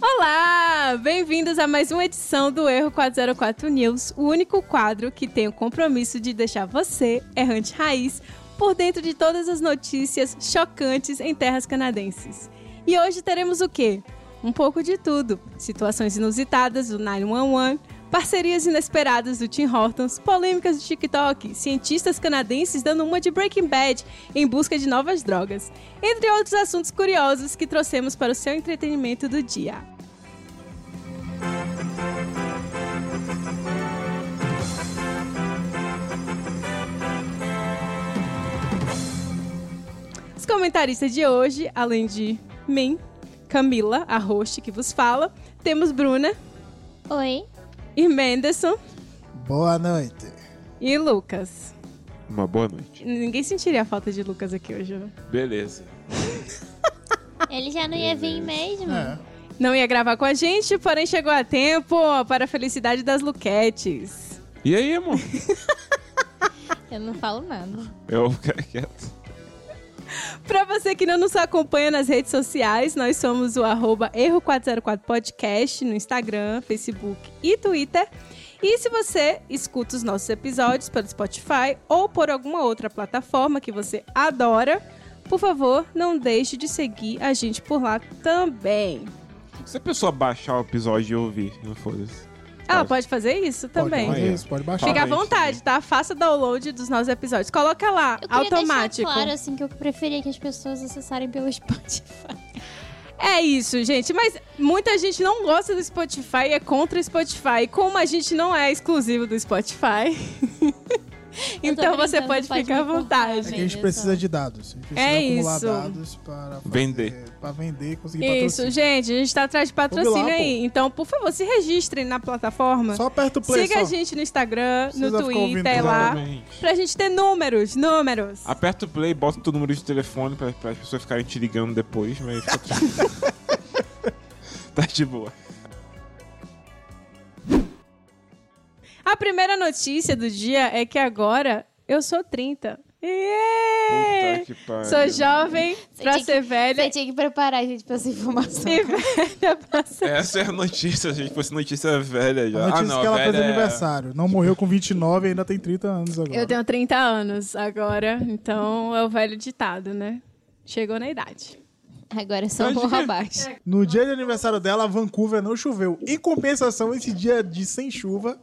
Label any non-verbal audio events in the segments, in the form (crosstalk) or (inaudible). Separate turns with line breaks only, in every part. Olá! Bem-vindos a mais uma edição do Erro 404 News, o único quadro que tem o compromisso de deixar você, errante raiz, por dentro de todas as notícias chocantes em terras canadenses. E hoje teremos o quê? Um pouco de tudo: situações inusitadas do 911, parcerias inesperadas do Tim Hortons, polêmicas do TikTok, cientistas canadenses dando uma de Breaking Bad em busca de novas drogas, entre outros assuntos curiosos que trouxemos para o seu entretenimento do dia. Os comentaristas de hoje, além de mim, Camila, a host que vos fala, temos Bruna
Oi.
e Menderson
Boa noite.
e Lucas.
Uma boa noite.
Ninguém sentiria falta de Lucas aqui hoje. né?
Beleza.
Ele já não ia vir mesmo.
É.
Não ia gravar com a gente, porém chegou a tempo para a felicidade das Luquetes.
E aí, amor?
Eu não falo nada.
(laughs) Eu vou ficar quieto.
Para você que não nos acompanha nas redes sociais, nós somos o arroba erro404podcast no Instagram, Facebook e Twitter. E se você escuta os nossos episódios pelo Spotify ou por alguma outra plataforma que você adora, por favor, não deixe de seguir a gente por lá também.
Se a pessoa baixar o episódio e ouvir, não foda-se.
Ela
Pode.
Ah, pode fazer isso também.
Pode, fazer
Olha.
isso, pode baixar.
Fica à
Fala isso,
vontade, tá? Faça download dos nossos episódios. Coloca lá,
Eu queria
automático.
deixar claro, assim, que eu preferia que as pessoas acessarem pelo Spotify.
É isso, gente. Mas muita gente não gosta do Spotify e é contra o Spotify. Como a gente não é exclusivo do Spotify, (laughs) então você
brincando,
pode,
pode
ficar à
me cortar,
vontade.
É que a gente precisa de dados. A gente precisa
É
acumular
isso.
dados para fazer-
Vender.
Para vender e conseguir
Isso,
patrocínio.
gente, a gente tá atrás de patrocínio
Vamos lá, pô.
aí. Então, por favor, se registrem na plataforma.
Só aperta o play.
Siga
só.
a gente no Instagram,
Precisa
no
ficar ouvindo
Twitter É lá.
Exatamente.
Pra gente ter números, números.
Aperta o play, bota o teu número de telefone pra, pra as pessoas ficarem te ligando depois, mas fica tranquilo. (laughs) tá de boa.
A primeira notícia do dia é que agora eu sou 30. Yeah!
Puta que pariu.
É. Sou jovem pra
tinha que-
ser velha
Você tinha que preparar a gente pra essa informação.
e (laughs) velha pra ser...
Essa é a notícia, gente. Fosse notícia velha
A
já.
notícia
ah, não,
que ela
velha
fez
é-
aniversário. Não morreu com 29 e ainda tem 30 anos agora.
Eu tenho 30 anos agora, então é o velho ditado, né? Chegou na idade.
Agora é só um morro abaixo.
No dia de aniversário dela, Vancouver não choveu. Em compensação, esse dia de sem chuva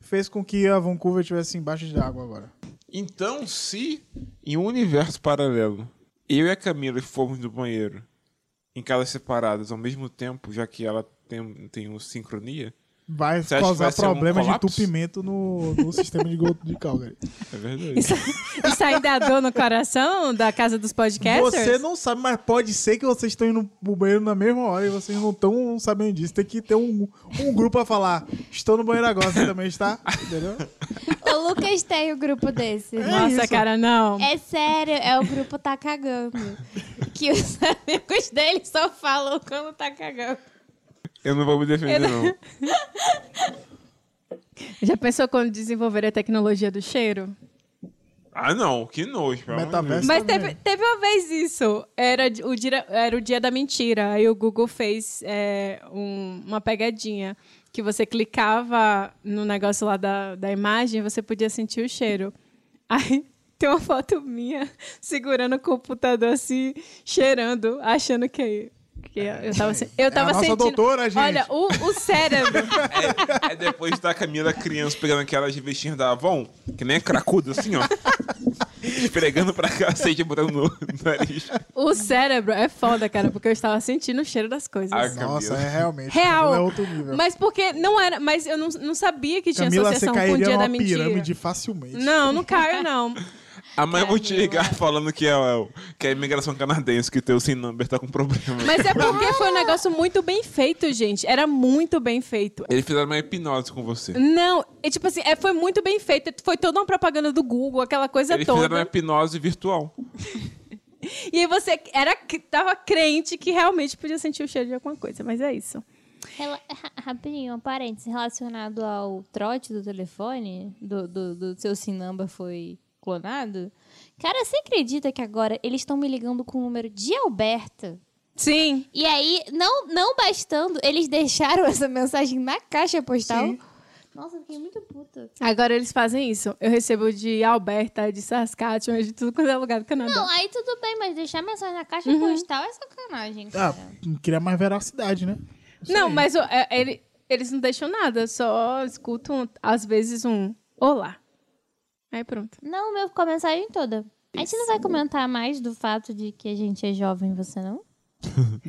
fez com que a Vancouver estivesse embaixo de água agora.
Então, se em um universo paralelo eu e a Camila formos do banheiro em casas separadas ao mesmo tempo, já que ela tem, tem um sincronia,
Vai
Você acha que
causar
vai ser um
problemas de
colapso?
entupimento no, no (laughs) sistema de esgoto de Calgary.
é verdade.
Isso, isso ainda é dor no coração da casa dos podcasters?
Você não sabe, mas pode ser que vocês estão indo pro banheiro na mesma hora e vocês não estão sabendo disso. Tem que ter um, um grupo a falar. Estou no banheiro agora, você também está? Entendeu?
o Lucas tem um grupo desse.
Nossa,
é isso.
cara, não.
É sério, é o grupo Tá Cagando. Que os (laughs) amigos dele só falam quando tá cagando.
Eu não vou me defender, não.
Já pensou quando desenvolver a tecnologia do cheiro?
Ah, não, que nojo. pelo amor de
Metaverso.
Deus.
Mas
também.
teve, teve uma vez isso. Era de- o dia, era o dia da mentira. Aí o Google fez é, um- uma pegadinha. Que você clicava no negócio lá da, da imagem você podia sentir o cheiro. Aí (laughs) tem uma foto minha segurando o computador assim, cheirando, achando que. que eu tava, se- eu tava
É. a nossa
sentindo.
doutora, gente.
Olha, o, o cérebro.
É, é depois da Camila criança pegando aquelas revistinhas da Avon, que nem é cracuda, assim, ó. Esfregando pra cacete e botando no no nariz.
o cérebro é foda, cara, porque eu estava sentindo o cheiro das coisas.
Ah, Camila.
Nossa, é realmente.
Real.
É outro nível.
Mas porque não era. Mas eu não, não sabia que tinha
Camila, você
associação com o
cairia
um dia da
numa
mentira.
pirâmide facilmente.
Não, não caio, não.
A mãe vai te ligar falando que é, o- que é a imigração canadense, que teu SIN number tá com problema.
Mas é porque foi um negócio muito bem feito, gente. Era muito bem feito.
Eles fizeram uma hipnose com você.
Não, é tipo assim, é, foi muito bem feito. Foi toda uma propaganda do Google, aquela coisa
Eles fizeram né? uma
toda.
é hipnose virtual.
E aí você era, tava crente que realmente podia sentir o cheiro de alguma coisa, mas é isso.
Rela- ra- Rapidinho, um parênteses. Relacionado ao trote do telefone, do, do, do seu Sinamba foi clonado. Cara, você acredita que agora eles estão me ligando com o número de Alberta?
Sim.
E aí, não, não bastando, eles deixaram (laughs) essa mensagem na caixa postal.
Sim.
Nossa, eu fiquei muito puta.
Agora eles fazem isso. Eu recebo de Alberta, de Saskatchewan, de tudo quanto é lugar do Canadá.
Não, aí tudo bem, mas deixar mensagem na caixa postal é sacanagem,
Ah,
cara.
cria mais veracidade, né? Isso
Não,
aí.
mas o- é- ele- eles não deixam nada, só escutam, às vezes, um olá. Aí pronto.
Não, meu, ficou a mensagem toda. A gente não vai comentar mais do fato de que a gente é jovem, você não?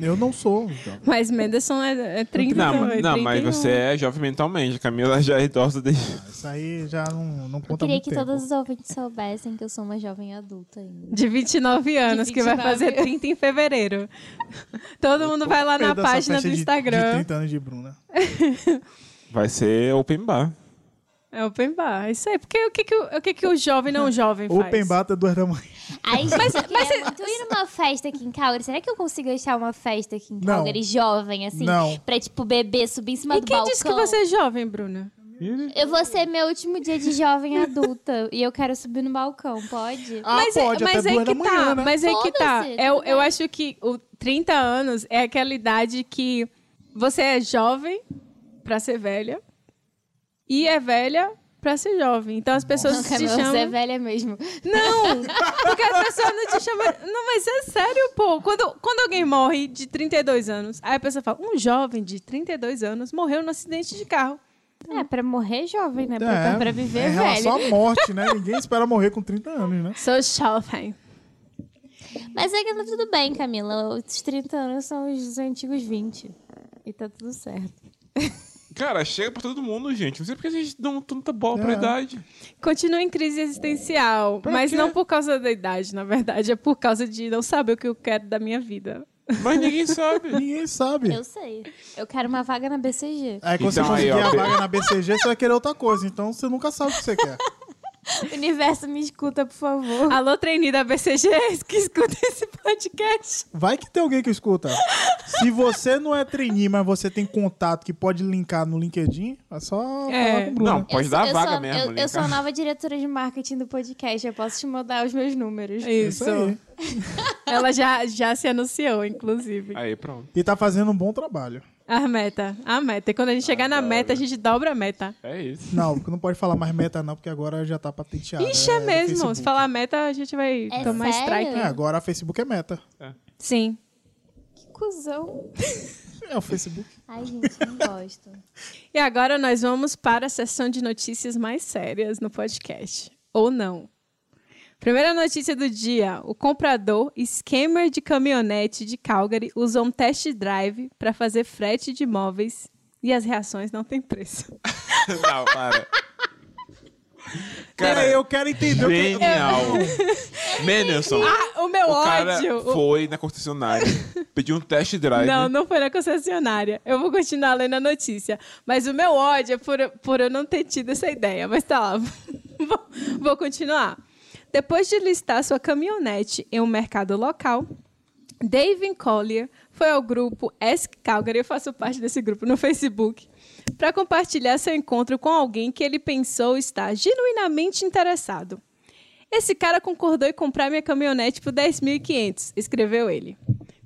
Eu não sou, então.
Mas Menderson é, é 30
Não,
é
não mas
31.
você é jovem mentalmente. A Camila já é idosa desde.
Isso aí já não, não conta
Queria
muito
que
tempo.
todos os ouvintes soubessem que eu sou uma jovem adulta ainda.
De 29 anos, que vai
29.
fazer 30 em fevereiro. (laughs) Todo mundo vai lá na
Perdão, essa
página
festa
do
de- De,
Instagram.
30 anos de Bruna.
Vai ser open bar.
é open bar, é isso aí. Porque o que, que, o, o, que que o jovem não jovem faz?
Open Bata, duas da manhã.
Aí, mas, eu queria muito ir numa festa aqui em Calgary. Será que eu consigo achar uma festa aqui em
Não.
Calgary jovem, assim?
Não.
Pra, tipo, beber, subir em cima
E
do
quem
balcão?
disse que você é jovem, Bruna?
Eu vou ser meu último dia de jovem adulta e eu quero subir no balcão, pode?
Ah,
mas é-
pode,
mas
até
é
duas
que
da manhã,
tá,
né?
mas é que tá.
Foda-se,
Eu,
tudo
eu
bem.
acho que o 30 anos é aquela idade que você é jovem pra ser velha e é velha pra ser jovem. Então as pessoas
Não,
te
Camila,
chamam.
você é velha mesmo. (laughs)
Não! Porque as pessoas não te chamam. Não, mas é sério, pô. Quando, quando alguém morre de 32 anos, aí a pessoa fala: um jovem de 32 anos morreu num acidente de carro.
É, pra morrer jovem, né? Pra, pra viver
é em
velho.
relação à morte, né? Ninguém espera morrer com 30 anos, né?
Sou jovem.
Mas é que tá tudo bem, Camila. Os 30 anos são os antigos 20. E tá tudo certo.
Cara, chega pra todo mundo, gente. Não sei porque a gente dão tanta bola pra
É.
idade.
Continua em crise existencial,
Pra
mas
quê?
não por causa da idade, na verdade, é por causa de não saber o que eu quero da minha vida.
Mas ninguém sabe.
Ninguém sabe.
(laughs) Eu sei. Eu quero uma vaga na BCG.
Aí quando
Então,
você
aí,
conseguir
ó,
a
pe-
vaga na BCG, você vai querer outra coisa. Então você nunca sabe o que você quer.
Universo, me escuta, por
Ah,
favor.
Alô, trainee da BCG, (laughs) que escuta esse podcast.
Vai que tem alguém que escuta. Se você não é trainee, mas você tem contato que pode linkar no LinkedIn, é só
É.
falar com o Bruno.
(laughs) Não, pode dar a
eu
vaga
sou,
mesmo.
Eu,
ali,
eu sou a
cara.
nova diretora de marketing do podcast. Eu posso te mandar os meus números.
É Isso.
É aí.
Ela já, já se anunciou, inclusive.
Aí, pronto.
E tá fazendo um bom trabalho.
A meta, a meta. E quando a gente chegar na meta, a gente dobra a meta.
É isso.
Não, porque não pode falar mais meta, não, porque agora já tá patenteado.
Ixi, é
do
mesmo. Se
Facebook.
falar meta, a gente vai
É
tomar
sério?
É,
strike.
agora a Facebook é meta.
Sim.
Que cuzão.
É o Facebook.
Ai, gente, não (laughs) gosto.
E agora nós vamos para a sessão de notícias mais sérias no podcast. Ou não. Primeira notícia do dia: o comprador scammer de caminhonete de Calgary usou um test drive para fazer frete de móveis e as reações não têm preço.
(laughs) Não, para.
Cara, eu quero entender o que.
(laughs) Genial. Mendelson.
Ah, o meu
O cara
ódio! O-
foi na concessionária, pediu um test drive.
Não, não foi na concessionária. Eu vou continuar lendo a notícia. Mas o meu ódio é por, por eu não ter tido essa ideia. Mas tá lá. (laughs) vou, vou continuar. Depois de listar sua caminhonete em um mercado local, David Collier foi ao grupo Ask Calgary, eu faço parte desse grupo no Facebook, para compartilhar seu encontro com alguém que ele pensou estar genuinamente interessado. Esse cara concordou em comprar minha caminhonete por 10.500, escreveu ele.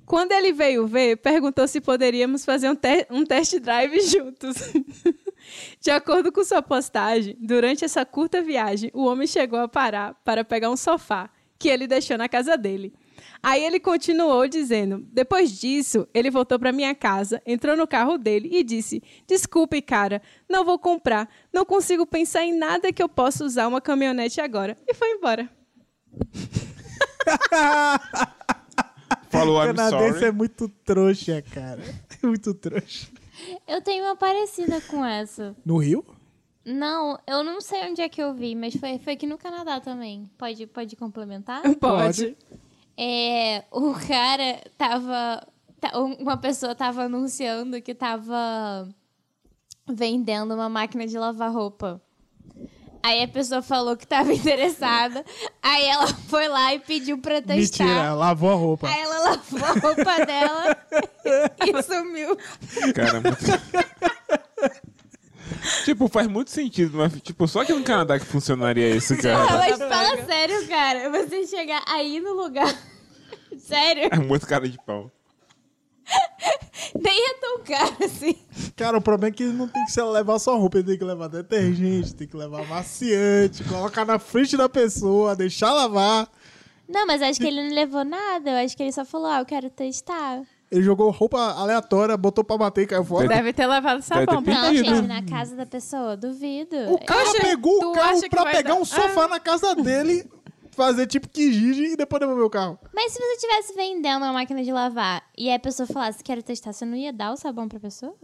Quando ele veio ver, perguntou se poderíamos fazer um, te- um test drive juntos. (laughs) De acordo com sua postagem, durante essa curta viagem, o homem chegou a parar para pegar um sofá que ele deixou na casa dele. Aí ele continuou dizendo: Depois disso, ele voltou para minha casa, entrou no carro dele e disse: Desculpe, cara, não vou comprar. Não consigo pensar em nada que eu possa usar uma caminhonete agora. E foi embora.
Falou, I'm
Canadense
sorry.
é muito trouxa, cara. (laughs) É muito trouxa.
Eu tenho uma parecida com essa.
No Rio?
Não, eu não sei onde é que eu vi, mas foi, foi aqui no Canadá também. Pode, pode complementar?
Pode.
É, o cara tava. ta- um, Uma pessoa tava anunciando que tava vendendo uma máquina de lavar roupa. Aí a pessoa falou que tava (laughs) interessada. Aí ela foi lá e pediu pra
Então
testar.
Mentira, lavou a roupa.
É.
Aí ela lavou a roupa dela
(laughs)
e sumiu.
Cara, é muito- (laughs) Tipo, faz muito sentido, mas tipo, só aqui no Canadá que funcionaria isso,
Ah,
Não,
cara.
mas fala sério, cara. Você chegar aí no lugar. (laughs) Sério.
É muito cara de pau.
cara, é assim.
Cara, o problema é que não tem que ser levar só roupa, ele tem que levar detergente, tem que levar amaciante, colocar na frente da pessoa, deixar lavar.
Não, mas acho que ele não levou nada. Eu acho que ele só falou, ah, eu quero testar.
Ele jogou roupa aleatória, botou pra bater e caiu fora.
Deve ter levado
Deve
sabão.
ter
pra-
Não,
Duvido.
gente, na casa da pessoa, duvido.
O cara
Poxa,
pegou
É. tu
o carro
acha que
pra
vai
pegar
dar- Ah.
um sofá na casa dele, fazer tipo que e depois devolver o carro.
Mas se você estivesse vendendo uma máquina de lavar e aí a pessoa falasse, quero testar, você não ia dar o sabão pra pessoa?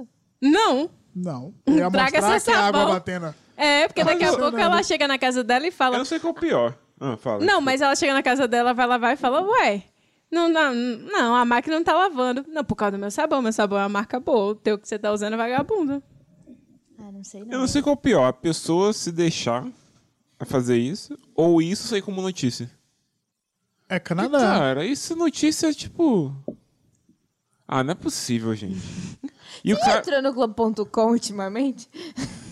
Não.
Não. Eu ia
Traga
mostrar
seu
que é água
sabão.
batendo.
É, porque daqui a
Olha,
pouco
Fernanda.
ela chega na casa dela e
Eu
fala.
não sei qual é o pior. Ah, fala.
Não, mas ela chega na casa dela, vai lavar e fala, ué. Não, não, não, a máquina não tá lavando. Não, por causa do meu sabão. Meu sabão é uma marca boa. O teu que você tá usando é vagabundo.
Ah, não sei
Eu
não.
não sei qual é o pior. A pessoa se deixar a fazer isso ou isso sair como notícia.
É
Porque,
Canadá.
Cara, isso é notícia tipo. Ah, não é possível, gente. E o, cara,
Entrou no Globo.com ultimamente?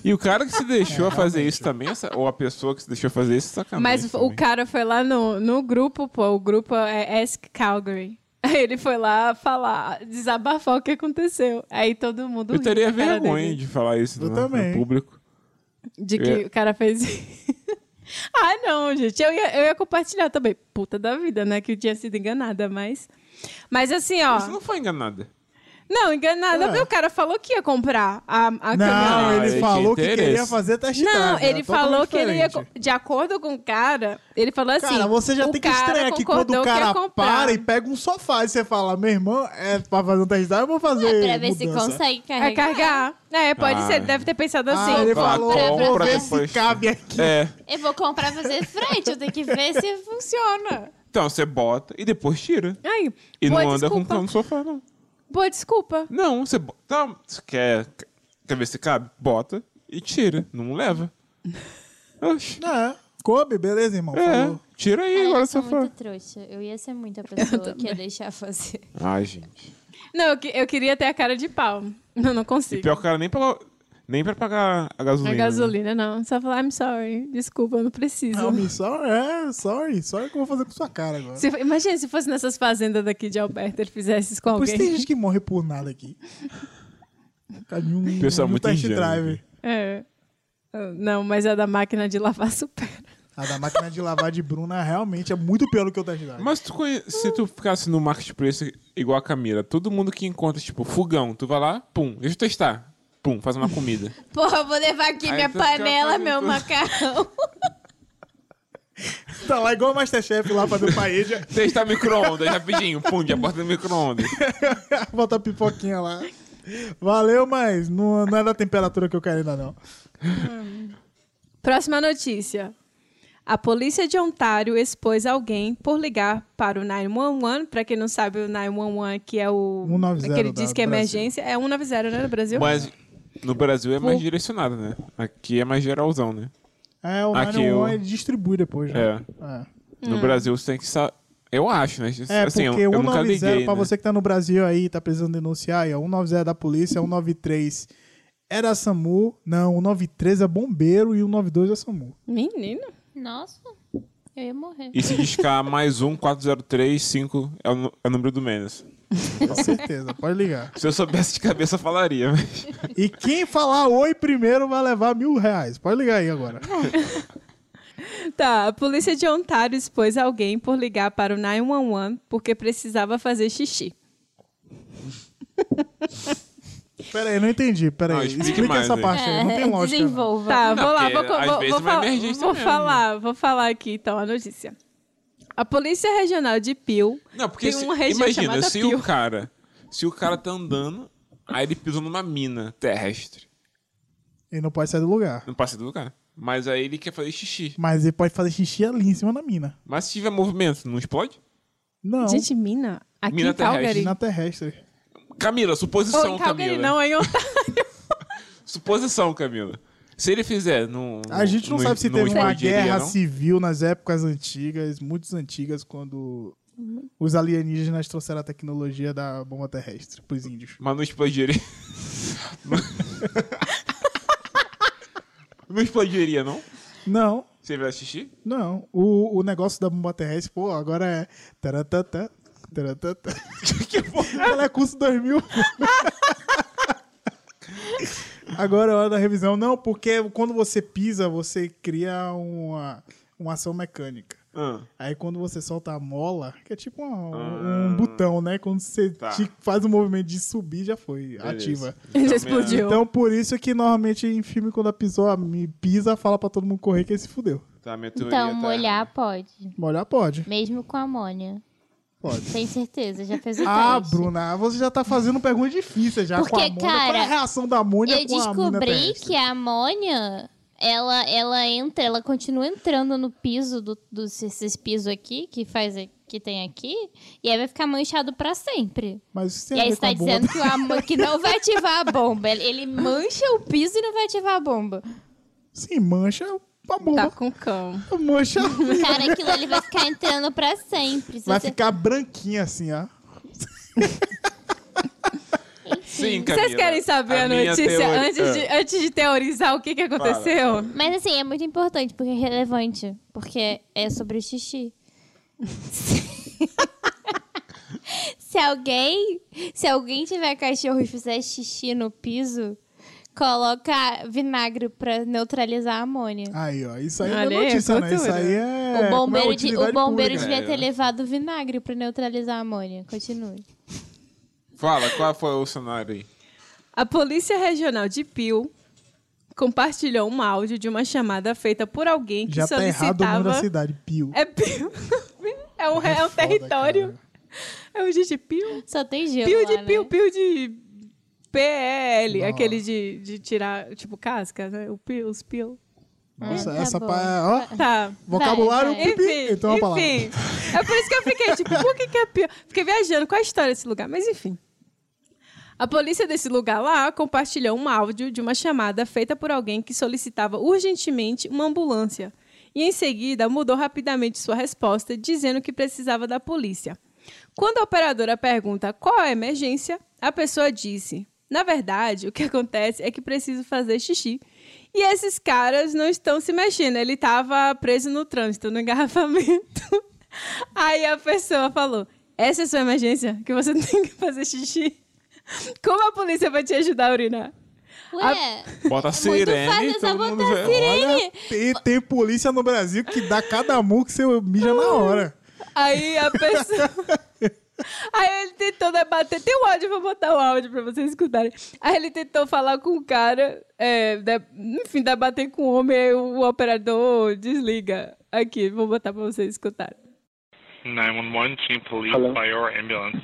e o cara que se deixou fazer isso também, essa- ou a pessoa que se deixou fazer isso, é sacanagem.
Mas o
também.
cara foi lá no, no grupo, pô, o grupo é Ask Calgary. (laughs) Aí ele foi lá falar, desabafar o que aconteceu. Aí todo mundo.
Eu
riu
teria
da cara
vergonha
dele,
de falar isso
Eu
no,
também.
no público.
De
Eu
que
É.
ia-
o cara fez. (laughs) ah, não, gente. Eu ia, eu ia compartilhar também. Puta da vida, né? Que eu tinha sido enganada, mas. Mas assim, ó.
Você não foi enganada.
Não, enganada,
Ué.
porque o cara falou que ia comprar a, a
É. Não,
câmera.
Ah,
ele
é
falou que
interesse.
queria fazer test
Não,
drive, era
ele falou
totalmente
que ele ia. co-
diferente.
De acordo com o cara, ele falou assim.
Cara, você já
o
tem que
cara
estranhar que quando
concordou
o
que ia
cara
comprar.
para e pega um sofá e você fala, meu irmão, é pra fazer um test drive, eu vou fazer
É pra ver se
mudança."
consegue
É
carregar.
carregar. É, pode
Ah.
ser. Ele deve ter pensado assim.
Ah, ele
Tá,
falou,
compra
vou ver
depois.
se cabe aqui.
É.
Eu vou comprar pra fazer frente, eu tenho que ver se funciona.
Então, você bota e depois tira.
Ai,
E
boa
não anda com o
desculpa.
cão no sofá, não.
Boa desculpa.
Não, você bota. Não, você quer, quer ver se cabe? Bota e tira. Não leva. Oxi.
É, come, beleza, irmão,
É,
falou.
tira aí
Cara,
agora
eu
o
sou
sofá.
muito trouxa. Eu ia ser muita pessoa que ia deixar fazer.
Ai, gente.
Não, eu, que- eu queria ter a cara de pau. Eu não
E
consigo.
pior que o cara nem pagou. Nem pra pagar a gasolina.
A
né?
gasolina, não. Só falar, I'm sorry. Desculpa, eu não preciso.
Não, me sorry, é, sorry, sorry que eu vou fazer com sua cara agora.
Se- imagina se fosse nessas fazendas daqui de Alberta, ele fizesse isso com
Por isso
alguém.
tem gente que morre por nada aqui. Cadê um,
Pessoal
um
muito
test
ingênuo,
drive?
É. Não, mas a da máquina de lavar supera.
A Ah, da máquina de lavar de Bruna realmente é muito pior do que o test drive.
Mas tu conhe- se tu ficasse no marketplace igual a Camila, todo mundo que encontra, tipo, fogão, tu vai lá, pum, deixa eu testar. Pum, faz uma comida.
Porra, eu vou levar aqui
Aí
minha
tu fica
panela, meu
(laughs)
fazendo-
macarrão.
Tá lá igual o Masterchef lá fazendo
(laughs)
paella,
Testar micro-ondas rapidinho, pum, já bota no micro-ondas.
bota a pipoquinha lá. Valeu, mas não, não é da temperatura que eu quero ainda não.
Próxima notícia. A polícia de Ontário expôs alguém por ligar para o 911. Para quem não sabe, o 911, que é o.
190
aquele
da-
diz que é
do Brasil.
emergência. É 190, né, no Brasil?
Mas no Brasil é mais
Pum.
direcionado, né? Aqui é mais geralzão, né?
É, o
Aqui,
911
o-
ele distribui depois, né?
É.
É.
No Brasil você tem que saber. Eu acho, né?
É,
assim, eu,
porque
eu nunca
190,
liguei.
pra
né?
você que tá no Brasil aí e tá precisando denunciar, é 190 da polícia, 193 era SAMU, não, 193 é bombeiro e 192 é SAMU.
Menino.
Nossa, eu ia morrer.
E se discar mais um, 4035 é o, nu- é o número do menos. (laughs)
Com certeza, pode ligar.
Se eu soubesse de cabeça, eu falaria. mas-
E quem falar oi primeiro vai levar mil reais. Pode ligar aí
(laughs)
agora.
Tá, a polícia de Ontário expôs alguém por ligar para o 911 porque precisava fazer xixi.
Pera aí, não entendi. Pera aí,
Não, explique
explica
mais
essa
aí.
parte aí, não tem lógica. não.
É, Desenvolva.
Tá,
Não,
vou lá,
porque
vou, co-
às
vou,
vezes
vou
é uma
falar,
emergência
vou
mesmo.
falar, vou falar aqui então a notícia. A Polícia Regional de Peel
Não, porque
tem
se-
uma região
imagina,
chamada
se
Peel.
o cara. Se o cara tá andando, aí ele pisou numa mina terrestre.
Ele não pode sair do lugar.
Não passa do lugar. Mas aí ele quer fazer xixi.
Mas ele pode fazer xixi ali em cima da mina.
Mas se tiver movimento, não explode?
Não,
Gente, mina, aqui
Mina
em Calgary.
terrestre.
na terrestre.
Camila,
Ou
suposição,
em Calgary
Camila.
não, é em Ontário.
Suposição, Camila. Se ele fizer, não.
A gente não, sabe se teve uma
explodiria,
guerra
não?
civil nas épocas antigas, muito antigas, quando os alienígenas trouxeram a tecnologia da bomba terrestre pros índios.
Mas não (laughs) explodiria. não explodiria, não?
Não,
Você vai assistir?
não. O, o negócio da bomba terrestre, pô, agora é. Taratatá, taratatá. é
(laughs) que porra?
Ela é curso 2000. Agora é hora da revisão. Não, porque quando você pisa, você cria uma, uma ação mecânica.
Ah,
Aí quando você solta a mola, que é tipo um, um botão, né? Quando você
Ah. Tá.
te- faz o movimento de subir, já foi,
beleza.
ativa.
Ele
Então,
explodiu.
Então por isso que normalmente em filme, quando a pessoa me pisa, fala pra todo mundo correr que ele se fudeu.
minha- tá, minha teoria
Então,
tá-
molhar pode.
Molhar pode,
Mesmo com amônia.
pode.
Tem certeza, já fez o
Ah,
teste.
Bruna, você já tá fazendo perguntas difíceis já
Porque,
com a amônia. Qual é a
cara,
reação da amônia
Eu
com a amônia
descobri
terrestre?
que a amônia, ela, ela entra, ela continua entrando no piso do, do esses pisos aqui, que faz que tem aqui, e aí vai ficar manchado pra sempre.
Mas isso tem
e
a
aí
ver
você
com a
tá
bomba.
dizendo que, o amor, que não vai ativar a bomba. Ele, ele mancha o piso e não vai ativar a bomba.
Sim, mancha a
Tá
bomba.
com cão.
(laughs)
Mancha a vida.
Cara, aquilo ali vai ficar entrando pra sempre. Se
Vai
você-
ficar branquinha assim, ó.
Sim, Camila.
Vocês querem saber a,
minha
notícia
teoria-
antes, de,
Ah,
antes de teorizar o que, que aconteceu?
Mas assim, é muito importante, porque é relevante. Porque é sobre xixi. (laughs) se alguém. Se alguém tiver cachorro e fizer xixi no piso, coloca vinagre pra neutralizar a amônia.
Aí, ó. Isso aí
Olha
não
aí,
é notícia, né? Isso
cultura.
aí é.
o
como é,
bombeiro, de- o
utilidade
bombeiro
pública.
devia
É.
ter levado vinagre pra neutralizar a amônia. Continue.
Fala, qual foi o cenário aí?
A Polícia Regional de Peel compartilhou um áudio de uma chamada feita por alguém que
Já tá errado o nome
solicitava.
da cidade, Pio.
é Peel. (laughs) é um, é um
foda,
território.
cara.
É o de Peel.
Só tem gelo.
Peel de
lá,
Peel,
né?
Peel de PEL,
Nossa.
aquele de, de tirar, tipo, casca, né? O Peel, os Peel.
Nossa,
Ah, tá
essa
bom.
pá. Ó,
Tá.
vocabulário
vai.
pipi.
Enfim,
Então a palavra.
enfim. É por isso que eu fiquei, tipo, por que, que é pior? Fiquei viajando com a história desse lugar, mas enfim. A polícia desse lugar lá compartilhou um áudio de uma chamada feita por alguém que solicitava urgentemente uma ambulância. E em seguida mudou rapidamente sua resposta, dizendo que precisava da polícia. Quando a operadora pergunta qual é a emergência, a pessoa disse: Na verdade, o que acontece é que preciso fazer xixi. E esses caras não estão se mexendo. Ele estava preso no trânsito, no engarrafamento. (laughs) Aí a pessoa falou: Essa é sua emergência? Que você (laughs) tem que fazer xixi? Como a polícia vai te ajudar a urinar?
Ué,
Bota a
é muito
sirene,
fácil só
todo mundo
botar a
vê.
sirene.
Tem, tem polícia no Brasil que dá cada mu que você mija na hora.
Aí a
(laughs)
pessoa. Aí ele tentou debater. Tem um áudio, vou botar o áudio pra vocês escutarem. Aí ele tentou falar com o cara, é, de- enfim, debater com o homem, aí o operador desliga. Aqui, vou botar pra vocês escutarem.
911, Team Police,
Hello.
Fire, or Ambulance.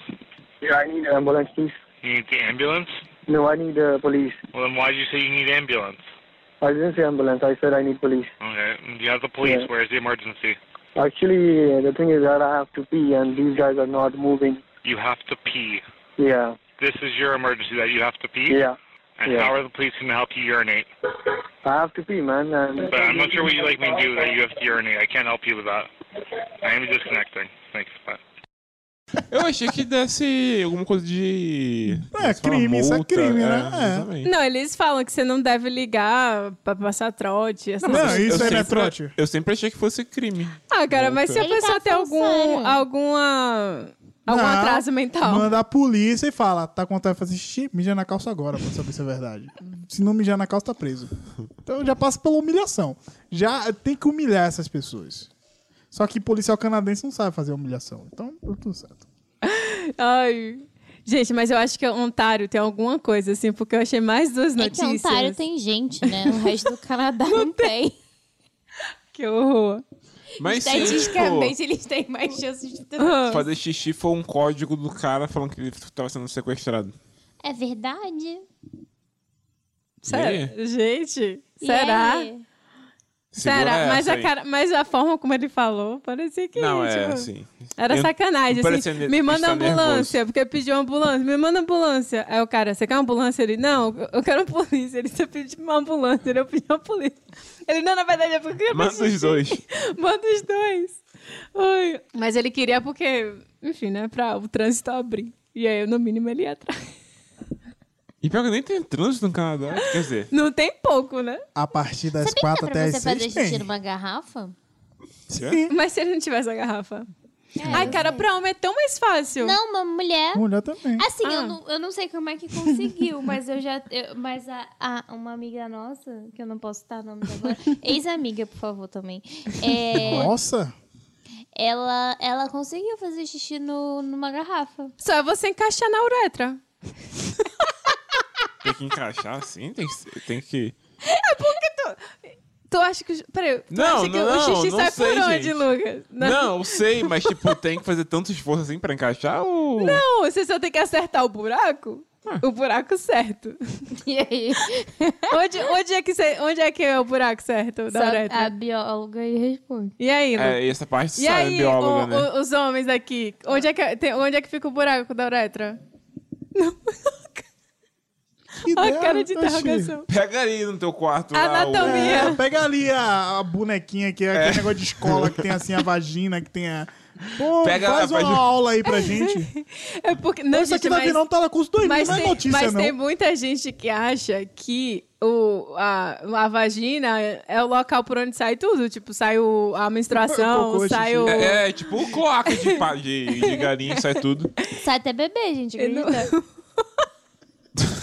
Yeah, I need ambulance, please.
You need the ambulance?
No, I need uh, police.
Well, then why did you say you need ambulance?
I didn't say ambulance. I said I need police.
Okay. You have the police.
Yeah.
Where's the emergency?
Actually, uh, the thing is that I have to pee, and these guys are not moving.
You have to pee.
Yeah,
This is your emergency that you have to pee?
yeah.
And
yeah.
how are the police going to help you urinate?
I have to pee, man. And
But I'm not sure what you like me to do that you have to urinate. I can't help you with that. I am disconnecting. Thanks. Bye.
Eu achei que desse alguma coisa de.
É,
sei lá,
crime, isso é
multa,
crime, né?
é,
É.
Exatamente.
Não, eles falam que você não deve ligar pra passar trote. Essas
Não,
coisas.
isso
eu
aí não é
sempre-
trote.
Eu sempre achei que fosse crime.
Ah, cara, mas se a
Ele tá
pessoa tem algum,
pensando.
alguma, algum
Não,
atraso mental.
Manda a polícia e fala: tá com vontade de fazer xixi? Mija na calça agora pra saber se é verdade. Se não mijar na calça, tá preso. Então já passa pela humilhação. Já tem que humilhar essas pessoas. Só que policial canadense não sabe fazer humilhação. Então, tudo certo.
Ai. Gente, mas eu acho que é Ontário tem alguma coisa, assim, porque eu achei mais duas
É que
notícias.
Ontário tem gente, né? O resto do Canadá não tem.
Que horror.
Mas se
Estatisticamente,
tipo,
eles têm mais chances de ter.
fazer xixi foi um código do cara falando que ele tava sendo sequestrado.
É verdade.
E
Sério?
aí?
Gente,
E é.
será?
aí?
Segura
Será? Mas
essa
a,
aí.
cara, mas a forma como ele falou, parecia que.
Não, é
tipo,
assim.
Era
Eu-
sacanagem.
parecia
Assim,
ne-
me manda
estar
ambulância, porque pediu ambulância. Me manda ambulância. Aí o cara, você quer uma ambulância? Ele, não, eu quero uma (laughs) polícia. Ele, você pediu uma ambulância. Ele, eu pedi uma polícia. Ele, não, na verdade, é porque eu
Manda os dois.
(laughs) Manda os dois. Ai, Mas ele queria porque, enfim, né? Pra o trânsito abrir. E aí, no mínimo, ele ia atrás. (laughs)
E pior que nem tem trânsito no Canadá. Quer dizer,
Não tem pouco, né?
A partir das
Sabia que dá
quatro
pra
até
você
as
fazer
seis
xixi
tem.
numa garrafa?
Sim.
Mas se ele não tivesse a garrafa. Ai, cara, pra homem é tão mais fácil.
Não, uma mulher.
Mulher também.
Assim, eu,
Ah.
não, eu não sei como é que conseguiu, mas eu já. eu- mas a, a- uma amiga nossa, que eu não posso citar nomes
(laughs)
agora, ex-amiga, por favor, também.
Tá
é,
Nossa!
ela, ela conseguiu fazer xixi no, numa garrafa.
(laughs) Só é você encaixar na uretra.
Tem que encaixar assim, tem que. ser- Tem que...
Tu acha que. o- Peraí, tu
Não,
acha que
não,
o xixi
não
sai
sei,
por onde,
gente.
Lucas?
Não, eu sei, mas tipo, tem que fazer tanto esforço assim pra encaixar ou.
Não, você só tem que acertar o buraco.
Ah.
O buraco certo.
E aí? (laughs)
onde, onde, é que cê- onde é que é o buraco certo da uretra?
a bióloga aí responde.
E aí, Lu?
É, essa parte
E
sai
aí,
do biólogo,
o-
né?
o- os homens aqui, onde é, que, tem- onde é que fica o buraco da uretra? Não.
Que
(laughs) A
ideia,
cara de
oxi.
interrogação.
Pega ali no teu quarto. Lá, o-
Anatomia.
É, pega ali a, a bonequinha que é aquele negócio de escola que tem assim a vagina, que tem a. Pô,
Pega
faz
a
uma
vagina.
aula aí pra gente.
É porque. Não,
Isso
gente,
aqui tá
mas,
virando telecurso do
mas,
não é
tem,
notícia,
mas
não.
tem muita gente que acha que o, a, a vagina é o local por onde sai tudo. Tipo, sai o- a menstruação,
cocô,
sai
xixi.
o.
É, é tipo o cloaca de, pa- de, de galinha, sai tudo.
Sai até bebê, gente.
Eu não-
acredita?
(laughs)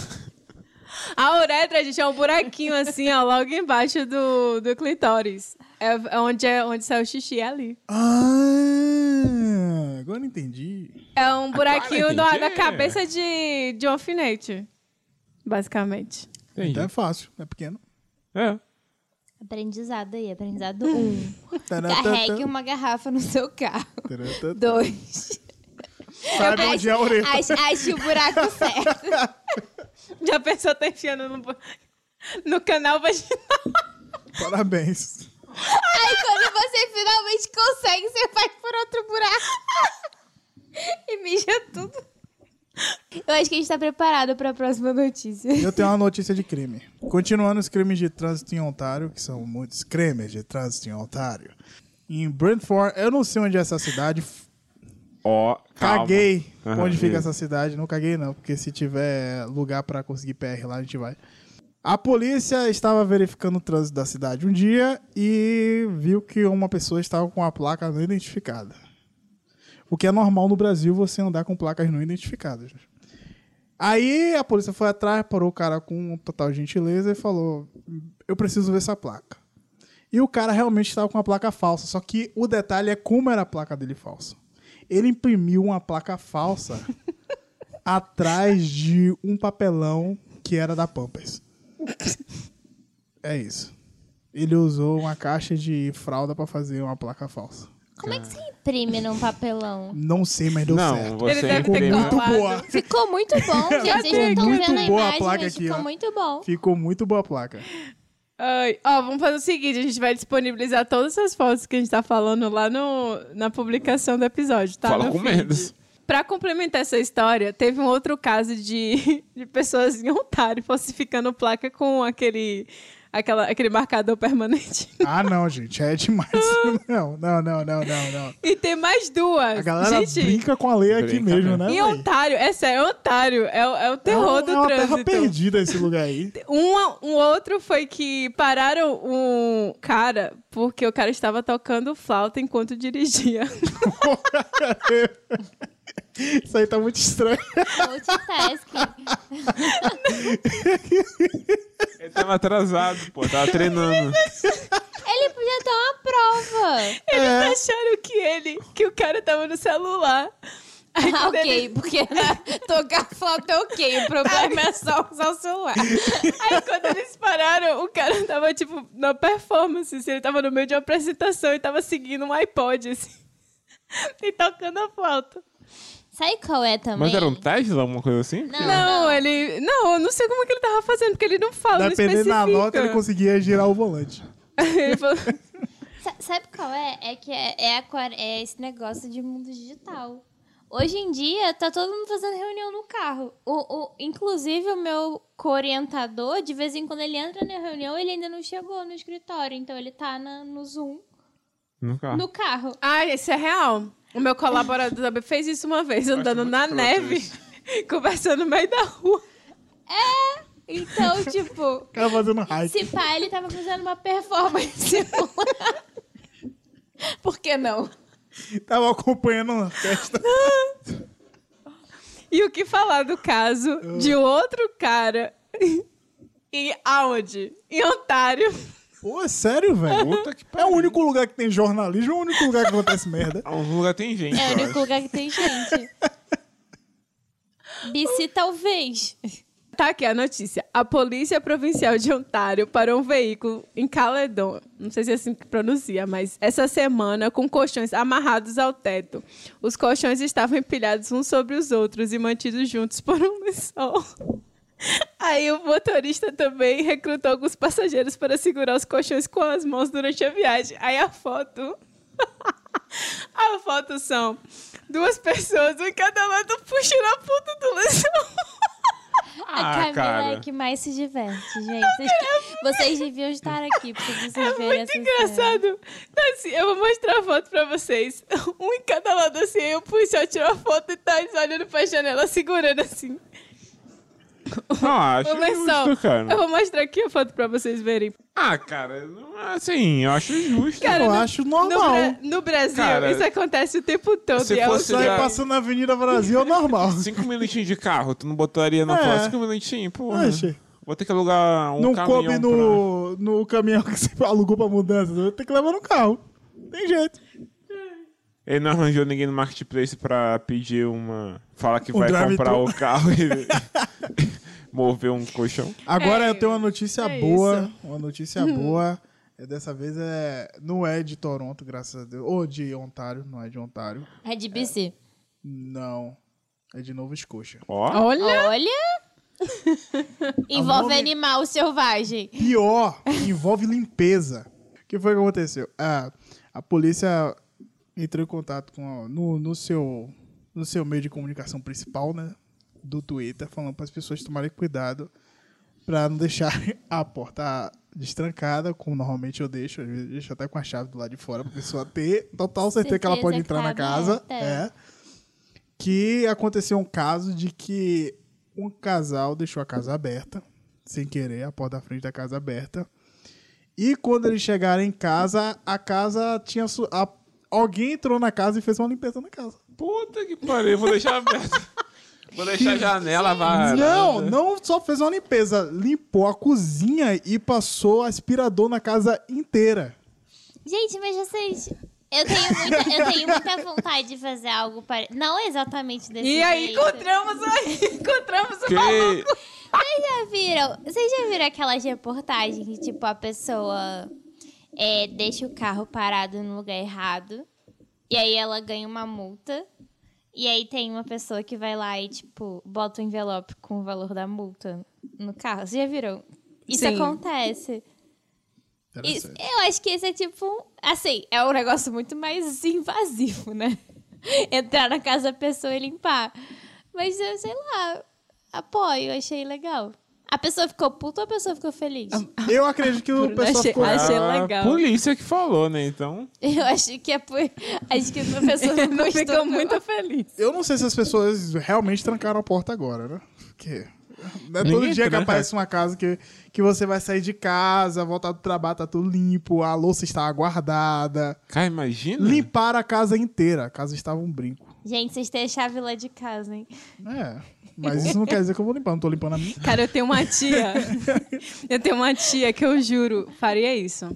A uretra, gente, é um buraquinho assim, ó, logo embaixo do, do clitóris. É, é onde, é onde sai o xixi, é ali.
Ah, agora eu entendi.
É um buraquinho
Ah, entendi.
na, na cabeça de, de um alfinete, basicamente.
Entendi.
Então é fácil, é pequeno.
É.
Aprendizado aí, aprendizado 1. Carregue uma garrafa no seu carro.
Taratã.
Dois.
Sabe onde é a orelha.
Ache, ache o buraco certo.
Já pensou tá enfiando no, bu- no canal (laughs) vaginal?
Parabéns.
Aí quando você finalmente consegue, você vai por outro buraco. E mija tudo. Eu acho que a gente tá preparado pra próxima notícia.
Eu tenho uma notícia de crime. Continuando os crimes de trânsito em Ontário, que são muitos crimes de trânsito em Ontário. Em Brantford, eu não sei onde é essa cidade. f-
Ó, calma.
Caguei
Aham,
onde fica
isso.
essa cidade. Não caguei, não, porque se tiver lugar pra conseguir PR lá, a gente vai. A polícia estava verificando o trânsito da cidade um dia e viu que uma pessoa estava com a placa não identificada. O que é normal no Brasil você andar com placas não identificadas. Aí a polícia foi atrás, parou o cara com total gentileza e falou: Eu preciso ver essa placa. E o cara realmente estava com a placa falsa, só que o detalhe é como era a placa dele falsa. Ele imprimiu uma
(laughs)
placa falsa atrás de um papelão que era da Pampers. É isso. Ele usou uma caixa de fralda para fazer uma placa falsa.
Como é que você imprime num papelão?
Não sei, mas deu
Não,
certo.
você é
Ele deve ter
entendeu.
colado.
Muito boa.
Ficou muito
(laughs)
bom, gente. Vocês não estão
Muito
vendo a
boa a
imagem,
placa
mas
aqui,
ficou
ó.
muito bom.
Ficou muito boa a placa.
Ai, Ó, vamos fazer o seguinte: a gente vai disponibilizar todas essas fotos que a gente tá falando lá no, na publicação do episódio, tá?
Fala
No
com
feed.
medo.
Pra complementar essa história, teve um outro caso de, (laughs) de pessoas em Ontário falsificando placa com aquele, aquela, aquele marcador permanente. (laughs)
Ah, não, gente, é demais. Não, não, não, não, não, não.
E tem mais duas.
A galera
gente,
brinca com a lei aqui
Brinca
mesmo, né?
E
véi?
Ontário, é sério, Ontário é, o- é o
É
terror
uma-
do
é uma terra
trânsito.
perdida esse lugar
(laughs)
aí.
Um, um outro foi que pararam um cara porque o cara estava tocando flauta enquanto dirigia. (laughs)
Isso aí tá muito estranho.
Multitasking.
Ele tava atrasado, pô.
(laughs)
Tava treinando.
Ele podia dar uma
(laughs)
prova.
Eles
É.
acharam que ele, que o cara estava no celular. Aí
Ah,
quando
(laughs) ok,
ele-
porque (laughs) tocar flauta é ok. O problema é só usar o celular.
Aí quando eles pararam, o cara tava, tipo, na performance. assim, Ele tava no meio de uma apresentação e tava seguindo um iPod, assim. (laughs) E tocando a flauta.
Sabe qual é também?
Mas era um Tesla, alguma coisa assim?
Não,
Não, ele. Não, eu não sei como é que ele tava fazendo, porque ele não fala,
Dependendo
não
da
especifica.
nota, ele conseguia girar o volante.
(laughs) Ele falou-
Sa- Sabe qual é? É que é, é a quar- é esse negócio de mundo digital. Hoje em dia, tá todo mundo fazendo reunião no carro. O, o- inclusive, o meu co-orientador, de vez em quando ele entra na reunião, ele ainda não chegou no escritório. Então, ele tá na- no Zoom,
Nunca.
no carro.
Ah, isso é real. O meu colaborador também fez isso uma vez, andando
muito
na
escroto
neve, (laughs) conversando no meio da rua. (laughs)
(laughs) Então, tipo,
Tava fazendo hike.
se pá, (laughs) ele tava fazendo uma performance. Por que não?
Tava acompanhando uma festa.
E o que falar do caso de
Ah.
outro cara (laughs) em aonde? Em Ontário.
Pô, é sério, velho?
Puta que
É o único lugar que tem jornalismo, é o único lugar que acontece merda.
Um lugar tem gente,
É o
eu
único
acho.
lugar que tem gente. BC talvez.
Tá aqui a notícia. A polícia provincial de Ontário parou um veículo em Caledon, não sei se é assim que pronuncia, mas essa semana, com colchões amarrados ao teto. Os colchões estavam empilhados uns sobre os outros e mantidos juntos por um lençol. Aí o motorista também recrutou alguns passageiros para segurar os colchões com as mãos durante a viagem. Aí a foto. (laughs) A foto são duas pessoas, um em cada lado, puxando a ponta do lençol. (laughs) Ah,
a Camila
Ah, cara.
é que mais se diverte, gente. Vocês, vocês deviam estar aqui pra vocês
É
verem
muito
essa cena.
engraçado. Tá assim, eu vou mostrar a foto pra vocês. (laughs) Um em cada lado assim, aí o policial tirou a foto e tá eles olhando pra janela, segurando assim.
Não, acho
O lençol.
É justo, cara.
Eu vou mostrar aqui a foto pra vocês verem.
Ah, cara, não, assim, eu acho justo.
Cara,
eu
no-
acho
No,
normal.
Bra- no Brasil,
Cara,
isso acontece o tempo todo.
se
e é o-
fosse-
Sair
Já-
passando na Avenida Brasil é normal.
Cinco minutinhos de carro, tu não botaria na
É.
foto? Cinco minutinhos, porra.
Oxe.
Vou ter que alugar um
não
caminhão
coube no, no caminhão que você (laughs) alugou pra mudança. Tem que levar no carro. Tem jeito.
Ele não arranjou ninguém no marketplace pra pedir uma. Falar que
Um
vai
drive-thru.
comprar o carro e (laughs) mover um colchão.
Agora
É,
eu tenho uma notícia
é Uhum.
boa. Uma notícia boa. É, dessa vez é. Não é de Toronto, graças a Deus. Ou de Ontário, não é de Ontário.
É de BC.
Não. É de Nova Escócia.
Ó.
Olha!
Olha!
(laughs)
Envolve
nome-
animal selvagem.
Pior, envolve limpeza. O que foi que aconteceu? Ah, a polícia entrou em contato com a- no, no seu no seu meio de comunicação principal, né, do Twitter, falando para as pessoas tomarem cuidado para não deixar (laughs) a porta destrancada, como normalmente eu deixo, às vezes eu deixo até com a chave do lado de fora, para a pessoa ter total certeza, que ela
Certeza
pode
que
entrar
tá
na casa.
aberta.
É. Que aconteceu um caso de que um casal deixou a casa aberta, sem querer, a porta da frente da casa aberta. E quando eles chegaram em casa, a casa tinha. su- a- alguém entrou na casa e fez uma limpeza na casa.
Puta que pariu, vou deixar aberto. (laughs) Vou deixar a janela varada.
Não, não só fez uma limpeza, limpou a cozinha e passou aspirador na casa inteira.
Gente, mas vocês. Eu tenho muita, eu tenho muita vontade de fazer algo para. Não exatamente desse
E aí
jeito.
encontramos, o- (laughs) encontramos o maluco.
Que...
Vocês já viram? Vocês já viram aquelas reportagens que, tipo, a pessoa é, deixa o carro parado no lugar errado e aí ela ganha uma multa. E aí tem uma pessoa que vai lá e, tipo, bota o envelope com o valor da multa no carro. Vocês já viram? Isso
Sim.
acontece. Isso-
Interessante.
eu acho que esse é tipo. um- Assim, é um negócio muito mais invasivo, né? (laughs) Entrar na casa da pessoa e limpar. Mas eu sei lá, apoio, achei legal. A pessoa ficou puta ou a pessoa ficou feliz?
Eu acredito que o
Bruno,
pessoal
achei-
ficou.
achei-
a
legal.
Ah, polícia que falou, né? Então.
Eu acho que é por. Acho que a
(laughs)
pessoa não
Não
gostou.
ficou
não.
muito feliz.
Eu não sei se as pessoas realmente trancaram a porta agora, né? Porque. Não é todo
Ninguém
dia que
tranca.
aparece uma casa que, que você vai sair de casa, voltar do trabalho, tá tudo limpo, a louça está aguardada.
Cara, imagina.
Limparam a casa inteira, a casa estava um brinco.
Gente, vocês têm a chave lá de casa, hein?
É. Mas isso não quer dizer que eu vou limpar, não tô limpando a minha.
Cara, eu tenho uma
(laughs)
tia. eu tenho uma tia que eu juro faria isso.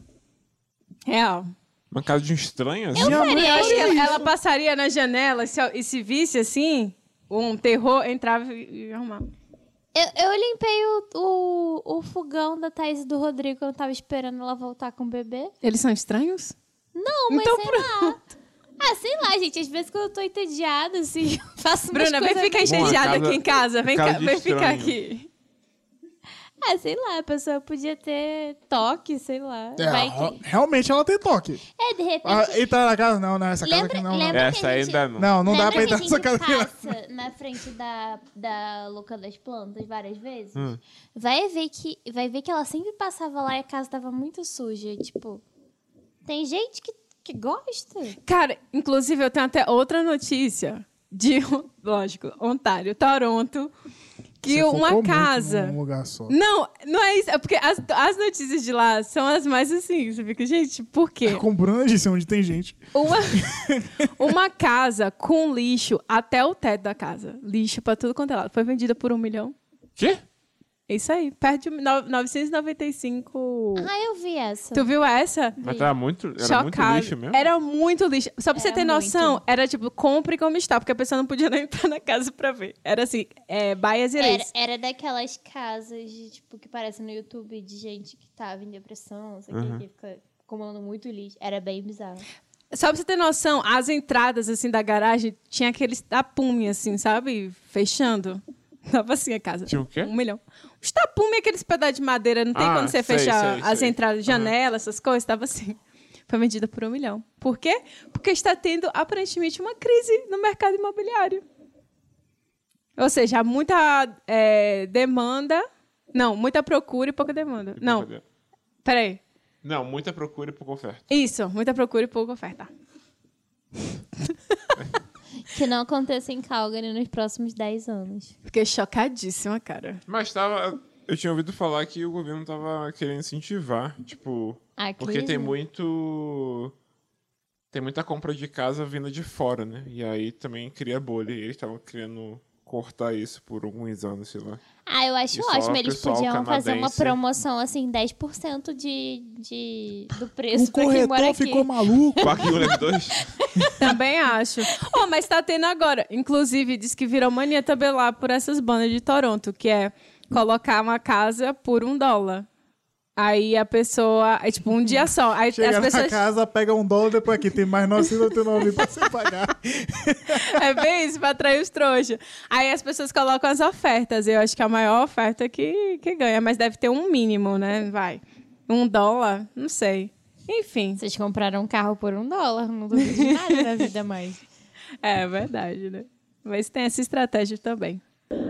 Real.
Uma casa de um estranho, assim.
Minha
faria
Eu
mãe,
acho que ela, ela passaria na janela se, e se visse assim, um terror, entrava e, e arrumava.
Eu, eu limpei o, o, o fogão da Thaís e do Rodrigo quando eu tava esperando ela voltar com o bebê.
Eles são estranhos?
Não, mas
Então
sei lá. Ah, sei lá, gente. Às vezes quando eu tô entediada, assim, (laughs) eu faço umas
Bruna, vem
coisas...
ficar
Bom, a
entediada
casa-
aqui em casa. Vem,
casa
cá-
de
vem ficar
estranho.
aqui.
Ah, sei lá, a pessoa podia ter toque, sei lá.
É,
Vai que-
re- Realmente ela tem toque.
É, de repente...
Ah, entrar na casa, não, não, essa casa
lembra,
aqui
É
não.
lembra que
Essa
a gente...
ainda não.
Ah, Não, não, não dá
lembra
pra
que
entrar
a
nessa
gente
casa aqui não.
passa na frente da, da Luca das Plantas várias vezes?
Hum.
Vai, ver que, vai ver que ela sempre passava lá e a casa tava muito suja. e, Tipo, tem gente que, que gosta.
Hum.
Cara, inclusive (laughs) eu tenho até outra notícia de, lógico, Ontário, um, Toronto,
Você
conseguiu
focou
uma
muito
casa.
Num lugar só.
Não, não é isso. É porque as, as notícias de lá são as mais assim. Você fica, gente, por quê?
É Como Bruna disse, um assim, onde tem gente.
(laughs)
Uma, uma casa com lixo até o teto da casa. Lixo pra tudo quanto é lado. Foi vendida por um milhão.
Quê?
É isso aí. Perto de no- 995.
Ah, eu vi essa.
Tu viu essa?
Mas tava muito. Era
Chocado.
muito lixo mesmo.
Era muito lixo. Só pra você
Era
ter noção,
muito.
era tipo, compre como está, porque a pessoa não podia nem (laughs) entrar na casa pra ver. Era assim, é, baias e
Era,
leis.
era daquelas casas de, tipo, que parece no YouTube de gente que tava em depressão, não sei o que, que fica acumulando muito lixo. Era bem bizarro.
Só pra você ter noção, as entradas, assim, da garagem tinha aqueles tapume, assim, sabe? Fechando. (laughs) Tava assim a casa.
Tinha o quê?
Um milhão. Os tapume, é aqueles pedaços de madeira, não tem
Ah,
quando você
sei,
fechar
sei,
as
sei.
entradas, janela, essas coisas, tava assim. Foi vendida por um milhão. Por quê? Porque está tendo, aparentemente, uma crise no mercado imobiliário. Ou seja, há muita eh, demanda... Não, muita procura e pouca demanda. não, peraí.
Não, muita procura e pouca oferta.
Isso, muita procura e pouca oferta.
Que não aconteça em Calgary nos próximos 10 anos.
Fiquei chocadíssima, cara.
Mas tava. Eu tinha ouvido falar que o governo tava querendo incentivar, tipo.
A
Porque
crise?
tem muito. Tem muita compra de casa vinda de fora, né? E aí também cria bolha. E eles estavam querendo cortar isso por alguns anos, sei (laughs) lá.
Ah, eu acho
E só
ótimo.
o
Eles
pessoal
podiam fazer uma
canadense.
promoção, assim, 10% de, de, do
O
preço pra quem mora
Um corretor
aqui.
ficou maluco.
Parque Leve 2.
Também acho. Oh, mas tá tendo agora. Inclusive, diz que virou mania também lá por essas bandas de Toronto, que é colocar uma casa por um dólar. Aí a pessoa. É tipo um dia só. Aí
Chega
(laughs) as
na
pessoas.
casa, pega um dólar, depois aqui tem mais 999 pra você pagar.
(laughs)
(laughs)
É bem isso, pra atrair os trouxas. Aí as pessoas colocam as ofertas. Eu acho que é a maior oferta que, que ganha, mas deve ter um mínimo, né? Vai. Um dólar? Não sei. Enfim.
Vocês compraram um carro por um dólar, não duvido de nada da vida
(laughs)
mais.
É verdade, né? Mas tem essa estratégia também.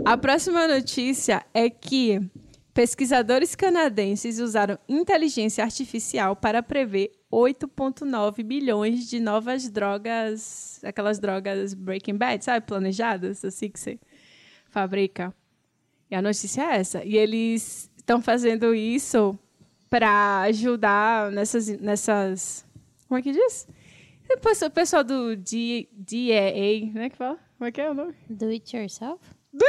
A próxima notícia é que pesquisadores canadenses usaram inteligência artificial para prever 8,9 bilhões de novas drogas, aquelas drogas Breaking Bad, sabe? Planejadas, assim que você fabrica. E a notícia é essa. E eles estão fazendo isso para ajudar nessas, nessas. Como é que diz? O pessoal- O pessoal do D- DEA, né? Que fala? Como é que é o nome?
Do it yourself?
Do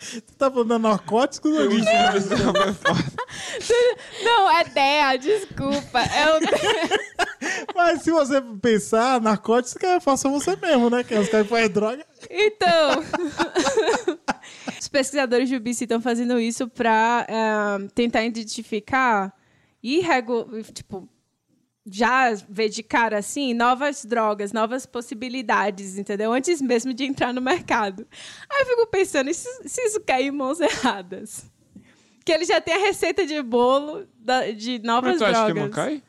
Você tá falando de narcóticos ou de
Não, é DEA, desculpa. É o
Mas se você pensar, narcótico é faça você mesmo, né? Que os caras que fazem droga.
Então, (laughs) os pesquisadores do BC estão fazendo isso para tentar identificar e regu- tipo já ver de cara assim novas drogas, novas possibilidades, entendeu? Antes mesmo de entrar no mercado. Aí eu fico pensando, e se, se isso cair em mãos erradas? Que ele já tem a receita de bolo da- de novas
Mas tu
drogas.
acha que não cai?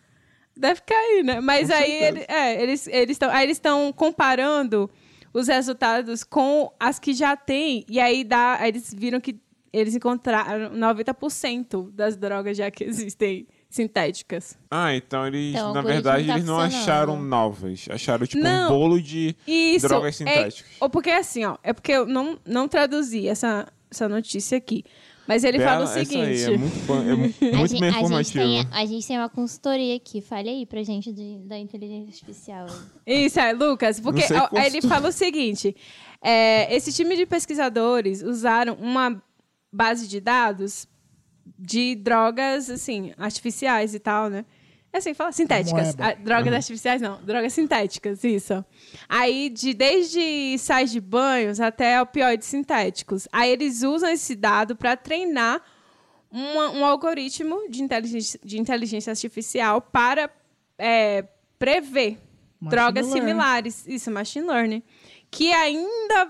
Deve cair, né? Mas
Com
aí,
certeza.
ele- é, eles eles estão aí eles estão comparando os resultados com as que já tem e aí dá, aí eles viram que eles encontraram 90% das drogas já que existem sintéticas.
Ah, então eles,
Então, o
na
algoritmo
verdade,
tá
eles não
funcionando.
acharam novas. Acharam, tipo,
Não.
um bolo de
Isso.
drogas
é-
sintéticas.
ou porque assim, ó, é porque eu não, não traduzi essa, essa notícia aqui. Mas ele fala o
Bela, essa
seguinte.
Aí, é muito, bom, é mu-
A
muito
gen-
bem
a gente,
informativo.
tem, a gente tem uma consultoria aqui. Fale aí pra gente de- da inteligência artificial.
Isso, é, Lucas, porque
Não sei
ó,
como-
ele fala o seguinte: é, esse time de pesquisadores usaram uma base de dados de drogas, assim, artificiais e tal, né? É assim, que fala sintéticas.
Moeba.
Ah,
Uhum.
drogas artificiais não, drogas sintéticas, isso. Aí, de, desde sais de banhos até opioides sintéticos. Aí, eles usam esse dado para treinar uma- um algoritmo de inteligência, de inteligência artificial para é, prever
Machine
drogas
learning.
similares. Isso, machine learning. Que ainda,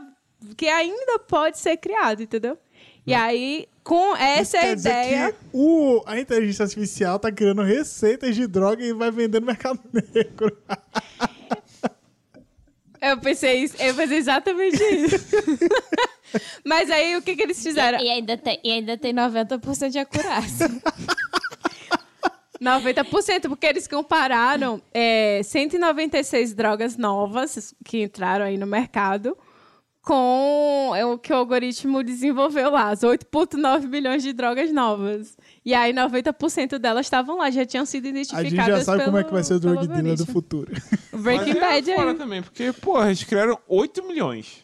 que ainda pode ser criado, entendeu? E aí, com essa é
Quer dizer
ideia.
que o, a inteligência artificial tá criando receitas de droga e vai vender no mercado (laughs) negro.
Eu pensei, isso- eu pensei exatamente
(laughs)
isso. Mas aí, o que, que eles fizeram?
E ainda tem, e ainda tem 90% de acurácia.
90%, porque eles compararam é, 196 drogas novas que entraram aí no mercado com o que o algoritmo desenvolveu lá, as 8,9 milhões de drogas novas. E aí 90% delas estavam lá, já tinham sido
A
identificadas
gente já sabe como é que vai ser o
pelo
drug dealer do
algoritmo.
futuro.
Breaking
Mas
Bad
é fora
aí,
também, porque, porra, eles criaram 8 milhões.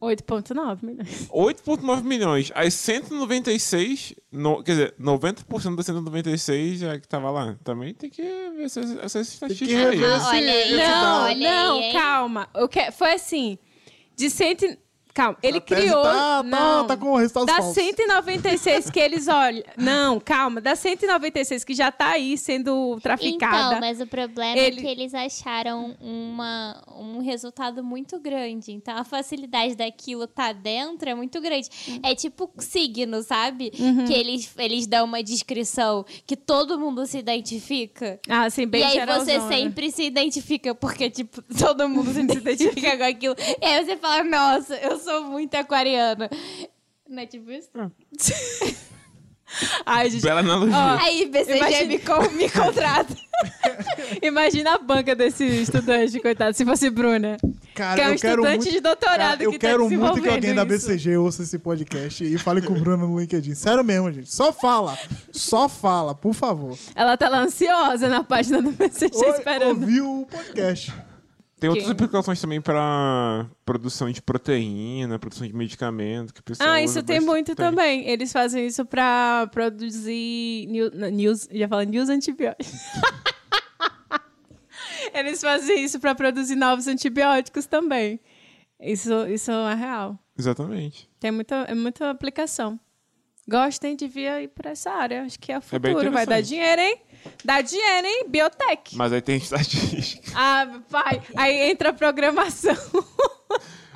8,9 milhões.
8,9 milhões. As 196, no, quer dizer, 90% das 196 é que tava lá. Também tem que ver essas, essas estatísticas aí.
rever
né?
esse-
olha aí,
esse dado.
Não,
Não,
olha
não,
aí, hein?
calma. O que- foi assim, de cento... e- Calma, ele
A tese
criou...
Tá, tá,
não.
tá com resultados
Das
falsos.
196 que eles olham. Não, calma. Das 196 que já tá aí sendo traficada.
Então, mas o problema
Ele-
é que eles acharam uma, um resultado muito grande. Então, a facilidade daquilo tá dentro é muito grande. É tipo signo, sabe?
Uhum.
Que eles, eles dão uma descrição que todo mundo se identifica.
Ah, assim, bem
e aí você
geralzona.
sempre se identifica, porque, tipo, todo mundo se identifica com aquilo. E aí você fala, nossa, eu sou muito aquariana. Não é tipo isso?
Ai, gente.
Bela
Ah,
analogia.
Aí, BCG
imagina-
me, con- me contrata.
(laughs) Imagina a banca desse estudante, coitado, se fosse Bruna.
Cara,
que é um
eu quero
estudante
muito...
de doutorado
Cara, eu
que tá
quero muito que
desenvolvendo
alguém da
isso.
BCG ouça esse podcast e fale com o Bruno no LinkedIn. Sério mesmo, gente. Só fala. Só fala, por favor.
Ela tá lá ansiosa na página do BCG
Oi,
esperando.
Ouviu o podcast.
Tem outras aplicações também pra produção de proteína, produção de medicamento. Que o pessoal
Ah,
usa
isso tem
bastante.
muito também. Eles fazem isso pra produzir new- n- news, já fala news antibióticos. (laughs) Eles fazem isso pra produzir novos antibióticos também. Isso, isso é real.
Exatamente.
Tem muita, é muita aplicação. Gostem de vir ir pra essa área. Acho que é o
bem
futuro. Vai dar
interessante.
dinheiro, hein? Dá dinheiro, hein? Biotech.
Mas aí
(laughs)
tem estatística.
Ah, pai. Aí entra a programação. (laughs)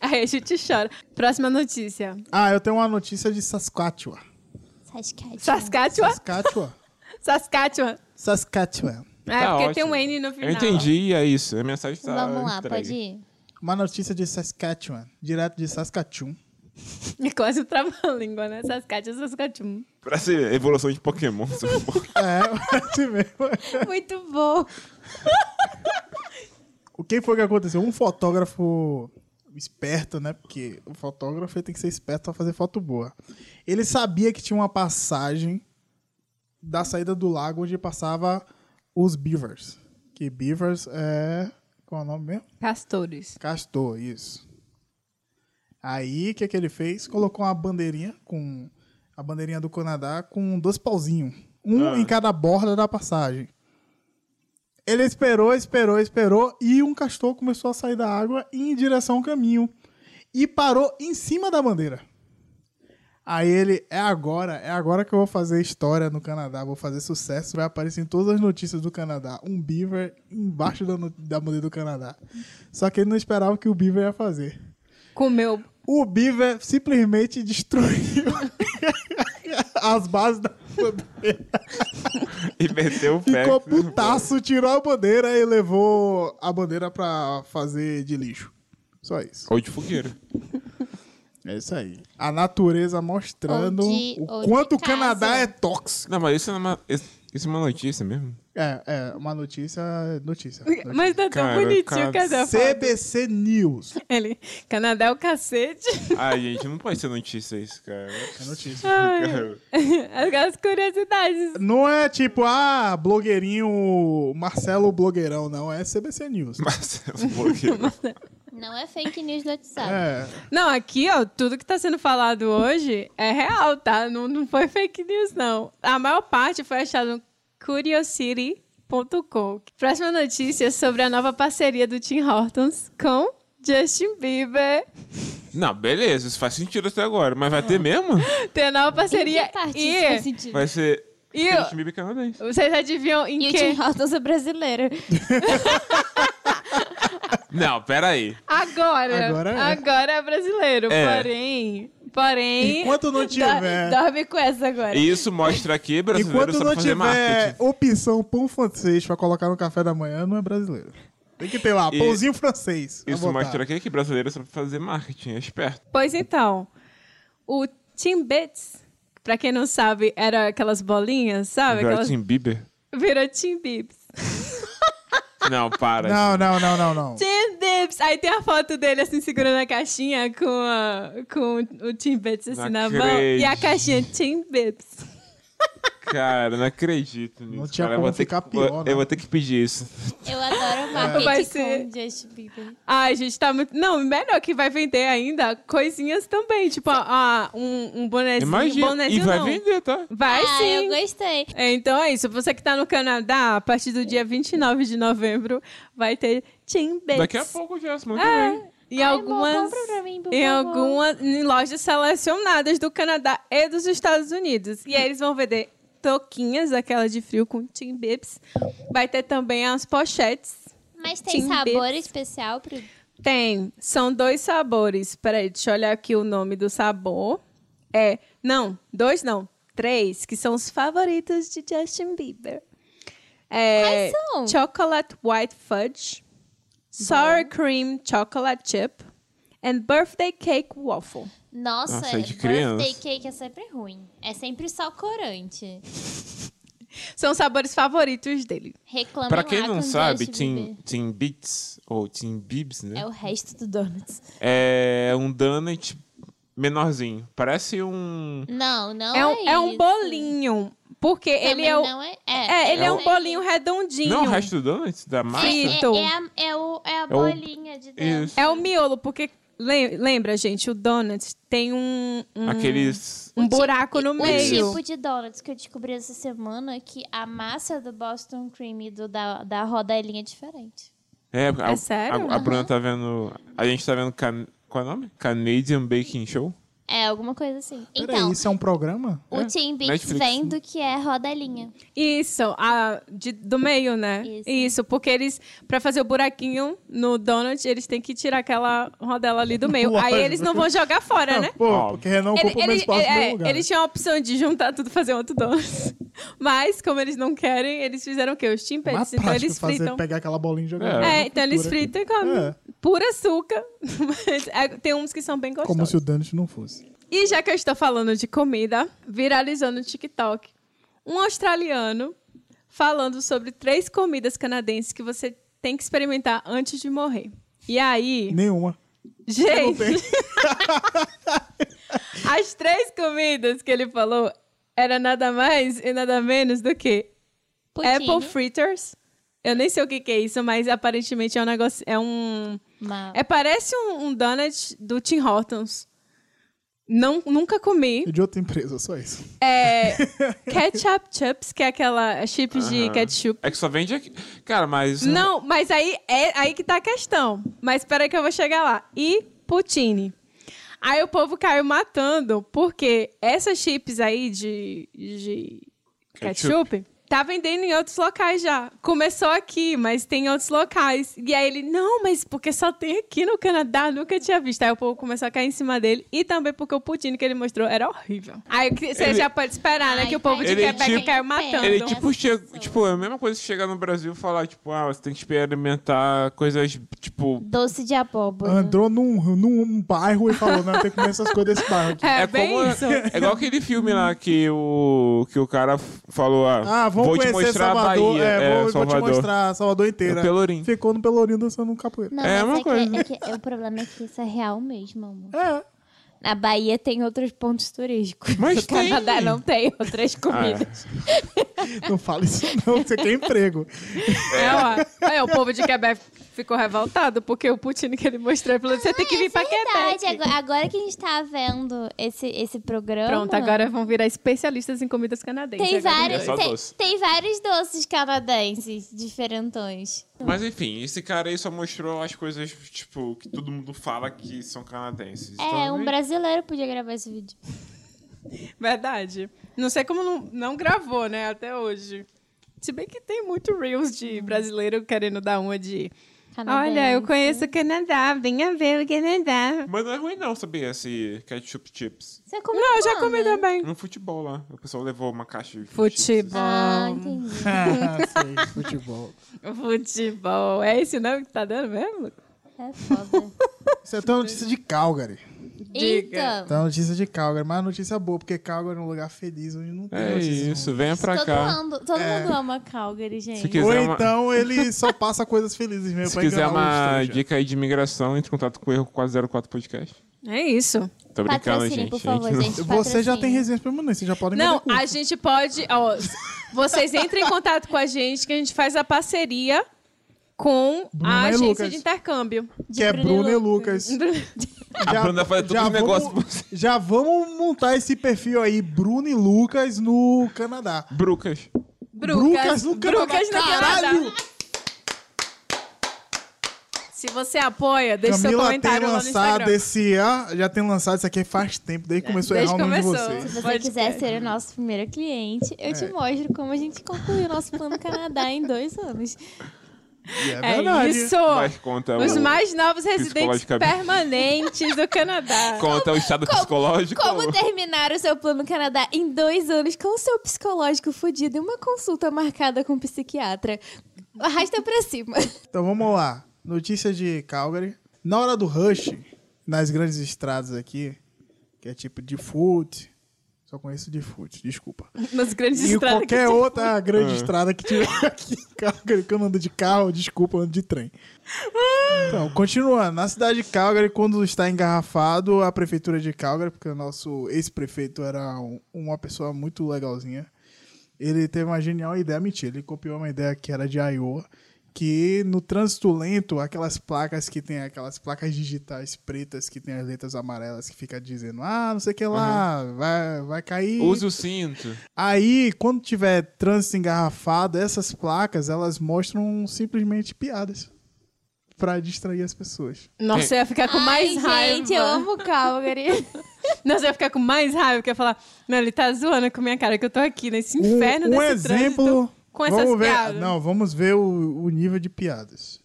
Aí a gente chora. Próxima notícia.
Ah, eu tenho uma notícia de Saskatchewan.
Sasquatch.
Saskatchewan? (laughs)
Saskatchewan.
Saskatchewan.
Saskatchewan.
É,
Tá
porque tem
ótimo.
um N no final.
Eu entendi, é isso. A mensagem tá
Então, Vamos lá,
entregue.
pode ir?
Uma notícia de Saskatchewan, direto de Saskatchewan.
É quase um (laughs) trava-língua, né? Saskatchewan, Saskatchewan.
Parece evolução de Pokémon. se
(laughs)
for.
É, (laughs) assim mesmo.
Muito bom.
O que foi que aconteceu? Um fotógrafo esperto, né? Porque o fotógrafo ele tem que ser esperto pra fazer foto boa. Ele sabia que tinha uma passagem da saída do lago onde passava os beavers. Que beavers é... Qual é o nome mesmo?
Pastores.
Castor, isso. Aí, o que, que ele fez? Colocou uma bandeirinha com a bandeirinha do Canadá com dois pauzinhos. Um em cada borda da passagem. Ele esperou, esperou, esperou e um castor começou a sair da água em direção ao caminho e parou em cima da bandeira. Aí ele, é agora, é agora que eu vou fazer história no Canadá, vou fazer sucesso, vai aparecer em todas as notícias do Canadá. Um beaver embaixo da, no- da bandeira do Canadá. Só que ele não esperava o que o beaver ia fazer.
Comeu.
O beaver simplesmente destruiu (laughs) as bases da bandeira.
E meteu o pé.
Ficou putaço, tirou a bandeira e levou a bandeira pra fazer de lixo. Só isso.
Ou de fogueira.
É isso aí. A natureza mostrando
Ou de- ou
o
de
quanto o
casa.
Canadá é tóxico.
Não, mas isso é uma, isso isso é uma notícia mesmo.
É, é, uma notícia. Notícia. notícia.
Mas é tá tão
Cara,
bonitinho
cara,
que essa foto.
CBC News.
Ele, Canadá é o
(laughs)
cacete.
Ai, gente, não pode ser notícia isso, cara.
É notícia.
Ai. (laughs) As curiosidades.
Não é tipo, ah, blogueirinho Marcelo Blogueirão, não. É CBC News.
Marcelo
(laughs)
Blogueiro.
Não é fake news do WhatsApp.
É,
Não, aqui, ó, tudo que tá sendo falado hoje é real, tá? Não, não foi fake news, não. A maior parte foi achada no curiosity.com. Próxima notícia é sobre a nova parceria do Tim Hortons com Justin Bieber.
Não, beleza, isso faz sentido até agora. Mas vai ter mesmo?
Tem a nova
Seria
parceria.
é parte faz
e,
sentido?
Vai ser.
e
Felipe Bibi canadense.
vocês adivinham em
E o
que?
Tim Hortons é brasileiro.
Não, peraí.
Agora,
Agora
agora
é.
é, brasileiro,
É.
porém, porém...
Enquanto não
dor-
tiver.
Dorme com essa agora.
E Isso mostra que brasileiro
Enquanto
sabe
não
fazer
tiver
marketing.
opção pão francês pra colocar no café da manhã, não é brasileiro. Tem que ter lá,
E-
pãozinho francês. Vai
Isso
botar.
mostra aqui que brasileiro sabe fazer marketing, é esperto.
Pois então, o Timbits Pra quem não sabe, era aquelas bolinhas, sabe? Aquelas...
Justin Bieber?
Virou Tim (laughs) Bibbs.
Não, para.
Não, não, não, não, não.
Tim Bibbs! Aí tem a foto dele assim, segurando a caixinha com, a- com o Tim Bibbs assim
Não
na mão. E a
acredito.
caixinha Tim Bibbs.
Cara, não acredito nisso.
Não tinha
cara. Eu
como
vou ter
ficar
que-
pior,
vou-
né?
Eu vou ter que pedir isso.
Eu
É.
adoro o marketing
Vai ser-
com Justin Bieber.
Ai, gente, tá muito. Não, melhor que vai vender ainda coisinhas também. Tipo, ah, um, um bonezinho.
Imagina.
bonezinho
e vai
não.
vender, tá?
Vai
ah,
sim.
eu gostei.
É, Então é isso. Você que tá no Canadá, a partir do dia 29 de novembro, vai ter Tim Bibbs.
Daqui a pouco já, semana que vem.
É, em
Ai,
algumas.
amor, compra pra mim, por
em
favor.
algumas. Em lojas selecionadas do Canadá e dos Estados Unidos. E aí eles vão vender toquinhas, aquela de frio com Tim Bibbs. Vai ter também as pochetes.
Mas tem
Tim
sabor
Bibbs.
especial pro...
Tem. São dois sabores. Peraí, deixa eu olhar aqui o nome do sabor. É. Não, dois não. Três, que são os favoritos de Justin Bieber. É,
Quais são?
Chocolate White Fudge, Sour Cream Chocolate Chip and Birthday Cake Waffle.
Nossa,
Nossa, é de
birthday
criança.
cake é sempre ruim. É sempre só corante.
São os sabores favoritos dele.
Reclama
Pra quem
lá
não
com
sabe,
Justin
Team,
Bieber.
Team Beats, ou Team Bibs, né?
É o resto do donuts.
É um donut menorzinho. Parece um.
Não, não é
É um, é um
isso.
bolinho, porque ele
Também
é, o,
não é,
é, ele é,
eu
um
sei.
bolinho redondinho.
Não, é o resto do donut? Da massa?
É, é,
frito.
é a, é, o, é a
Ah, tá. o-
bolinha de dentro.
Isso.
É o miolo, porque lem- lembra, gente, o donut tem um, um,
Hum.
Aqueles.
um buraco no
É O
meio.
tipo de donuts que eu descobri essa semana é que a massa do Boston Cream e do, da, da rodelinha é diferente.
É, a,
É sério?
A, a Bruna tá vendo. A gente tá vendo. Can, qual é o nome? Canadian Baking Show?
É, alguma coisa assim.
Peraí,
Então,
isso é um programa?
o Team Beats
Netflix. né?
vem do que é rodelinha.
Isso, a, de- do meio, né?
Isso.
porque eles, pra fazer o buraquinho no donut, eles têm que tirar aquela rodela ali do
(laughs)
meio. Aí
Lógico.
eles não vão jogar fora, né?
Pô, um
Óbvio.
porque Renan
Ele,
ocupa o
ele-
meu espaço
é,
no meu lugar.
eles tinham a opção de juntar tudo e fazer um outro donut. (laughs) Mas, como eles não querem, eles fizeram o quê? Os
Mais
timpets. Então
prático
eles
fazer,
fritam.
pegar aquela bolinha e jogar.
É, então eles fritam
Fritura.
e comem.
É.
Puro açúcar. (laughs) Mas é, tem uns que são bem gostosos.
Como se o Dante não fosse.
E já que eu estou falando de comida, viralizou no TikTok um australiano falando sobre três comidas canadenses que você tem que experimentar antes de morrer. E aí,
Nenhuma.
gente, (laughs) as três comidas que ele falou era nada mais e nada menos do que
Poutine,
apple fritters. Eu nem sei o que, que é isso, mas aparentemente é um negócio, é um
ma-
é, parece um, um donut do Tim Hortons. Não, nunca comi.
E de outra empresa, só isso.
É, ketchup chips, que é aquela chip de ketchup.
É que só vende aqui. Cara, mas.
Não, mas aí é aí que tá a questão. Mas espera que eu vou chegar lá. E poutine. Aí o povo caiu matando, porque essas chips aí de, de ketchup.
Ketchup.
tá vendendo em outros locais já. Começou aqui, mas tem em outros locais. E aí ele, não, mas porque só tem aqui no Canadá, nunca tinha visto. Aí o povo começou a cair em cima dele. E também porque o poutine que ele mostrou era horrível. Aí que- você
Ele-
já pode esperar, né?
Ai,
Que o povo de
ele é
Quebec
tipo-
caiu matando.
Ele
Não.
tipo, chega, tipo, é a mesma coisa que chegar no Brasil e falar, tipo, ah, você tem que experimentar coisas, tipo.
doce de abóbora.
Ah,
Androu num, num bairro e falou, não, tem que comer essas coisas desse bairro
(laughs)
aqui.
É,
É,
bem
como,
isso.
é igual aquele filme lá que o, que o cara f- falou, ah,
Ah, vamos
vou te
conhecer
mostrar a
Salvador.
Bahia,
é, vou, vou
Salvador.
te mostrar Salvador inteira.
É Pelourinho.
Ficou no Pelourinho dançando um capoeira.
Não,
É
mas
uma
que-
coisa.
é que, o problema é que isso é real mesmo, amor.
É.
Na Bahia tem outros pontos turísticos.
Mas
(laughs) no
tem.
Canadá não tem outras comidas.
Não fala isso não, você quer emprego.
É, ó. Aí, o povo de Quebec ficou revoltado, porque o poutine que ele mostrou, ele falou, você tem que vir pra
Ah, é Verdade,
Quebec.
agora, agora que a gente tá vendo esse, esse programa.
Pronto, agora vão virar especialistas em comidas canadenses.
Tem
agora.
vários,
É só
tem,
doce.
tem vários doces canadenses diferentões.
Mas enfim, esse cara aí só mostrou as coisas, tipo, que todo mundo fala que são canadenses. Então,
É, um brasileiro podia gravar esse vídeo.
Verdade. Não sei como não, não gravou, né, até hoje. Se bem que tem muito Reels de brasileiro querendo dar uma de.
Hum. Canadense.
Olha, eu conheço o Canadá, venha ver o Canadá.
Mas não é ruim não, sabia? Esse ketchup chips.
Você comeu
Não, eu já
quando?
comi também.
No futebol lá. O pessoal levou uma caixa de chips.
Futebol.
Ah, entendi.
(laughs) Ah, sei, futebol.
Futebol. É esse o nome que tá dando mesmo?
(laughs)
É foda.
Isso é tão notícia de Calgary.
Eita!
Tá
Então, notícia de Calgary, mas notícia boa, porque Calgary é um lugar feliz onde não tem
É
notícias
isso,
ruins.
venha pra
todo
cá. É.
mundo, todo mundo ama Calgary, gente.
Se quiser
Ou
uma-
então ele só passa coisas felizes mesmo
Se
pra
quiser
enganar o
uma
estrangeiro.
dica aí de imigração, entre em contato com o Erro 404 Podcast.
É isso.
Tô brincando,
Patrocine,
né, gente.
por favor,
(laughs) não-
gente.
Você já
patrocínio.
tem residência permanente, você já pode
Não,
mandar currículo.
a gente pode. ó, vocês entrem em contato com a gente que a gente faz a parceria com
Bruna
a
e
agência
Lucas.
de intercâmbio.
Que é
Bruno
Bruno e Lucas.
A Bruna faz
(laughs)
todos
já
os negócios pra
vamos-
você.
Já vamos montar esse perfil aí, Bruno e Lucas no Canadá.
Brucas.
Brucas no Canadá,
Brucas no
caralho!
Canadá. Se você apoia, deixe seu
Camila tem
comentário lá no
lançado
Instagram.
esse... Ah, já tem lançado isso aqui faz tempo, daí começou a
desde
errar o
que
nome de
começou.
vocês.
Se você
Pode
quiser
crer.
ser o nosso primeiro cliente, eu
É.
te mostro como a gente concluiu nosso plano Canadá em dois anos.
E é
É
verdade.
isso.
Mas conta
Os
o...
mais novos residentes
psicologicamente.
permanentes do Canadá.
Conta o estado
Como-
psicológico.
Como terminar o seu plano Canadá em dois anos com o seu psicológico fudido e uma consulta marcada com um psiquiatra? Arrasta pra (laughs) cima.
Então vamos lá. Notícia de Calgary. Na hora do rush, nas grandes estradas aqui, que é tipo de foot. Só conheço de foot, desculpa.
Nas grandes
E
estradas.
qualquer outra grande estrada que tiver aqui em Calgary, que eu não ando de carro, desculpa, eu ando de trem. Então, continuando. Na cidade de Calgary, quando está engarrafado, a prefeitura de Calgary, porque o nosso ex-prefeito era um- uma pessoa muito legalzinha, ele teve uma genial ideia, mentira, ele copiou uma ideia que era de Iowa, que no trânsito lento, aquelas placas que tem, aquelas placas digitais pretas que tem as letras amarelas que fica dizendo, ah, não sei o que lá, vai, vai cair.
Use o cinto.
Aí, quando tiver trânsito engarrafado, essas placas, elas mostram simplesmente piadas Pra distrair as pessoas.
Nossa, eu ia ficar com mais
Ai,
raiva.
gente, eu amo Calgary.
Nossa, eu ia ficar com mais raiva, porque eu ia falar, mano, ele tá zoando com minha cara que eu tô aqui nesse inferno
um um
desse
exemplo.
trânsito com essas
vamos ver,
piadas.
Não, vamos ver o, o nível de piadas.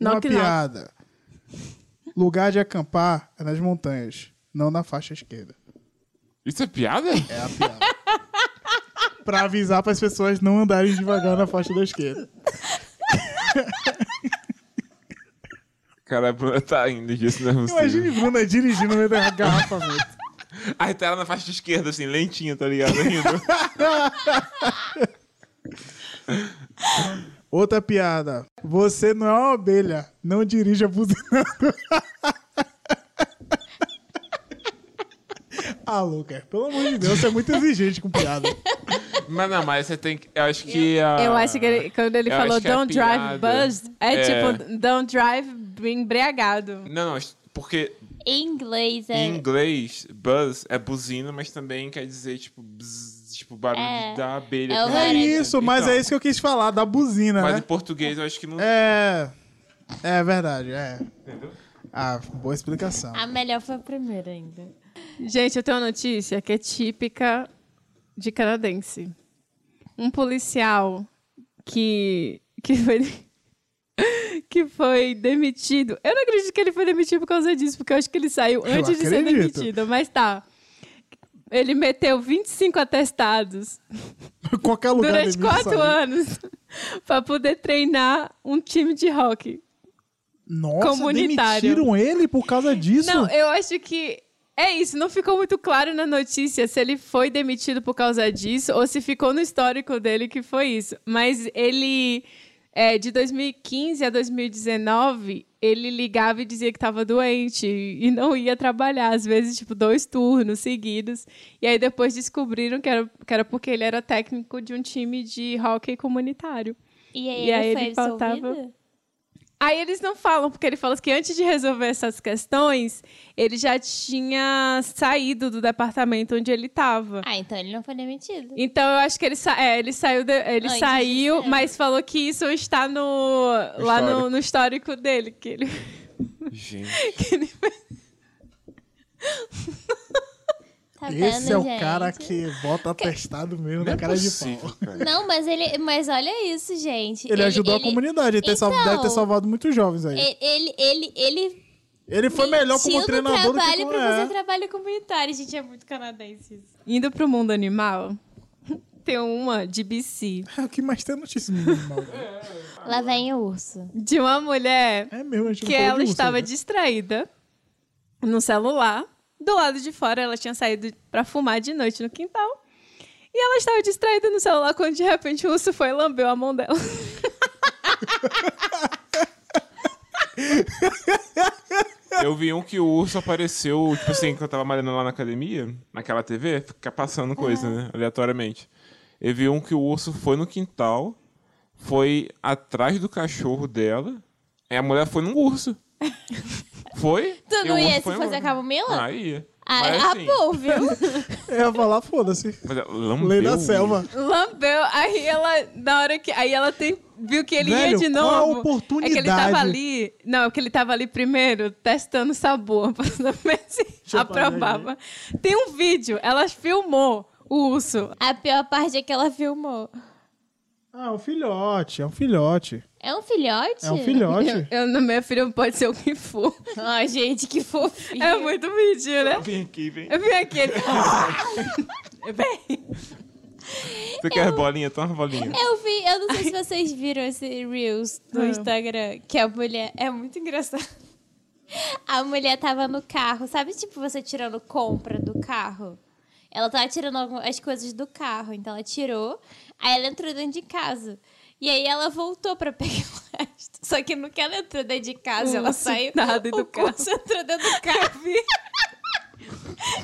Não
Uma
que não.
piada. Lugar de acampar é nas montanhas, não na faixa esquerda.
Isso é piada?
É a piada. pra avisar pras pessoas não andarem devagar na faixa da esquerda.
Cara, a Bruna tá indo disso, não é possível.
Imagine Bruna dirigindo no meio do engarrafamento.
Aí tá ela na faixa de esquerda, assim, lentinha, tá ligado? Rindo.
Outra piada. Você não é uma abelha. Não dirija buzinando. (laughs) ah, Lucas, pelo amor de Deus, você é muito exigente com piada.
(laughs)
É
mas não, mas você tem que. Eu acho que. a-
Eu acho que ele- quando ele
Eu
falou
acho que é
don't drive
piada.
buzzed, é,
É.
tipo don't drive embriagado.
Não, não, porque
em inglês
em
é.
inglês, buzz é buzina, mas também quer dizer, tipo, bzz, tipo barulho
É.
da abelha.
É o
tá
É
ligado?
isso, mas
Então,
é isso que eu quis falar, da buzina,
Mas então-
né?
em português eu acho que não.
É. É verdade, é. Ah, boa explicação.
A melhor foi a primeira ainda.
Gente, eu tenho uma notícia que é típica de canadense. Um policial que, que foi... (laughs) Que foi demitido. Eu não acredito que ele foi demitido por causa disso, porque eu acho que ele saiu antes de ser
acredito.
demitido, mas tá. Ele meteu 25 atestados
(laughs) Qualquer lugar
durante
devia
quatro
saber.
anos (laughs) pra poder treinar um time de hockey.
Nossa,
Comunitário.
demitiram ele por causa disso?
Não, eu acho que é isso. Não ficou muito claro na notícia se ele foi demitido por causa disso ou se ficou no histórico dele que foi isso. Mas ele, é, de 2015 a 2019, ele ligava e dizia que estava doente e não ia trabalhar. Às vezes, tipo, dois turnos seguidos. E aí depois descobriram que era, que era porque ele era técnico de um time de hockey comunitário.
E aí
E
ele
aí
foi
ele faltava-
absolvido?
Aí eles não falam, porque ele fala que antes de resolver essas questões, ele já tinha saído do departamento onde ele estava.
Ah, então ele não foi demitido.
Então eu acho que ele, sa é, ele saiu, de- ele
Antes de
saiu,
ser.
mas falou que isso está no lá no,
histórico.
no histórico dele, que ele, (laughs)
Gente.
que ele
Tá
Esse
vendo,
é o
gente?
cara que bota atestado mesmo
Não
na
é
cara de
possível,
pau.
cara.
Não, mas ele. Mas olha isso, gente.
Ele, ajudou a
ele-
comunidade, ele ter sal-
Então,
deve ter salvado muitos jovens aí.
Ele, ele, ele, ele
Ele foi melhor
mentiu
como
no
treinador do que
trabalho
como
pra fazer
é.
trabalho comunitário. Gente, é muito canadense isso.
indo pro mundo animal. (laughs) Tem uma de BC,
É o que mais tem notícia no mundo, mal.
Lá vem o urso.
de uma mulher
É mesmo, a gente não
que
falou de
ela
urso,
estava
né?
distraída no celular Do lado de fora, ela tinha saído pra fumar de noite no quintal. E ela estava distraída no celular quando de repente o urso foi e lambeu a mão dela. (laughs)
Eu vi um que o urso apareceu, tipo assim, quando eu tava malhando lá na academia, naquela TV, fica passando coisa, né? Aleatoriamente. Eu vi um que o urso foi no quintal, foi atrás do cachorro dela, e a mulher foi
(laughs)
num urso. Foi?
Tu
e
não
o
ia
urso
se
foi no
fosse
urso.
a Camomila?
Ah, ia. Mas,
Ah, ah,
assim,
bom, viu?
Eu ia falar, É, foda-se.
mas ela lambeu
Lei da
o
selva.
Lambeu, aí ela, na hora que. Aí ela tem- viu que ele ia
Velho,
de novo.
qual a
É que ele tava
oportunidade?
ali. Não, é que ele tava ali primeiro testando sabor (laughs) pra saber se
eu parar de
aprovava. Tem um vídeo, ela filmou o urso.
A pior parte é que ela filmou.
Ah, é um filhote, é um filhote.
É um filhote?
É um filhote.
Eu, no meu filho pode ser o que for.
Ai, gente, que fofinho.
É muito vídeo, né?
Vem aqui, vem.
Eu vi (laughs) aquele. Bem,
Você quer as bolinhas? Toma as bolinhas.
Eu vi, eu não sei se vocês viram esse Reels no
Não.
Instagram, que a mulher. É muito engraçado. A mulher tava no carro, sabe, tipo, você tirando compra do carro? Ela tava tirando algumas- as coisas do carro, então ela tirou, aí ela entrou dentro de casa. E aí ela voltou pra pegar o resto. Só que no que ela entrou dentro de casa,
O
ela
urso
saiu.
tá dentro
o
do carro.
urso entrou dentro do carro.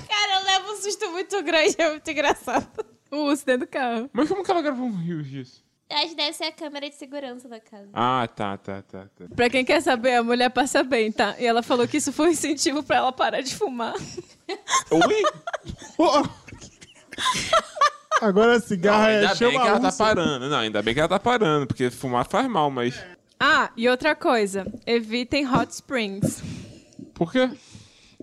Cara, eu levo um susto muito grande, é muito engraçado.
o urso dentro do carro.
Mas como que ela gravou um rio disso?
Acho que deve ser a câmera de segurança da casa.
Ah, tá, tá, tá, tá.
Pra quem quer saber, a mulher passa bem, tá? E ela falou que isso foi um incentivo pra ela parar de fumar.
Ui!
Agora
Não,
cigarro
ainda
é
bem
chama
que ela tá
urso.
parando. Não, ainda bem que ela tá parando, porque fumar faz mal, mas.
(laughs)
É.
Ah, e outra coisa, evitem hot springs.
Por quê?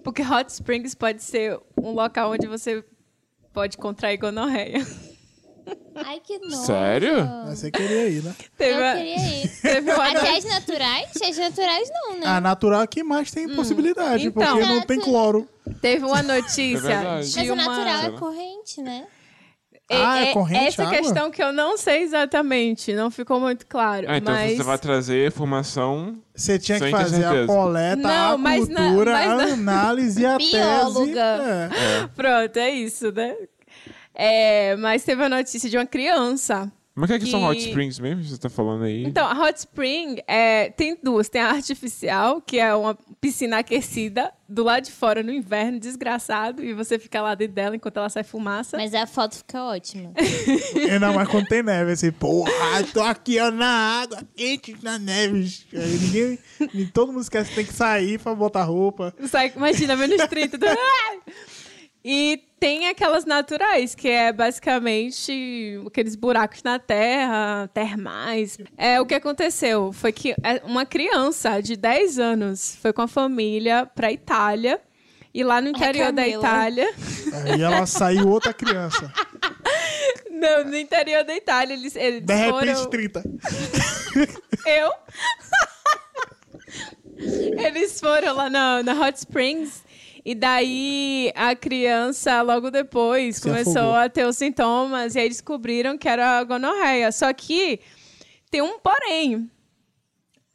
Porque hot springs pode ser um local onde você pode contrair gonorreia.
Ai, que nojo.
Sério?
Mas você queria ir, né?
Eu
Teve, uma- (laughs)
queria ir.
teve
(laughs)
uma...
Até as naturais? As naturais não, né?
Ah,
A natural é que mais tem
Hum.
possibilidade,
então.
porque não tem cloro.
Teve uma
É
notícia
verdade.
Mas
de
a
uma...
natural é corrente, né?
Ah, é corrente,
Essa
água?
questão que eu não sei exatamente, não ficou muito claro.
Ah, então
mas... (laughs)
você vai trazer informação.
Você tinha
Sem
que
ter
fazer a
certeza.
coleta,
Não,
a
mas na-
cultura,
mas na-
a análise, a tese.
Bióloga.
É.
Pronto, é isso, né? É, mas teve a notícia de uma criança.
Mas o que é que são
Que-
hot springs mesmo que você tá falando aí? (laughs)
Então, a hot spring é, tem duas. Tem a artificial, que é uma piscina aquecida do lado de fora no inverno, desgraçado, e você fica lá dentro dela enquanto ela sai fumaça.
Mas a foto fica ótima.
Ainda mais quando tem neve, assim, porra, eu tô aqui ó, na água, quente na neve. Aí ninguém, nem- todo mundo esquece que tem que sair pra botar roupa.
Sai, imagina,
(laughs)
menos 30. do- E tem aquelas naturais, que é basicamente aqueles buracos na terra, termais. É, o que aconteceu foi que é, uma criança de 10 anos foi com a família pra Itália. E lá no interior da
Camila.
Itália. (laughs)
Aí ela saiu outra criança.
Não, no interior da Itália, eles, eles
De repente,
foram...
30.
Eu? Eles foram lá na, na Hot Springs. E daí a criança, logo depois,
Se
começou
afogou.
a ter os sintomas. E aí descobriram que era gonorreia. Só que tem um porém.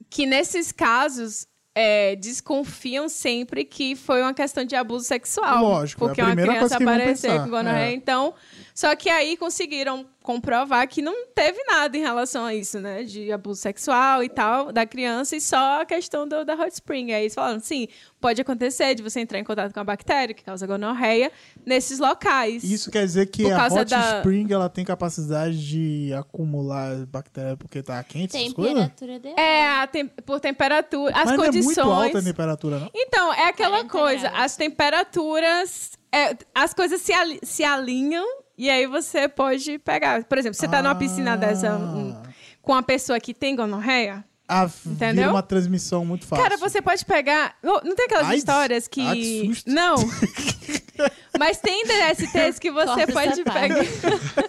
Que nesses casos, é, desconfiam sempre que foi uma questão de abuso sexual.
Lógico, é a
Porque uma
primeira
criança
coisa que vão
apareceu
pensar,
com gonorreia.
é.
Então, só que aí conseguiram comprovar que não teve nada em relação a isso, né? De abuso sexual e tal, da criança, e só a questão do, da hot spring. Aí eles falaram, sim, pode acontecer de você entrar em contato com a bactéria que causa gonorreia nesses locais.
Isso quer dizer que
Por
a
causa
Hot
da-
Spring ela tem capacidade de acumular bactéria porque tá quente, essas coisas?
Temperatura dela.
É, a tem- por temperatura, as
Mas
condições...
não é muito alta a temperatura, não?
Então, é aquela
40
coisa,
graus.
as temperaturas, é, as coisas se, ali- se alinham e aí você pode pegar. Por exemplo, você tá numa piscina
Ah.
dessa um, com uma pessoa que tem gonorreia,
Ah,
Entendeu?
vira uma transmissão muito fácil.
cara,
(laughs)
você pode pegar. Não não tem aquelas
AIDS?
histórias que.
Ah, que susto.
Não.
(laughs)
Mas tem DSTs que você
Corta
pode
essa parte.
pegar.
(laughs)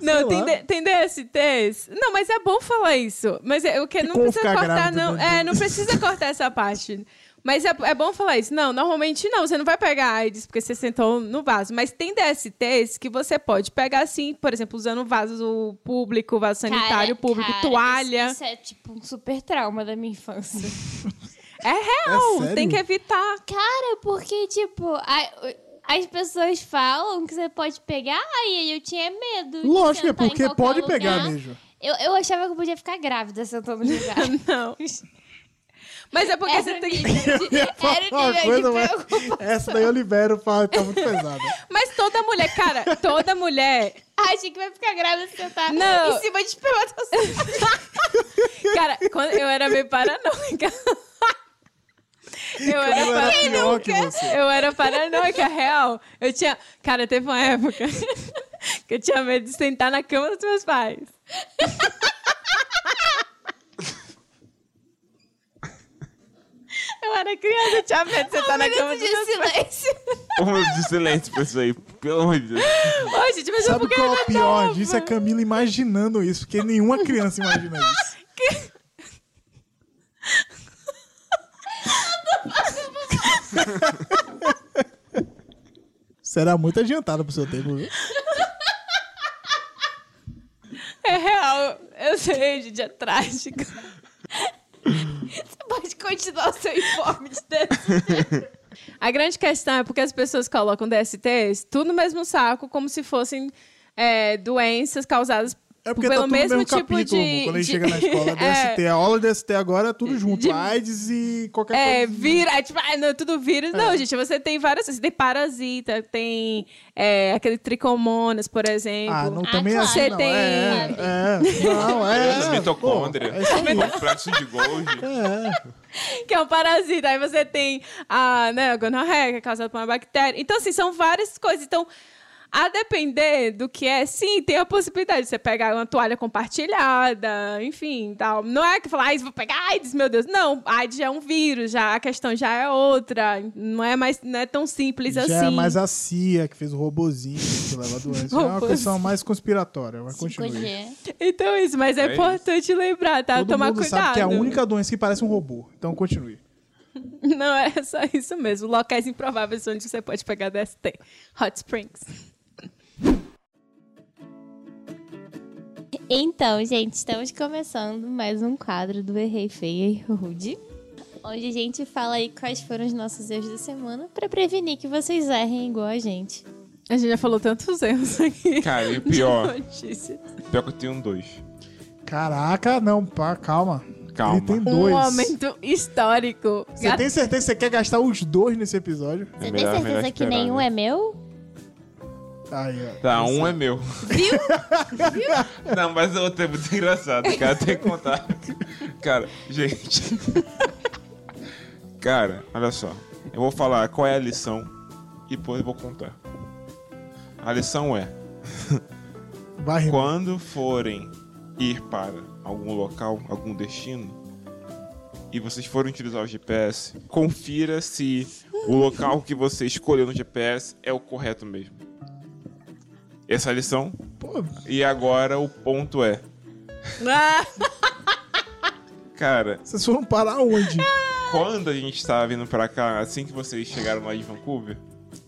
Não,
Sei
tem,
lá.
D- tem DSTs. Não, mas é bom falar isso. Mas é, o que não
como
precisa
ficar
cortar,
grávida
não.
dentro
É,
do-
não precisa cortar essa parte. Mas é, é bom falar isso. Não, normalmente não. Você não vai pegar AIDS porque você sentou no vaso. Mas tem DSTs que você pode pegar sim, por exemplo, usando o vaso público, vaso
Cara,
sanitário público,
cara,
toalha. (laughs)
Isso, isso é tipo um super trauma da minha infância.
É real,
sério?
tem que (laughs) evitar.
Cara, porque, tipo, a- as pessoas falam que você pode pegar, aí eu tinha medo. de
Lógico, é
sentar em
porque
qualquer
pode
lugar.
pegar, Mijo.
Eu, eu achava que eu podia ficar grávida sentando no lugar.
Ah, (laughs) Não. Mas é porque
Era
você
o
tem que.
nível de-
é
Eu ia falar
era o
uma
nível
coisa,
de
mas
preocupação.
Essa daí eu libero, pra... tá muito pesada.
Mas toda mulher, cara, toda mulher.
Achei que vai ficar grávida se sentar
Não.
em cima
(laughs)
de espermatozoide.
Cara, quando eu era meio paranoica. Eu era,
Ela
para...
era pior que você.
eu era paranoica, real. Eu tinha. Cara, teve uma época (laughs) que eu tinha medo de sentar na cama dos meus (laughs) pais. Eu era criança, eu tinha medo de sentar na cama dos
de
meus pais.
silêncio.
Um minuto de silêncio pra isso aí, pelo amor de Deus.
Ô, gente, mas
Sabe
eu porque
qual
eu
é
era
o pior
nova.
disso? É Camila imaginando isso, porque nenhuma criança imagina isso. Será muito adiantada pro seu tempo, viu?
É real. Eu sei, gente, é trágico.
Pode continuar o seu informe de dança.
A grande questão é porque as pessoas colocam DSTs tudo no mesmo saco, como se fossem é, doenças causadas
É porque
pelo
tá tudo no
mesmo
mesmo
tipo
capítulo,
de.
quando a gente
de-
chega na escola,
(laughs) é,
DST, a aula de DST agora é tudo junto,
de-
AIDS e qualquer
É,
coisa.
vira, é tipo, ah, não, é tudo vírus. Não, gente, você tem várias. Você tem parasita, tem é, aquele tricomonas, por exemplo.
Ah, não, também é
claro.
assim,
Você
não.
tem-
É, é, não,
As
(laughs)
é.
mitocôndrias,
pô, é isso aí.
complexo Um de Golgi.
que é um parasita. Aí você tem a né, gonorreia, que é causada por uma bactéria. Então, assim, são várias coisas. Então, a depender do que é, sim, tem a possibilidade de você pegar uma toalha compartilhada, enfim, tal. Não é que falar, ah, vou pegar AIDS, meu Deus. Não, AIDS já é um vírus, já, a questão já é outra. Não é mais, não é tão simples
Já
assim.
é mais a CIA que fez o robozinho que leva a doença. É uma
Robozinho.
questão mais conspiratória, mas continue.
5G.
Então, isso, mas é,
É isso.
importante lembrar, tá?
Todo
Tomar
mundo
cuidado.
sabe que é a única doença que parece um robô. Então continue.
Não, é só isso mesmo. Locais improváveis onde você pode pegar DST. Hot Springs.
Então, gente, estamos começando mais um quadro do Errei Feia e Rude. Onde a gente fala aí quais foram os nossos erros da semana pra prevenir que vocês errem igual a gente.
É
A gente já falou tantos erros aqui.
Cara, e o pior,
de notícia.
pior que eu tenho dois.
Caraca, não, pá, calma.
Calma.
Ele tem
Um
dois.
momento histórico.
Você tem certeza que você quer gastar os dois nesse episódio?
É
Você tem
melhor- melhor
certeza que
esperar,
nenhum
né?
é meu?
Aí, ó.
Tá, um é meu. (laughs) Viu? Não, mas o outro é muito engraçado, cara. Tem que contar. Cara, gente. Cara, olha só. Eu vou falar qual é a lição e depois eu vou contar. A lição é:
Vai rimar.
quando forem ir para algum local, algum destino, e vocês forem utilizar o GPS, confira se o local que você escolheu no GPS é o correto mesmo. Essa é a lição
Pô,
e agora o ponto é.
Ah,
Cara,
vocês foram parar
(laughs)
onde?
quando a gente tava vindo pra cá, assim que vocês chegaram lá em Vancouver.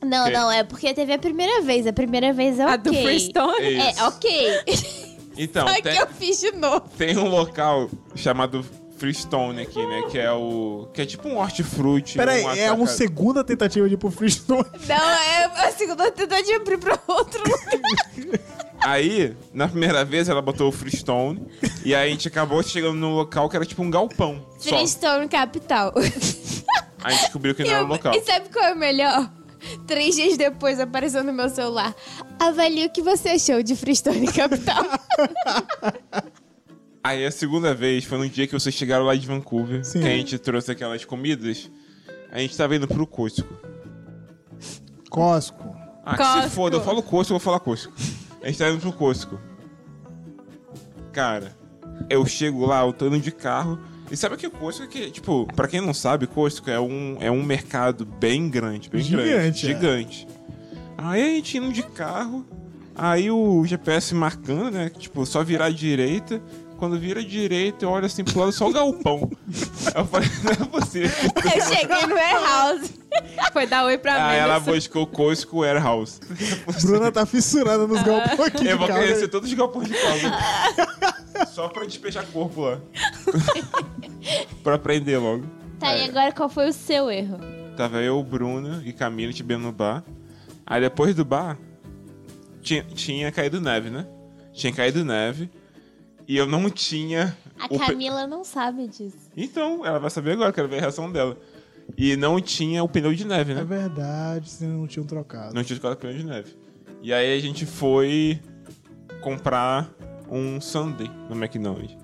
Não,
Que-
não, é porque teve a primeira vez. A primeira vez é ok.
A do Freestone.
É
É,
isso. (laughs)
ok.
Então,
Só que
tem,
eu fiz de novo.
tem um local chamado Freestone aqui, né? Que é o. Que é tipo um hortifruti.
Peraí,
um
é uma
atacado.
segunda tentativa de ir pro
(laughs)
freestyle.
Não, é a segunda tentativa pra ir pra outro lugar.
Aí, na primeira vez, ela botou o Freestone. e aí a gente acabou chegando num local que era tipo um galpão. Só.
Freestone Capital. (laughs)
A gente descobriu que não era o local.
E sabe qual é o melhor? (laughs) Três dias depois apareceu no meu celular. Avalie o que você achou de Freestone Capital.
Aí a segunda vez foi no dia que vocês chegaram lá de Vancouver,
Sim.
que a gente trouxe aquelas comidas. A gente tava indo pro Cusco.
Cosco.
Ah,
Costco.
se foda, eu falo Costco, eu vou falar Costco. A gente tá indo pro Costco. Cara, eu chego lá, eu tô indo de carro. E sabe que o Costco é que, tipo, pra quem não sabe, Costco é um, é um mercado bem grande, bem
Gigante,
grande.
é.
Gigante. Aí a gente indo de carro, aí o GPS marcando, né? Tipo, só virar à direita. Quando vira à direita, eu olho assim pro lado, só o galpão. (laughs) eu falei, não é possível.
Eu cheguei no warehouse.
Foi dar oi pra
Aí
mim.
Ah,
assim.
ela
nessa-
buscou Costco Warehouse.
Bruna tá fissurada
Ah.
nos galpões aqui.
Eu
de
vou
casa.
conhecer todos os galpões de
(laughs)
(laughs) casa. Só pra despejar corpo lá. pra prender logo.
Tá, e agora qual foi o seu erro?
Tava eu, Bruno e Camila te bebendo no bar. Aí depois do bar, tinha, tinha caído neve, né? Tinha caído neve. E eu não tinha.
A
o pe-
Camila não sabe disso.
Então, ela vai saber agora, quero ver a reação dela. E não tinha o pneu de neve,
É
né?
verdade, vocês não tinham trocado.
Não tinha escolado pneu de neve. E aí a gente foi comprar um sundae no McDonald's.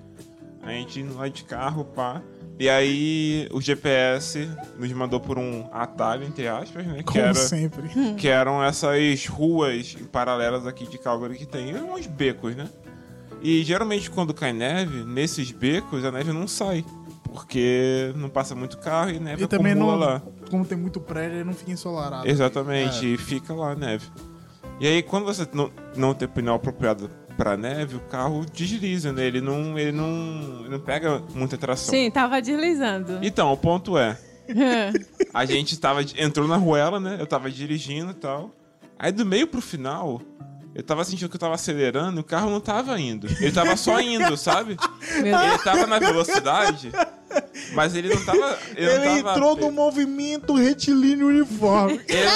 A gente indo lá de carro, pá. E aí o GPS nos mandou por um atalho, entre aspas, né? que
Como assim?
era.
sempre.
que eram essas ruas paralelas aqui de Calgary que tem uns becos, né? E geralmente quando cai neve, nesses becos a neve não sai, porque não passa muito carro e neve
E também não.
acumula lá.
Como tem muito prédio, ele não fica ensolarado.
Exatamente,
É.
e fica lá a neve. E aí quando você não, não tem pneu apropriado pra neve, o carro desliza, né? Ele não, ele não, ele não pega muita tração.
Sim, tava deslizando.
Então, o ponto é, a gente tava, entrou na ruela, né? Eu tava dirigindo e tal. Aí do meio pro final, eu tava sentindo que eu tava acelerando e o carro não tava indo. Ele tava só indo, sabe?
Meu Deus.
Ele tava na velocidade, mas ele não tava. Ele, não
É. Ele
tava-
entrou no movimento
(laughs)
retilíneo uniforme.
ele-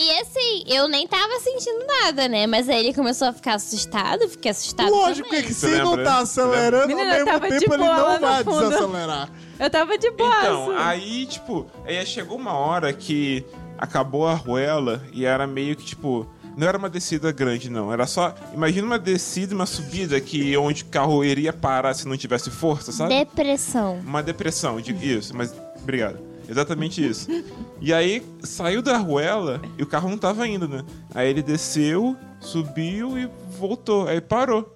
E assim, eu nem tava sentindo nada, né? Mas aí ele começou a ficar assustado, eu fiquei assustado.
Lógico
também.
que se
Você
não
lembra?
tá acelerando,
Menina,
ao mesmo
tava de
tempo ele
boa lá
não
no
vai
fundo.
desacelerar.
(laughs) Eu tava de boa. assim.
Então, aí, tipo, aí chegou uma hora que acabou a ruela e era meio que, tipo, não era uma descida grande, não. Era só. Imagina uma descida e uma subida que onde o carro iria parar se não tivesse força, sabe?
Depressão.
Uma depressão, de... isso, mas. Obrigado. Exatamente isso. E aí saiu da ruela e o carro não tava indo, né? Aí ele desceu, subiu e voltou. Aí parou.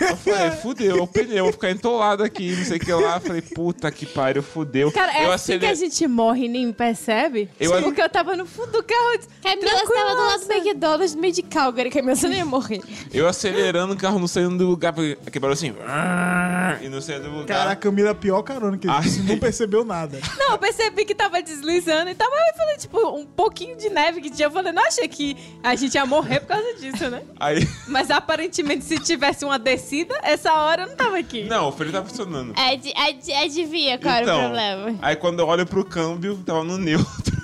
Eu falei, fudeu, é o pneu, vou ficar entolado aqui, não sei o que lá. Falei, puta que pariu, fudeu.
Cara, é
eu
assim
acele-
que a gente morre e nem percebe.
Eu-
Porque eu tava no fundo do carro. eu disse,
Camila, você tava do lado do McDonald's no meio de Calgary, Camila, você nem ia morrer.
Eu acelerando, o carro não saindo do lugar. porque Quebrou assim.
Ah,
E não saiu do lugar.
Cara,
tá.
a Camila é a pior carona que ele
Ai.
disse, não percebeu nada.
(laughs) Não, eu percebi que tava deslizando e tal. Mas eu falei, tipo, um pouquinho de neve que tinha. Eu falei, não achei que a gente ia morrer por causa disso, né?
Aí. (laughs)
Mas aparentemente, se tivesse uma descida, essa hora eu não tava aqui.
Não, o freio tá funcionando.
É,
Então,
Ad, ad, adivinha qual era o problema.
Aí quando eu olho pro câmbio, tava no neutro.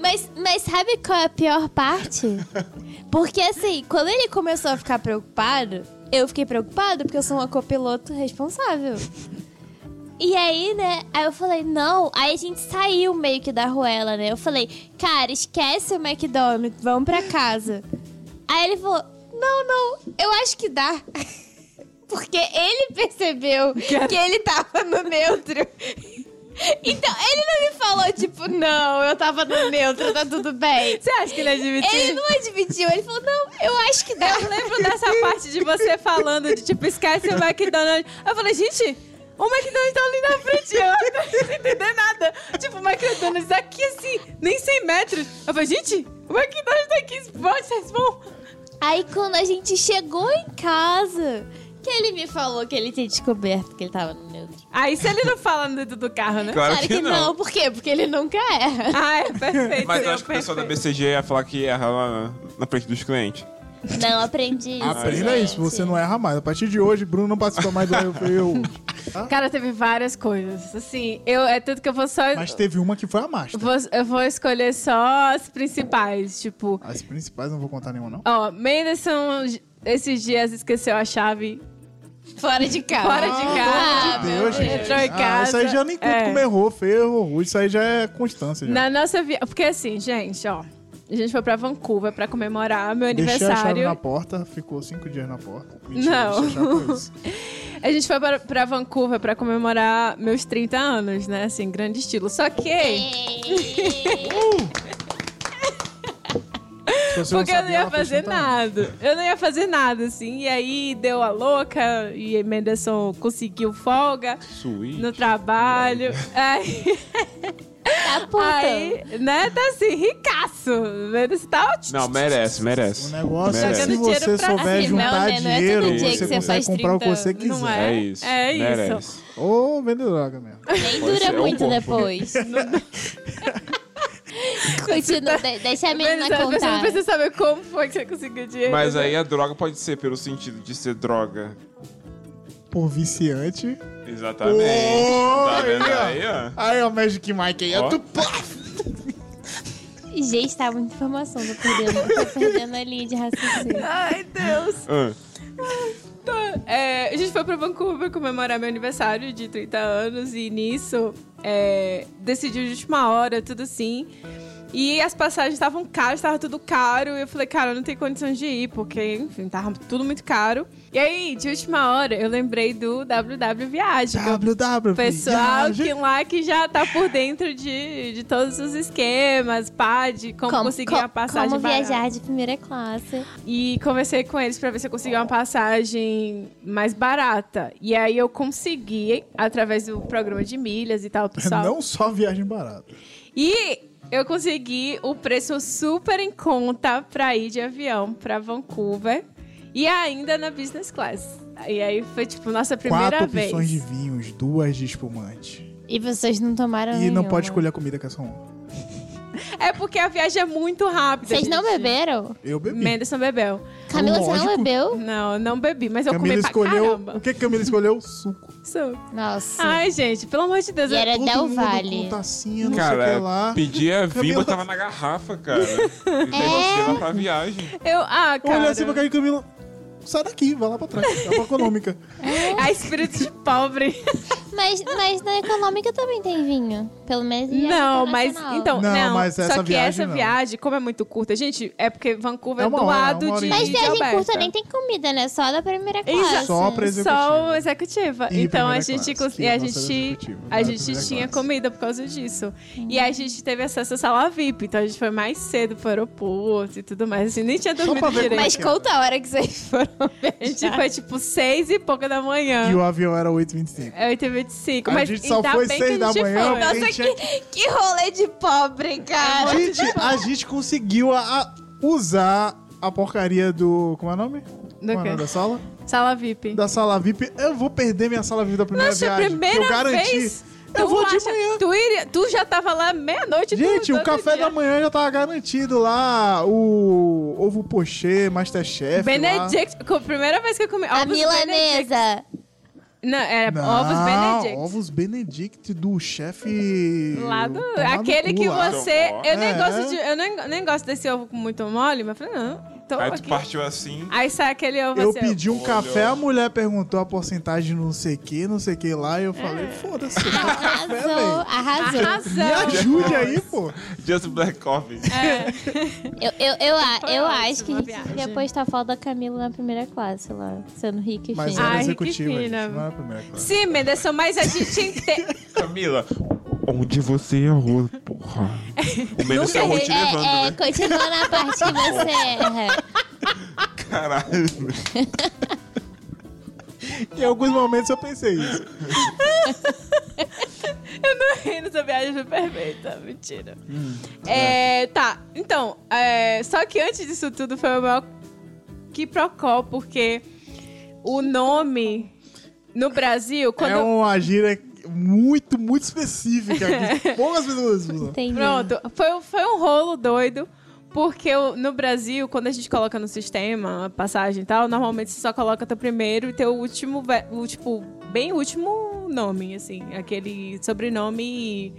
Mas, mas sabe qual é a pior parte? Porque assim, quando ele começou a ficar preocupado, eu fiquei preocupado porque eu sou uma copiloto responsável. E aí, né, aí eu falei, não, aí a gente saiu meio que da ruela, né? Eu falei, cara, esquece o McDonald's, vamos pra casa. Aí ele falou, não, não, eu acho que dá. (laughs) Porque ele percebeu que ele tava no neutro. Então, ele não me falou, tipo, não, eu tava no neutro, tá tudo bem.
Você acha que ele ia admitir?
Ele não admitiu, ele falou, não, eu acho que dá.
Eu lembro dessa parte de você falando de tipo, esquece o McDonald's. Eu falei, gente, o McDonald's tá ali na frente. Eu não tô entender nada. Tipo, o McDonald's aqui assim, nem 100 metros. Eu falei, gente, o McDonald's tá aqui, vocês vão.
Aí quando a gente chegou em casa, que ele me falou que ele tinha descoberto que ele tava no neutro.
Aí se ele não fala no dedo do carro, né?
Claro
Claro
que não.
por quê? Porque ele nunca erra.
Ah, é perfeito.
Mas eu
é
acho que o pessoal da
perfeito.
BCG ia falar que erra lá na, na frente dos clientes.
Não, aprendi isso.
(laughs) Aprenda isso, você não erra mais. A partir de hoje, Bruno não participa mais do Eu Fui Eu.
Cara, teve várias coisas. Assim, eu é tanto que eu vou só.
(laughs) Mas teve uma que foi a Master.
vou- eu vou escolher só as principais. Tipo,
As principais não vou contar nenhuma, não.
ó, Menderson esses dias esqueceu a chave
Fora de casa.
fora de casa.
Ah, meu
gente.
Entrou em
Deus.
Ah, isso aí
casa,
já nem conta
é.
como errou, ferro. Isso aí já é constância. Já.
Na nossa via... Porque assim, gente, ó. A gente foi pra Vancouver pra comemorar meu
Deixei a chave
aniversário.
na porta, ficou cinco dias na porta. Mentira,
Não.
deixei a chave
(laughs)
com isso.
A gente foi pra, pra Vancouver pra comemorar meus 30 anos, né? Assim, grande estilo. Só que...
É.
Se você
Porque eu não
sabia,
ia
ela fez
fazer
30 anos.
nada. Eu não ia fazer nada, assim. E aí deu a louca e Menderson conseguiu folga
Suíte.
no trabalho. Aí...
Tá puta.
Aí, né, tá assim, ricaço. Você tá ótimo.
Não, merece, merece.
O negócio é,
merece.
Jogando
se você
dinheiro pra
cima.
souber juntar
Não, né? Não é todo
dinheiro,
dia
você
que você
consegue
faz
comprar o que
30,
você quiser.
não
É isso.
É isso.
Merece.
Ou vender droga mesmo.
Nem
Pode
dura
ser, é um
muito
ponto.
depois. Continua, de- deixa a menina
Menderson, você não
É né, contar.
precisa saber como foi que você conseguiu dinheiro.
Mas é
né?
aí a droga pode ser pelo sentido de ser droga
por viciante.
Exatamente. tá vendo aí, ó?
Aí, ó, Magic Mike aí. é
Ó.
Tu, pá,
Gente, tá muita informação, tô perdendo, tô perdendo a linha de raciocínio.
Ai, Deus.
Ah,
Tá, é, a gente foi pra Vancouver comemorar meu aniversário de 30 anos e nisso é, decidi de última hora, tudo assim. E as passagens estavam caras, tava tudo caro. E eu falei, cara, eu não tenho condição de ir, porque, enfim, tava tudo muito caro. E aí, de última hora, eu lembrei do WW Viagem. que eu
WW.
Pessoal
viagem.
que lá que já tá por dentro de, de todos os esquemas, pá, de como, conseguir
co-
a passagem
Como
barata.
viajar de primeira classe.
E conversei com eles pra ver se eu conseguia uma passagem mais barata. E aí eu consegui, através do programa de milhas e tal, pessoal.
é Não só viagem barata.
E eu consegui o preço super em conta pra ir de avião pra Vancouver. E ainda na business class. E aí foi, tipo, nossa primeira
Quatro
vez.
opções de vinhos, duas de espumante.
E vocês não tomaram
e não
nenhuma.
pode escolher a comida que é só uma.
É porque a viagem é muito rápida.
Vocês não
gente.
beberam?
Eu bebi.
Menderson bebeu.
Camila, você não
Lógico.
bebeu?
Não, não bebi, mas eu
Camila
comi pra
escolheu. O
caramba.
que que Camila escolheu? Suco.
Suco.
Nossa.
Ai, gente, pelo amor de Deus.
E
eu-
era
Todo
Del
mundo
Valle.
com tacinha, não sei o que é
Cara, é
lá.
pedia vinho,
Camila-
botava na garrafa, cara. E daí você lá pra viagem.
Eu, ah,
Eu olhei
cara.
assim pra cara de Camila. Sai daqui, vai lá pra trás. É
(laughs)
uma econômica.
A é espírito de pobre.
é Mas, mas na econômica também tem vinho. Pelo menos em
não, mas
internacional.
então,
Não,
não.
mas
só
essa
que
viagem,
essa
não.
viagem, como é muito curta, gente, é porque Vancouver
É
é,
uma
do
hora,
lado
uma hora
de
e
Mas
de
viagem
Alberta.
curta nem tem comida, né? Só da primeira
Exato.
classe.
Só pra exemplo.
Só executiva.
E
então a
primeira
gente
classe,
cons-
que é
e a
nossa
gente
executiva,
a
né,
gente
primeira
tinha
classe.
comida por causa disso. E
Uhum.
a gente teve acesso à sala VIP, então a gente foi mais cedo pro aeroporto e tudo mais. Assim, nem tinha
Só pra
dormido
ver
direito.
como é
Mas conta a hora que vocês
(laughs)
foram
A gente foi tipo seis e pouca da manhã.
E o avião era 8,25.
É 8h25,
A
mas
gente só
ainda
foi
bem que
seis
a
da
gente
manhã,
foi.
porque-
Nossa, que, que rolê de pobre, cara.
Gente, a gente conseguiu a- a usar a porcaria do. Como é o nome? Como é o
quê?
nome da sala?
Sala VIP.
Da sala VIP. Eu vou perder minha sala VIP da primeira
Nossa,
viagem.
primeira
eu garanti.
vez.
Eu
Tu
vou de
acha-
manhã.
Tu, iria- tu já tava lá meia-noite.
Gente,
do-
o
do
café
dia.
da manhã já tava garantido lá. O ovo pochê, Masterchef. é lá.
Benedict, com- primeira vez que eu comi.
A
ovos Benedict.
(laughs)
milanesa.
Não, era
Não,
ovos Benedict.
Ovos Benedict do chefe.
Lá do,
Tomar no
aquele
cu
que
lá.
você.
Então, ó.
Eu nem
É.
gosto de. Eu nem, nem gosto desse ovo com muito mole, mas eu falei, não, tô
Aí tu
aqui.
partiu assim.
Aí sai aquele ovo
Eu
assim, ó.
pedi um
Olha.
café, a mulher perguntou a porcentagem não sei que, não sei que lá, e eu
É.
falei,
(laughs)
foda-se, eu quero café,
Arrasou,
velho.
arrasou.
Me
Arrasou.
ajude aí, pô.
Just Black Coffee.
É.
Eu, eu, eu, a-
Foi
eu
ótima
acho que a gente
viagem.
devia postar foto da Camila na primeira classe lá, sendo rica e
Mas é,
chique.
Ai,
era
que
executiva, gente,
fina.
não era a primeira classe.
Sim, Menderson, mas é a gente entende.
Camila, onde você errou,
(laughs)
porra? O menos
Nunca
errou te
errei.
É,
levando,
é,
né?
continua na parte que
(laughs)
você erra.
é.
Caralho.
Em alguns momentos eu pensei isso.
(laughs) Eu não ri nessa viagem foi perfeita. Mentira. É, Tá, então, é, só que antes disso tudo foi o maior que procó, porque o nome no Brasil, quando.
É uma gíria muito, muito específica,
(laughs)
que poucas pessoas usam.
Entendi.
Pronto, foi, um- foi um rolo doido. Porque o- no Brasil, quando a gente coloca no sistema a passagem e tal, normalmente você só coloca teu primeiro e teu último, ve- o, tipo, bem último nome, assim, aquele sobrenome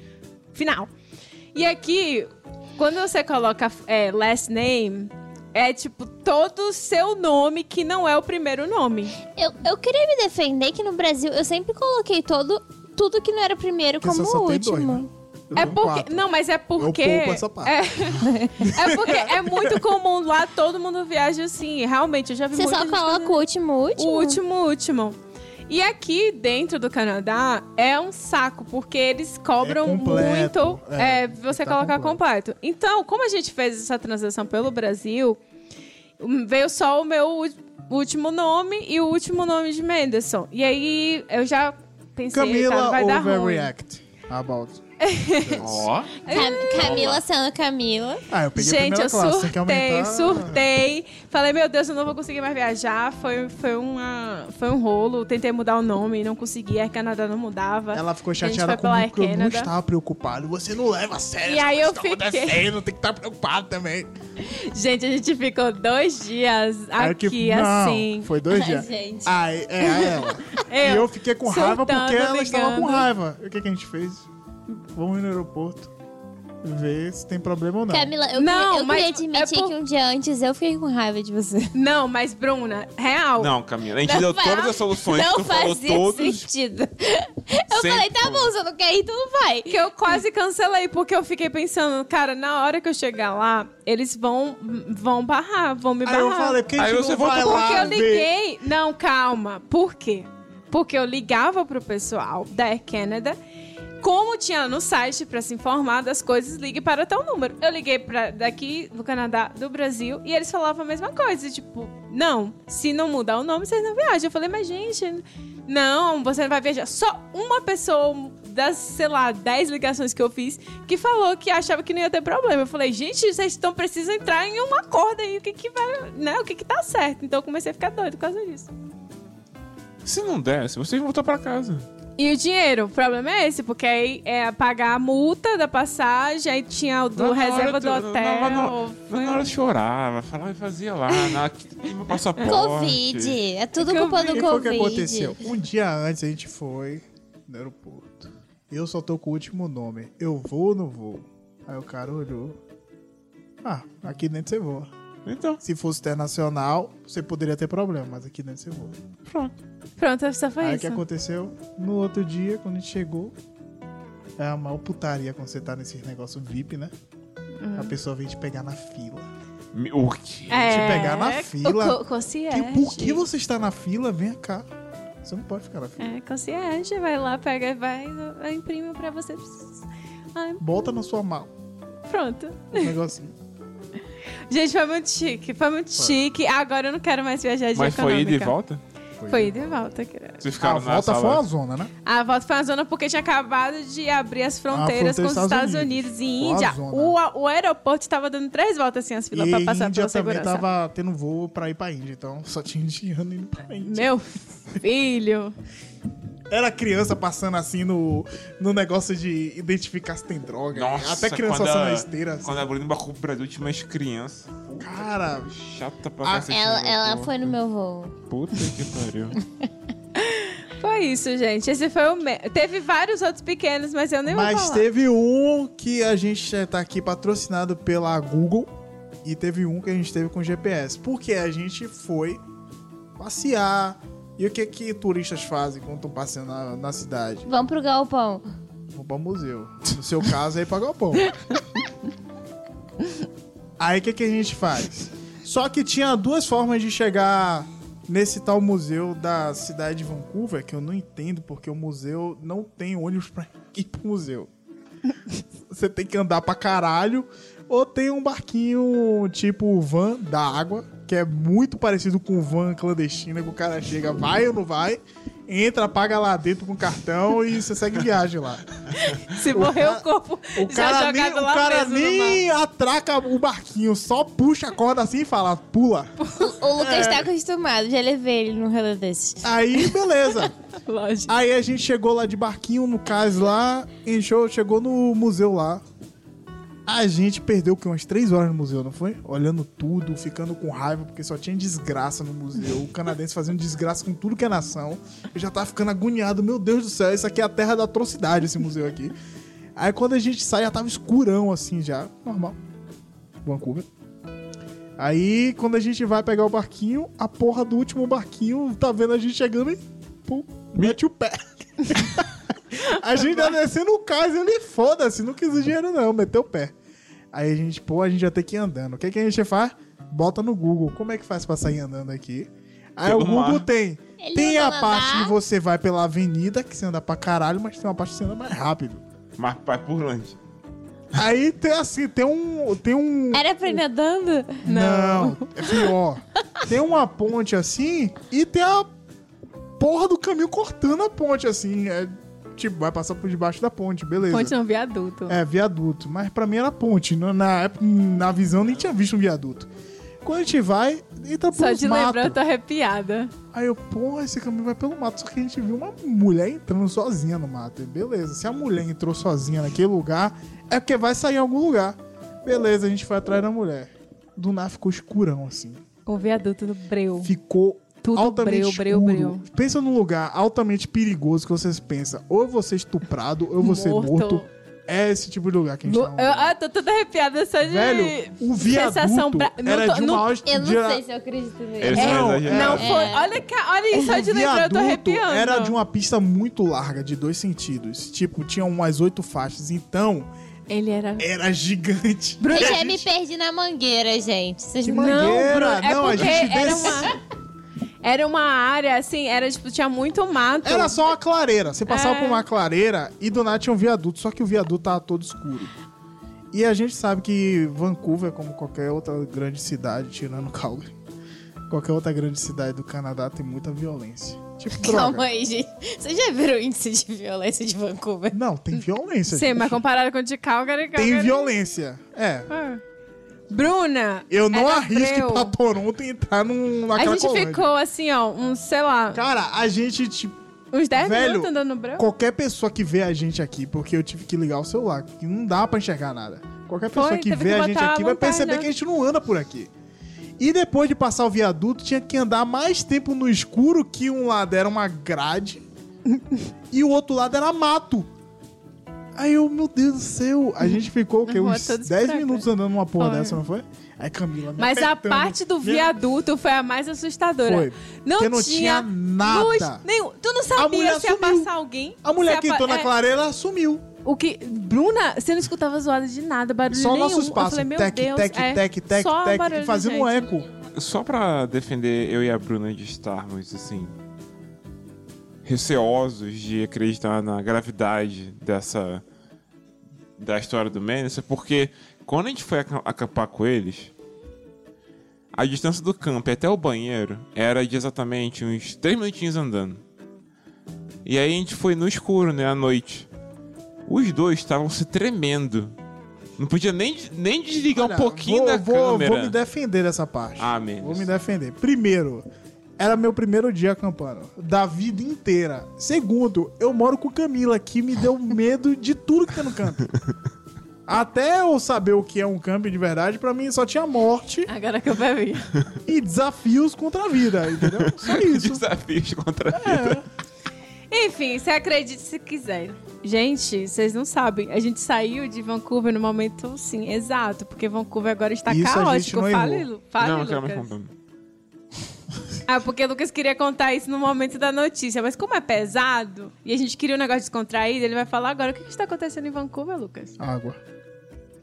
final. E aqui, quando você coloca é, last name, é tipo todo o seu nome que não é o primeiro nome.
Eu, eu queria me defender que no Brasil eu sempre coloquei todo, tudo que não era o primeiro
Porque
como
você só
o
tem
último.
dois, né? Eu
É
tenho
porque.
quatro.
Não, mas é porque.
poupo essa parte.
É, (laughs) é porque é muito comum lá, todo mundo viaja assim. Realmente, eu já vi
Você
muita
só
gente
coloca o último, o último?
o último, o último. E aqui dentro do Canadá é um saco, porque eles cobram
É completo,
muito
é,
é, você
tá
colocar
completo.
completo. Então, como a gente fez essa transação pelo Brasil, hum, veio só o meu u- último nome e o último nome de Menderson. E aí eu já pensei, tá,
Camila
vai dar ruim.
overreact about
Ó.
Cam- Camila sendo Camila.
Ah, eu peguei a
Gente,
primeira
eu
classe. Tem que
surtei,
aumentar.
surtei. Falei, meu Deus, eu não vou conseguir mais viajar. Foi, foi, uma, foi um rolo. Tentei mudar o nome, não consegui. Air Canadá não mudava.
Ela ficou
A gente
chateada
foi pela
comigo porque eu não
Canada.
estava preocupado. Você não leva a sério.
E
as
aí
coisas
eu
que
fiquei-
estão acontecendo, Tem que estar preocupado também.
Gente, a gente ficou dois dias
Aí eu
aqui,
É que- não,
assim.
Foi dois dias.
gente.
Aí, é, aí ela.
(laughs) Eu,
e eu fiquei com raiva porque
surtando,
ela estava com
ligando.
raiva. E o que, que a gente fez? Vamos ir no aeroporto ver se tem problema ou não.
Camila, eu,
Não,
queria- eu
mas
queria admitir
é por-
que um dia antes eu fiquei com raiva de você.
Não, mas Bruna, real.
Não, Camila, a gente deu
fa-
todas as soluções,
Não
tu falou
fazia assim.
todos.
sentido. (laughs) Eu
Sempre
falei, tá
foi.
bom, você não quer ir, tu não vai.
Que eu quase cancelei, porque eu fiquei pensando, cara, na hora que eu chegar lá, eles vão, vão barrar, vão me
Aí
barrar.
eu falei, por que a
Aí
gente
você
não vai
voltou
lá
Porque eu
ver?
liguei. Não, calma. Por quê? Porque eu ligava pro pessoal da Air Canada. Como tinha no site pra se informar das coisas, ligue para tal número. Eu liguei para daqui do Canadá, do Brasil, e eles falavam a mesma coisa, tipo, não, se não mudar o nome, vocês não viajam. Eu falei, mas gente, não, você não vai viajar. Só uma pessoa das, sei lá, 10 ligações que eu fiz que falou que achava que não ia ter problema. Eu falei, gente, vocês estão precisam entrar em um acordo aí, o que que vai, né? O que que tá certo? Então eu comecei a ficar doido por causa disso.
Se não desse, vocês voltam pra casa.
E o dinheiro, o problema é esse, porque aí é pagar a multa da passagem, aí tinha o do
Lá na
reserva
hora
do
tu-
hotel.
lá na- lá Na, hora de chorar, vai falar e fazia lá, na, meu passaporte.
É Covid. É tudo culpa
E
do
foi o
Covid.
que aconteceu? Um dia antes a gente foi no aeroporto. Eu só tô com o último nome. Eu vou ou não vou? Aí o cara olhou. Ah, aqui dentro você voa.
Então,
Se fosse internacional, você poderia ter problema, mas aqui dentro você voa.
pronto.
Pronto, só foi
Aí o que
isso.
aconteceu? No outro dia, quando a gente chegou, é uma putaria quando você tá nesses negócios VIP, né? A
Hum.
pessoa vem te pegar na fila.
Me- O quê?
É,
pegar na
o
fila.
co- concierge.
Que, por que você está na fila? Vem cá. Você não pode ficar na fila.
É, concierge, vai lá, pega, vai, eu imprimo pra você. Ai,
Bota na sua mala
pronto. (laughs)
o negocinho.
Gente, foi muito chique, foi muito chique. Agora eu não quero mais viajar de
Mas foi
econômica.
ida e volta?
Foi ida e volta, querido.
Vocês
A
ficaram na
volta
sala?
foi uma zona, né?
A volta foi uma zona porque tinha acabado de abrir as fronteiras
Ah, fronteira
com os Estados Unidos, e Índia.
Foi uma
O, o aeroporto estava dando três voltas assim as filas
e
pra passar
Índia
pela
também
segurança.
tava tendo voo pra ir pra Índia, então só tinha indiano indo pra Índia.
Meu filho.
Era criança passando assim no, no negócio de identificar se tem droga. né?
Nossa,
Até criança
quando
passando na
a-
esteira. assim.
Quando a Bruna embarcou pro Brasil, tinha umas crianças.
Cara,
Chata pra
Ah,
cacete.
Ela,
né,
ela
porra.
foi no meu voo.
Puta que pariu.
Foi isso, gente. Esse foi o. Me... Teve vários outros pequenos, mas eu nem vou
mas
falar.
teve um que a gente tá aqui patrocinado pela Google e teve um que a gente teve com GPS. Porque a gente foi passear. E o que que turistas fazem quando estão passeando na, na cidade?
Vamos pro galpão.
Vou pra museu. No seu caso, é ir pra galpão. aí, o que, que a gente faz? Só que tinha duas formas de chegar nesse tal museu da cidade de Vancouver, que eu não entendo, porque o museu não tem ônibus pra ir pro museu. Você tem que andar pra caralho. Ou tem um barquinho tipo van da água, que é muito parecido com van clandestina, que o cara chega, vai ou não vai, entra, paga lá dentro com cartão e você segue viagem lá.
Se morrer o
ca-
corpo,
O
já
cara, nem,
jogado
o
lá
cara
mesmo no mar.
nem atraca o barquinho, só puxa a corda assim e fala, pula.
O, o Lucas
É.
tá acostumado, já levei ele num rolê desses.
Aí, beleza.
Lógico.
Aí a gente chegou lá de barquinho no cais lá, encheu, chegou no museu lá. A gente perdeu o que umas três horas no museu, não foi? Olhando tudo, ficando com raiva, porque só tinha desgraça no museu. O canadense fazendo desgraça com tudo que é nação. Eu já tava ficando agoniado, meu Deus do céu, isso aqui é a terra da atrocidade, esse museu aqui. Aí quando a gente sai, já tava escurão assim já, normal. Vancouver. Aí, quando a gente vai pegar o barquinho, a porra do último barquinho tá vendo a gente chegando e pum, mete o pé. (laughs) a gente tá descendo o cais ele foda-se, não quis o dinheiro não, meteu o pé. Aí a gente, pô, a gente já tem que ir andando. O que, que a gente faz? Bota no Google. Como é que faz pra sair andando aqui? Aí
Pelo
o Google
mar.
tem.
Ele
tem a
anda
parte
nadar.
que você vai pela avenida, que você anda pra caralho, mas tem uma parte que você anda mais rápido.
Mas vai por onde?
Aí tem assim, tem um. Tem um.
Era pra ir nadando?
Não, é pior. tem uma ponte assim e tem a porra do caminho cortando a ponte assim. É tipo, vai passar por debaixo da ponte, beleza.
Ponte não viaduto.
É, viaduto. Mas pra mim era ponte. Na, na, época- na visão nem tinha visto um viaduto. Quando a gente vai, entra por
Só de
mato.
lembrar tá? eu tô arrepiada.
Aí eu, porra, esse caminho vai pelo mato. Só que a gente viu uma mulher entrando sozinha no mato. E Beleza, se a mulher entrou sozinha naquele lugar, é porque vai sair em algum lugar. Beleza, a gente foi atrás da mulher. Do nada ficou escurão, assim.
O viaduto do Breu.
Ficou
Tudo
altamente
breu, breu,
escuro.
breu.
Pensa num lugar altamente perigoso que vocês pensam, ou eu vou ser estuprado, ou eu vou ser
Morto.
morto. É esse tipo de lugar que a gente
Vou-
tá
eu,
andando.
ah, tô toda arrepiada só de.
Velho, o viaduto
sensação bra- Não
era
tô-
de uma
não-
hora
Eu não
de-
sei se eu acredito nisso.
Eles
É,
são
não,
exagerados.
Não
É.
foi. Olha, ca- olha aí, só de
O
lembrar eu tô
viaduto
arrepiando.
Era de uma pista muito larga, de dois sentidos. Tipo, tinha umas oito faixas. Então,
Ele era.
era gigante.
Eu
E a
já me
gente-
perdi na mangueira, gente. Vocês
Que
não-
mangueira!
é
Não, a
porque
gente
era
desce-
uma. Era uma área, assim, era tipo, tinha muito mato. (laughs)
Era só uma clareira. Você passava
Então, É.
por uma clareira e do nada tinha um viaduto, só que o viaduto tava todo escuro. E a gente sabe que Vancouver, como qualquer outra grande cidade, tirando Calgary, qualquer outra grande cidade do Canadá tem muita violência. Tipo, droga.
Calma aí, gente. Vocês já viram o índice de violência de Vancouver?
Não, tem violência.
Sim,
gente.
mas né? comparado com o de Calgary, Calgary...
Tem violência. É,
Ah. Bruna!
Eu não
era
arrisco ir
breu.
pra Toronto e entrar num,
É A
naquela
gente
colônia.
ficou assim, ó, uns, sei lá,
Cara, a gente, tipo,
uns 10
velho,
minutos andando no breu.
qualquer pessoa que vê a gente aqui, porque eu tive que ligar o celular, que não dá pra enxergar nada. Qualquer
Foi,
pessoa que
teve que
vê a gente
botar a
aqui vai
lanterna.
perceber que a gente não anda por aqui. E depois de passar o viaduto, tinha que andar mais tempo no escuro que um lado era uma
(laughs)
grade e o outro lado era mato. Aí eu, meu Deus do céu, a gente ficou
(laughs)
o quê?
Rua
Uns
toda
10
escura,
minutos andando numa porra
Foi.
dessa, não foi? Aí Camila me
Mas a
apertando,
parte do
me
viaduto foi a mais assustadora.
Foi. Porque não tinha nada.
luz nenhum. Tu não
A mulher
sabia se ia
sumiu.
passar alguém.
A mulher
se
que
ia pa-
entrou na
é,
clareira sumiu.
O que... Bruna, você não escutava zoada de nada, barulho
Só
nenhum.
nossos
Eu
passos.
falei, meu
Tec,
Deus,
tec,
é,
tec, tec,
só
tec.
barulho
e Fazendo
da
um
gente.
eco.
Só pra defender eu e a Bruna de estarmos, assim, receosos de acreditar na gravidade dessa... da história do Menace, porque quando a gente foi acam- acampar com eles, a distância do campo até o banheiro era de exatamente uns 3 minutinhos andando. E aí a gente foi no escuro, né, à noite. Os dois estavam se tremendo. Não podia nem, nem desligar
Olha,
um pouquinho
Tá. vou,
da
vou,
câmera.
Vou me defender dessa parte.
Ah, menos.
Vou me defender. Primeiro, era meu primeiro dia acampando. Da vida inteira. Segundo, eu moro com Camila, que me
(laughs)
deu medo de tudo que tem no camping. Até eu saber o que é um camping de verdade, pra mim só tinha morte
Agora que eu bebi.
e desafios contra a vida, entendeu? Só
(laughs)
isso.
Desafios
É,
contra a vida.
Enfim, você acredita se quiser. Gente, vocês não sabem. A gente saiu de Vancouver no momento, sim, exato. Porque Vancouver agora está
Isso a gente
caótico.
não
Fale,
errou.
Lu- fale
não, não quero mais
Lucas.
contar.
Ah, porque o Lucas queria contar isso no momento da notícia. Mas como é pesado e a gente queria um negócio descontraído, ele vai falar agora o que que está acontecendo em Vancouver, Lucas.
Água.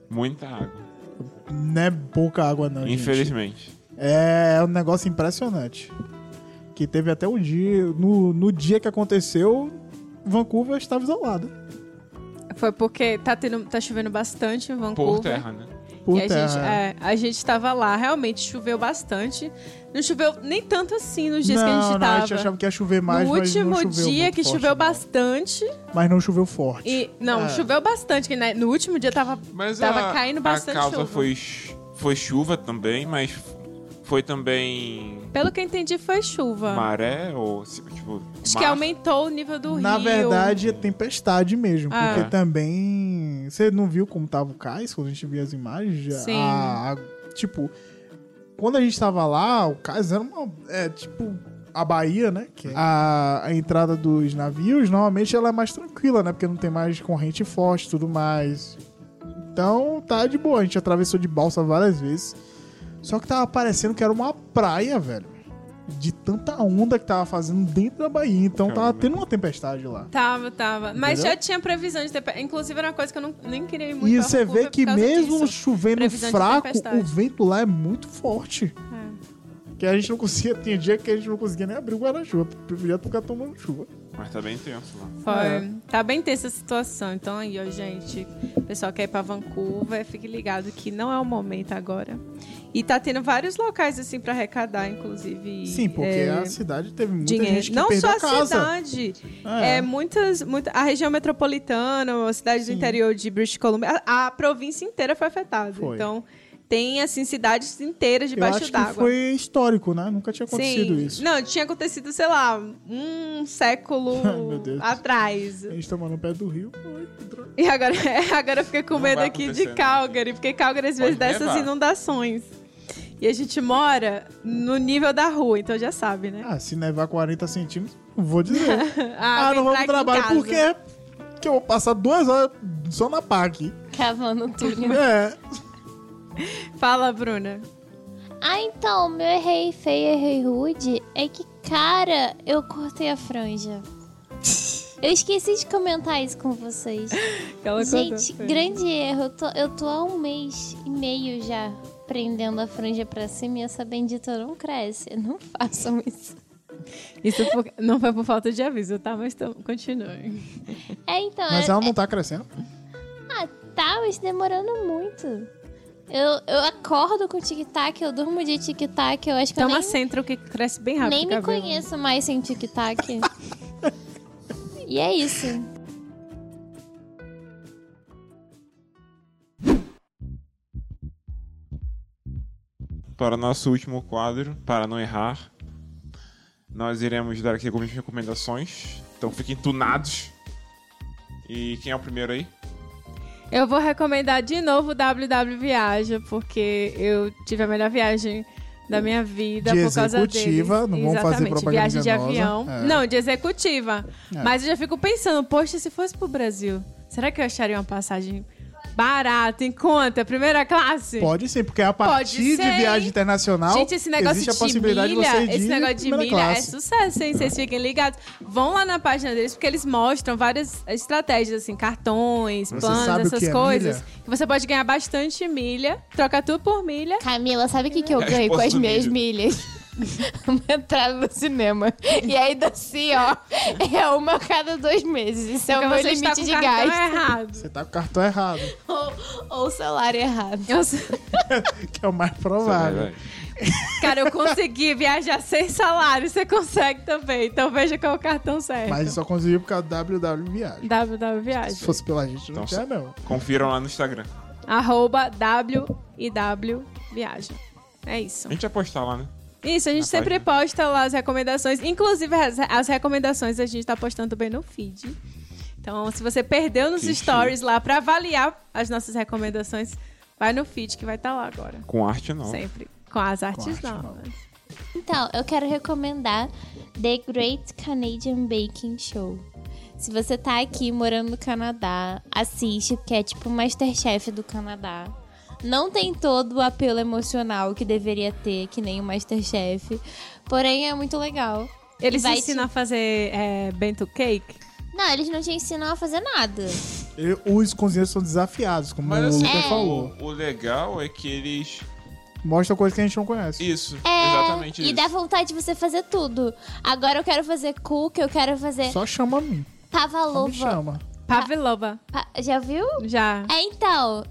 Muita água.
Não é pouca água, não. gente.
Infelizmente.
É um negócio impressionante. Que teve até um dia. No, no dia que aconteceu, Vancouver estava isolada.
Foi porque tá, tendo- tá chovendo bastante em Vancouver.
Por terra, né?
Por
e a
terra.
gente, é, a gente tava lá, realmente choveu bastante. Não choveu nem tanto assim nos dias
não,
que a gente
não,
tava.
a gente achava que ia chover mais.
no
mas não
último
choveu
dia
muito
que
forte,
choveu
não.
bastante
Mas não choveu forte.
e não
É.
choveu bastante que né, no último dia tava
Mas
tava
a,
caindo bastante
a causa
chuva.
Foi, chu- foi chuva também, mas f- foi também
Pelo que eu entendi foi chuva.
maré ou se- tipo.
Ah. Acho
mar-
que é aumentou o nível do
Na
rio.
verdade, é tempestade mesmo.
Ah.
Porque também. Você não viu como tava o cais quando a gente viu as imagens?
Sim.
A- a- tipo, quando a gente tava lá, o cais era uma. É tipo. A Bahia, né? que é a, a entrada dos navios, normalmente ela é mais tranquila, né? Porque não tem mais corrente forte e tudo mais. Então tá de boa. A gente atravessou de balsa várias vezes. Só que tava parecendo que era uma praia, velho. De tanta onda que tava fazendo dentro da Bahia. Então tava
Caramba.
tendo uma tempestade lá.
Tava, tava. Mas
Entendeu?
já tinha previsão de tempo. Inclusive era uma coisa que eu não, nem queria ir muito
E
pra
você
Vancouver
vê que
por causa
mesmo
disso.
chovendo
Previsão de
fraco,
tempestade.
o vento lá é muito forte. É. Que a gente não conseguia, tinha dia que a gente não conseguia nem abrir o guarda-chuva. Preferia ficar tomando chuva.
Mas tá bem tenso lá.
Foi.
É.
Tá bem tensa a situação. Então aí, ó, gente. O pessoal quer ir pra Vancouver, fique ligado que não é o momento agora. E tá tendo vários locais, assim, pra arrecadar, inclusive.
Sim, porque
é,
a cidade teve muita
dinheiro.
gente que
não
perdeu
só a
casa.
cidade.
É.
É, muitas, muita, a região metropolitana, a cidade
Sim.
do interior de British Columbia, a, a província inteira foi afetada.
Foi.
Então, tem, assim, cidades inteiras
Eu
debaixo
acho que
d'água.
foi histórico, né? Nunca tinha acontecido
Sim.
isso.
Não, tinha acontecido, sei lá, um século
(laughs) Ai, meu Deus.
atrás.
A gente tá morando perto do rio. Ai, que droga.
E agora, (laughs) agora eu fiquei com
Não
medo
vai
aqui de
acontecer, não.
Calgary, porque Calgary às vezes
Pode
dessas
nevar.
inundações. E a gente mora no nível da rua, então já sabe, né?
Ah, se nevar 40 centímetros, não
(laughs)
vou dizer. ah,
vem
não vamos
pra
pro
aqui
trabalho.
em
Por quê?
casa.
Porque eu vou passar duas horas só na PAC.
Cavando tudo.
É.
Fala, Bruna.
ah, então, meu errei feio, errei rude é que, cara, eu cortei a
(laughs)
franja. Eu esqueci de comentar isso com vocês.
Que ela
Gente,
contou.
grande erro. Eu tô, eu tô há um mês e meio já prendendo a franja pra cima e essa bendita não cresce. Não façam isso.
Isso por- não foi por falta de aviso, tá? Mas tam- continue.
É, então.
Mas
é-
ela não tá crescendo.
Ah, tá, mas demorando muito. Eu, eu acordo com tic-tac, eu durmo de tic-tac, eu acho que
Toma
eu nem,
Central que cresce bem rápido.
nem me
cabelo. né?
conheço mais sem tic-tac. e é isso.
Para o nosso último quadro, para não errar, nós iremos dar aqui algumas recomendações. Então fiquem tunados. E quem é o primeiro aí?
Eu vou recomendar de novo o WW Viaja, porque eu tive a melhor viagem da minha vida
De
por causa
executiva,
deles.
não vamos fazer
Exatamente,
propaganda
viagem de
enganosa.
avião.
É.
Não, de executiva.
É.
Mas eu já fico pensando, poxa, se fosse pro Brasil, será que eu acharia uma passagem barata, em conta, primeira classe?
Pode sim, porque a partir de
ser,
viagem
hein?
internacional.
Gente, esse negócio
existe a
de
possibilidade
milha,
de você ir
esse
de
negócio de
primeira
milha é
classe.
sucesso, hein? Vocês fiquem ligados. Vão lá na página deles, porque eles mostram várias estratégias, assim, cartões,
Você sabe o
planos,
que
essas
é
coisas.
milha?
que você pode ganhar bastante milha, trocar tudo por milha.
Camila, sabe É o que, que eu ganho com
resposta
as
do
minhas
vídeo.
milhas? (laughs) uma entrada no cinema. E ainda assim, ó, é uma a cada dois meses. Isso é o
Porque
meu
você está com
limite de
o cartão
gasto. (laughs)
errado.
Você tá com o cartão errado, (laughs)
Ou, ou o salário errado.
Eu sou-
que é o mais provável.
cara, eu consegui viajar sem salário, você consegue também. Então veja qual é o cartão certo.
Mas só conseguiu por causa do WW Viagem.
WW
Se
Viagem.
fosse pela gente, não
Então,
tinha, não.
Confiram lá no Instagram.
Arroba W e W Viagem. É isso.
A gente vai postar lá, né?
Isso, a gente
Na
sempre posta lá as recomendações. Inclusive, as, as recomendações a gente tá postando também no feed. Então, se você perdeu nos
Que
stories lá pra avaliar as nossas recomendações, vai no feed que vai estar lá agora.
Com arte não.
Sempre. Com as artes
arte nova.
novas.
Então, eu quero recomendar The Great Canadian Baking Show. Se você tá aqui morando no Canadá, assiste, porque é tipo o Masterchef do Canadá. Não tem todo o apelo emocional que deveria ter, que nem o Masterchef. Porém, é muito legal.
Eles
E vai
ensinam a fazer é, bento cake.
te- Não, eles não te ensinam a fazer nada.
E Os cozinheiros são desafiados, como
Mas
o
assim,
Lucas
É.
falou.
o, o legal é que eles.
Mostra coisa que a gente não conhece.
Isso,
É,
exatamente
e
isso. (laughs)
dá vontade de você fazer tudo. Agora eu quero fazer cookie, eu quero
É.
fazer
Só chama a mim. Só me
pavalova.
chama.
Pavlova.
Pa- Já viu?
Já.
É, então.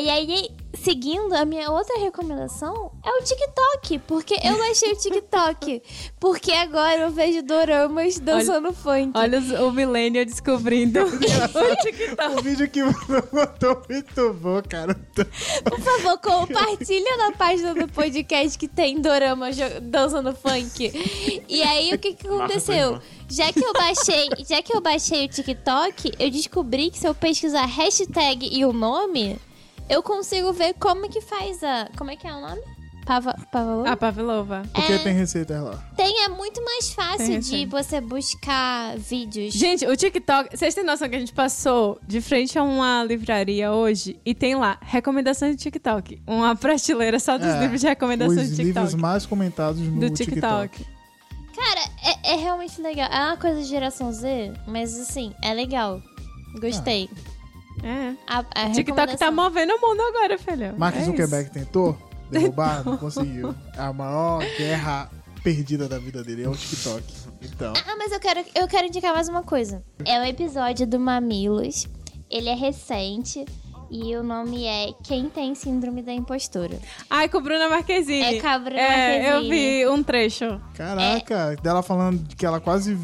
E aí, seguindo, a minha outra recomendação é o TikTok. Porque eu baixei o TikTok. Porque agora eu vejo doramas dançando funk.
Olha os- o Millennial descobrindo o
O
TikTok.
vídeo que (laughs) você botou muito bom, cara.
Por favor, compartilha na página do podcast que tem dorama jo- dançando funk. E aí, o que, que
Marca tua
aconteceu?
irmã.
Já que, eu baixei, já que eu baixei o TikTok, eu descobri que se eu pesquisar hashtag e o nome, eu consigo ver como que faz a... Como é que é o nome? Pava, Pavlova?
A Pavlova.
Porque
É.
tem receitas lá.
Tem, é muito mais fácil
Tem,
de
tem.
você buscar vídeos.
Gente, o TikTok, vocês têm noção que a gente passou de frente a uma livraria hoje e tem lá recomendações de TikTok. Uma prateleira só dos
É,
livros de recomendações
Os
de
livros
TikTok.
mais comentados no
Do
TikTok.
TikTok.
Cara, é, é realmente legal. É uma coisa de geração Z, mas assim, é legal. Gostei.
É.
A, a
TikTok tá
recomendação.
movendo o mundo agora, filho.
Mark
é isso.
Zuckerberg tentou derrubar, não conseguiu. É a maior guerra perdida da vida dele, é o TikTok. Então.
Ah, mas eu quero, eu quero indicar mais uma coisa. É o episódio do Mamilos. Ele é recente. E o nome é Quem Tem Síndrome da Impostora.
Ai, com Bruna Marquezine.
É com a Bruna
É, eu
Marquezine.
vi um trecho.
Caraca, dela falando de que ela quase.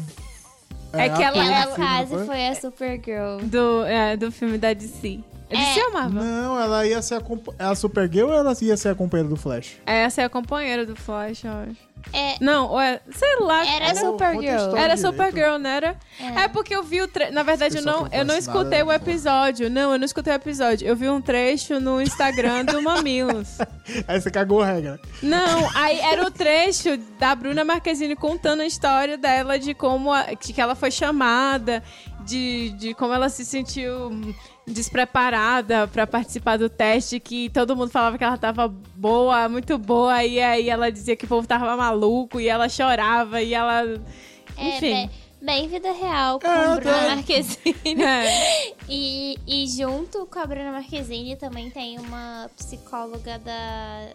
É que ela-
atriz
Ela
do filme,
quase
não
foi a Supergirl.
Do, é, do filme da DC. É
É.
DC ou Marvel?
Não, ela ia ser a, compa- a Supergirl ou ela ia ser a companheira do Flash?
Essa é a companheira do Flash, eu acho.
É,
Não, ou é, sei lá.
Era
Vou- vou
Supergirl.
testar
Era
direito.
Supergirl, não era? É. porque eu vi o tre... Na verdade, eu
Pessoal
não,
que não
eu não
conhece nada,
escutei o
né?
episódio. Não, eu não escutei o episódio. Eu vi um trecho no Instagram do
(laughs)
Mamilos.
Aí você cagou a regra.
Não, aí era o trecho da Bruna Marquezine contando a história dela de como a- de que ela foi chamada, de, de como ela se sentiu hum, despreparada pra participar do teste, que todo mundo falava que ela tava boa, muito boa, e aí ela dizia que o povo tava maluco, e ela chorava, e ela.
É,
Enfim.
bem, bem vida real com
É,
Bruna
tá.
Marquezine.
(laughs) É.
E, e junto com a Bruna Marquezine também tem uma psicóloga da,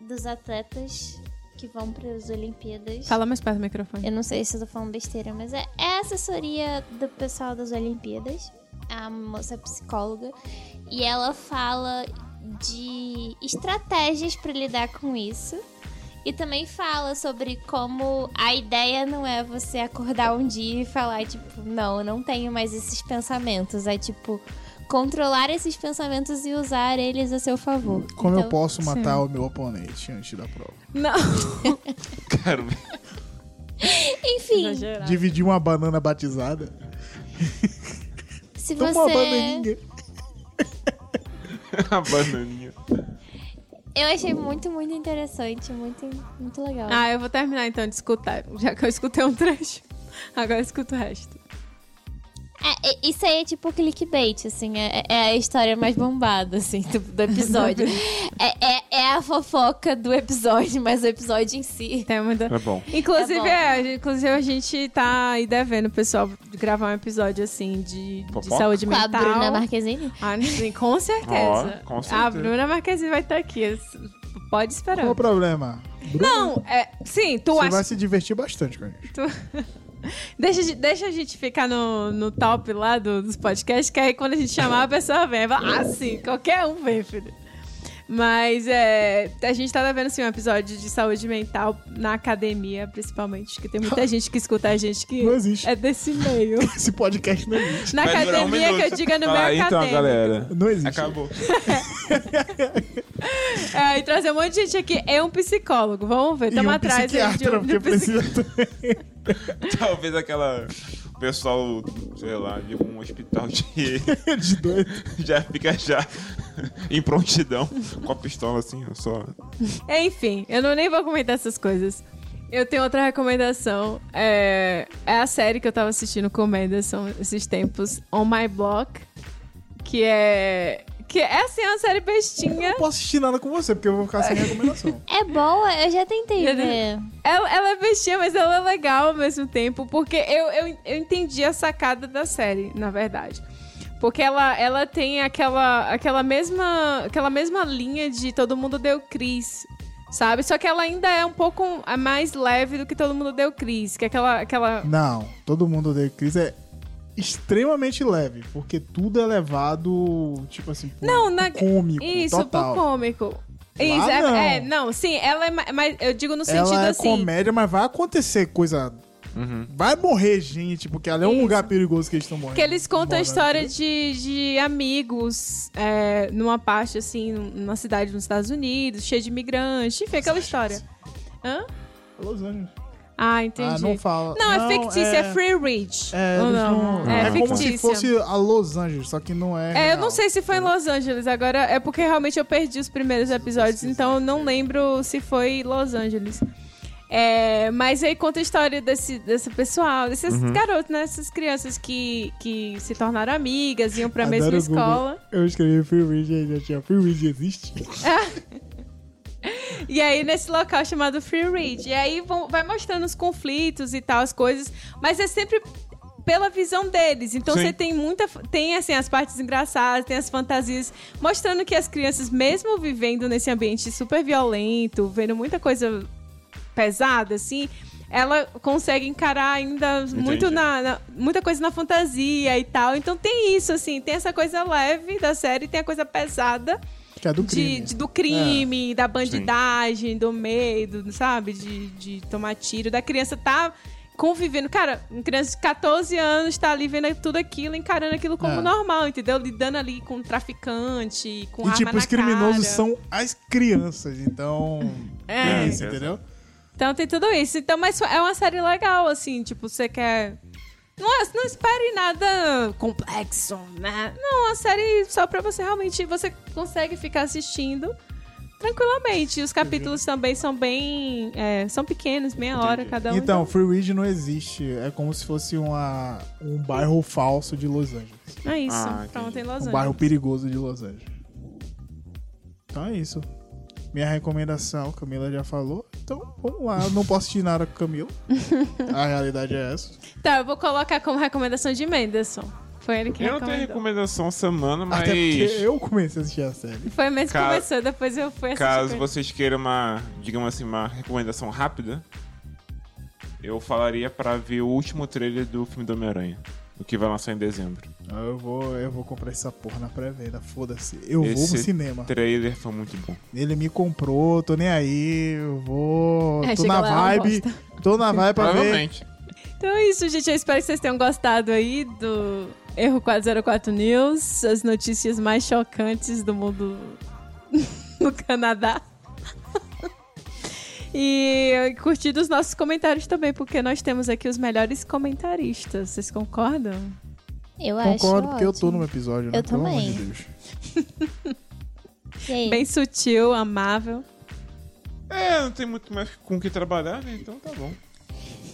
dos atletas que vão para as Olimpíadas.
Fala mais perto do microfone.
Eu não sei se eu tô falando besteira, mas é, é a assessoria do pessoal das Olimpíadas. A moça é psicóloga. E ela fala de estratégias para lidar com isso. E também fala sobre como a ideia não é você acordar um dia e falar, tipo, não, eu não tenho mais esses pensamentos. É tipo, controlar esses pensamentos e usar eles a seu favor.
Como eu
Então,
posso matar o meu oponente antes da prova?
Não.
(laughs)
Cara,
Enfim,
Exagerado.
Dividir uma banana batizada?
se
Toma uma
você.
bananinha.
(laughs) a bananinha.
Eu achei muito, muito interessante, muito, muito legal.
Ah, eu vou terminar então de escutar, já que eu escutei um trecho. (laughs) Agora eu escuto o resto.
É, é, isso aí é tipo clickbait, assim, é, é a história mais bombada, assim, do,
(laughs)
do episódio. é, é- é a fofoca do episódio, mas o episódio em si.
Tem muita.
É bom.
Tá
Inclusive,
bom.
é, inclusive, a gente tá aí devendo, pessoal, de gravar um episódio assim de, de
Fofoca?
saúde
Com a
mental.
Bruna Marquezine?
Ah, sim, com certeza.
Ó, com
A
certeza.
Bruna Marquezine vai estar aqui. s- Pode esperar.
Qual o problema?
Não, é, sim, tu
Você
acha.
vai se divertir bastante com a gente. (laughs)
(laughs) Deixa, de- deixa a gente ficar no, no top lá do- dos podcasts, que aí quando a gente chamar a pessoa vem. Fala, ah, sim, qualquer um vem, filho. Mas é, a gente tá vendo assim, um episódio de saúde mental na academia, principalmente, que tem muita gente que escuta a gente que
Não existe.
é desse meio.
Esse podcast não existe.
Na
Vai durar um
academia que eu
minuto.
diga no
Fala,
meu
"Ah, Então,
acadêmico.
galera.
Não existe.
Acabou. (laughs)
É, e trazer um monte de gente aqui é um psicólogo. Vamos ver,
E um
tamo atrás aí de
psiquiatra,
um, de
porque
um psiqui-
precisa também.
Talvez aquela. O pessoal, sei lá, de algum hospital de. (laughs)
de doido.
já fica já em prontidão com a pistola assim, ó, só.
É, Enfim, eu não nem vou comentar essas coisas. Eu tenho outra recomendação. É, é a série que eu tava assistindo com o Menderson esses tempos, On My Block. Que é. Que é assim, uma série bestinha.
Eu (laughs) não posso assistir nada com você, porque eu vou ficar sem recomendação.
É boa, eu já tentei
Eu não-
ver.
Ela, ela é bestinha, mas ela é legal ao mesmo tempo, porque eu, eu, eu entendi a sacada da série, na verdade. Porque ela, ela tem aquela, aquela, mesma, aquela mesma linha de todo mundo deu Cris, sabe? Só que ela ainda é um pouco a mais leve do que todo mundo deu Cris, que é aquela. aquela...
Não, todo mundo odeia Cris é extremamente leve, porque tudo é levado, tipo assim, pro,
Não, na-
pro cômico,
Isso,
total.
pro cômico. Isso, é-
não.
é, não, sim, ela é ma- mas eu digo no sentido
Ela é
assim.
comédia, mas vai acontecer coisa... Vai morrer gente, porque ali é um
Isso.
lugar perigoso que eles estão morrendo.
Que eles contam a
Morando.
história de, de amigos é, numa parte, assim, numa cidade nos Estados Unidos, cheia de imigrantes, enfim, aquela história. Hã?
É Los Angeles.
Ah, entendi.
Ah, não fala.
Não, é fictícia, é, Free Reach.
É,
ou
eles
não?
não-
É,
é como
fictícia.
se fosse a Los Angeles, só que não é.
É, eu
real.
não sei se foi em Los Angeles agora, é porque realmente eu perdi os primeiros episódios, então eu não lembro se foi Los Angeles. É, mas aí conta a história desse, desse pessoal, desses garotos, né? Essas crianças que, que se tornaram amigas, iam pra
Adoro
mesma
o Google.
escola.
Eu escrevi Free Ridge e já tinha Free Ridge existe.
E aí, nesse local chamado Free Read. E aí vão, vai mostrando os conflitos e tal, as coisas. Mas é sempre pela visão deles. Então
Sim.
você tem muita. Tem assim, as partes engraçadas, tem as fantasias. Mostrando que as crianças, mesmo vivendo nesse ambiente super violento, vendo muita coisa pesada, assim, ela consegue encarar ainda muito na, na- muita coisa na fantasia e tal. Então tem isso, assim, tem essa coisa leve da série, tem a coisa pesada
Que é do
de-
crime.
de- do crime, da bandidagem, do medo, sabe? De, de tomar tiro, da criança tá convivendo. Cara, uma criança de 14 anos tá ali vendo tudo aquilo, encarando aquilo como
É.
normal, entendeu? Lidando ali com traficante, com
E
arma
tipo,
na
os criminosos
cara.
são as crianças, então.
É.
É isso, entendeu?
Então tem tudo isso. Então, mas é uma série legal, assim, tipo, você quer. Não, é- não espere nada complexo, né? Não, é uma série só pra você realmente. Você consegue ficar assistindo tranquilamente. Os capítulos também são bem. é, são pequenos, meia hora cada um.
Então, Free Ridge não existe. É como se fosse uma, um bairro falso de Los Angeles.
então é isso.
Ah,
Pronto, tem Los
Um
Angeles.
bairro perigoso de Los Angeles. Então é isso. Minha recomendação, Camila já falou. Então vamos lá. Eu não posso assistir nada
(laughs)
com Camila. A realidade é essa.
Tá, eu vou colocar como recomendação de Menderson. Foi ele que
Eu não tenho
recomendou.
recomendação semana, mas.
Até porque eu comecei a assistir a série.
Foi mesmo que
Ca-
começou, depois eu fui assistir.
Caso
com ele.
vocês queiram uma, digamos assim, uma recomendação rápida, eu falaria pra ver o último trailer do filme do Homem-Aranha, o que vai lançar em dezembro.
Ah, Eu vou, eu vou comprar essa porra na pré-venda. Foda-se. Eu vou
Esse
no cinema.
trailer foi muito bom.
Ele me comprou, tô nem aí, eu vou.
É,
tô
chega
na
lá, é uma
vibe. Tô
(laughs)
na vibe pra ver.
Provavelmente.
Então é isso, gente. Eu espero que vocês tenham gostado aí do Erro 404 News, as notícias mais chocantes do mundo (laughs) no Canadá. (laughs) E curtido os nossos comentários também, porque nós temos aqui os melhores comentaristas. Vocês concordam?
Eu
Concordo,
acho.
porque eu tô
ótimo.
num episódio, né?
Eu
Pelo amor
também.
de Deus.
E aí?
Bem sutil, amável.
É, não tem muito mais com o que trabalhar, né? Então tá bom.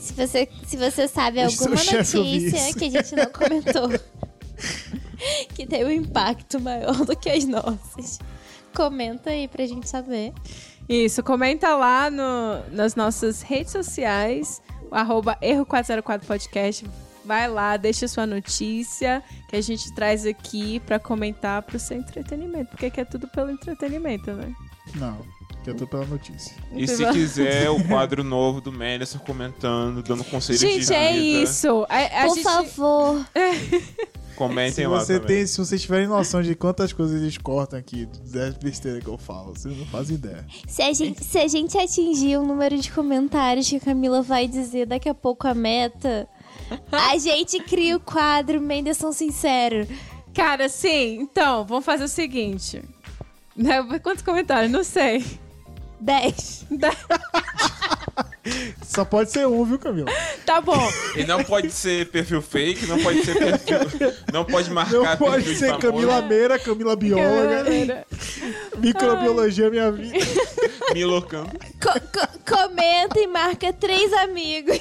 Se você, se você sabe
Deixa
alguma
seu chefe ouvir
notícia
isso.
que a gente não comentou, (laughs) que teve um impacto maior do que as nossas, comenta aí pra gente saber.
Isso, comenta lá no- nas nossas redes sociais, o arroba erro404podcast. Vai lá, deixa sua notícia que a gente traz aqui pra comentar pro seu entretenimento, porque aqui é tudo pelo entretenimento, né?
Não, que eu tô pela notícia.
E se
Entendeu?
quiser,
(laughs)
o quadro novo do Menderson comentando, dando conselhos de
Gente,
vida.
é isso. É- a
Por
gente-
favor.
Comentem
Se,
lá
você
também.
tem, se vocês tiverem noção de quantas coisas eles cortam aqui, das besteiras que eu falo, vocês não fazem ideia.
Se a, gente, se a gente atingir o número de comentários que a Camila vai dizer daqui a pouco a meta, a gente cria o quadro Menderson Sincero.
Cara, sim, então, vamos fazer o seguinte. Né, Quantos comentários? Não sei. (laughs)
10.
Só pode ser um, viu,
(laughs)
Camila?
Tá bom.
E não pode ser perfil fake, não pode ser perfil. Não pode marcar
Não pode
perfil
ser
de famoso.
Camila Meira, Camila Bióloga, Microbiologia Minha Vida.
Milocando.
Co- co- comenta e marca três amigos.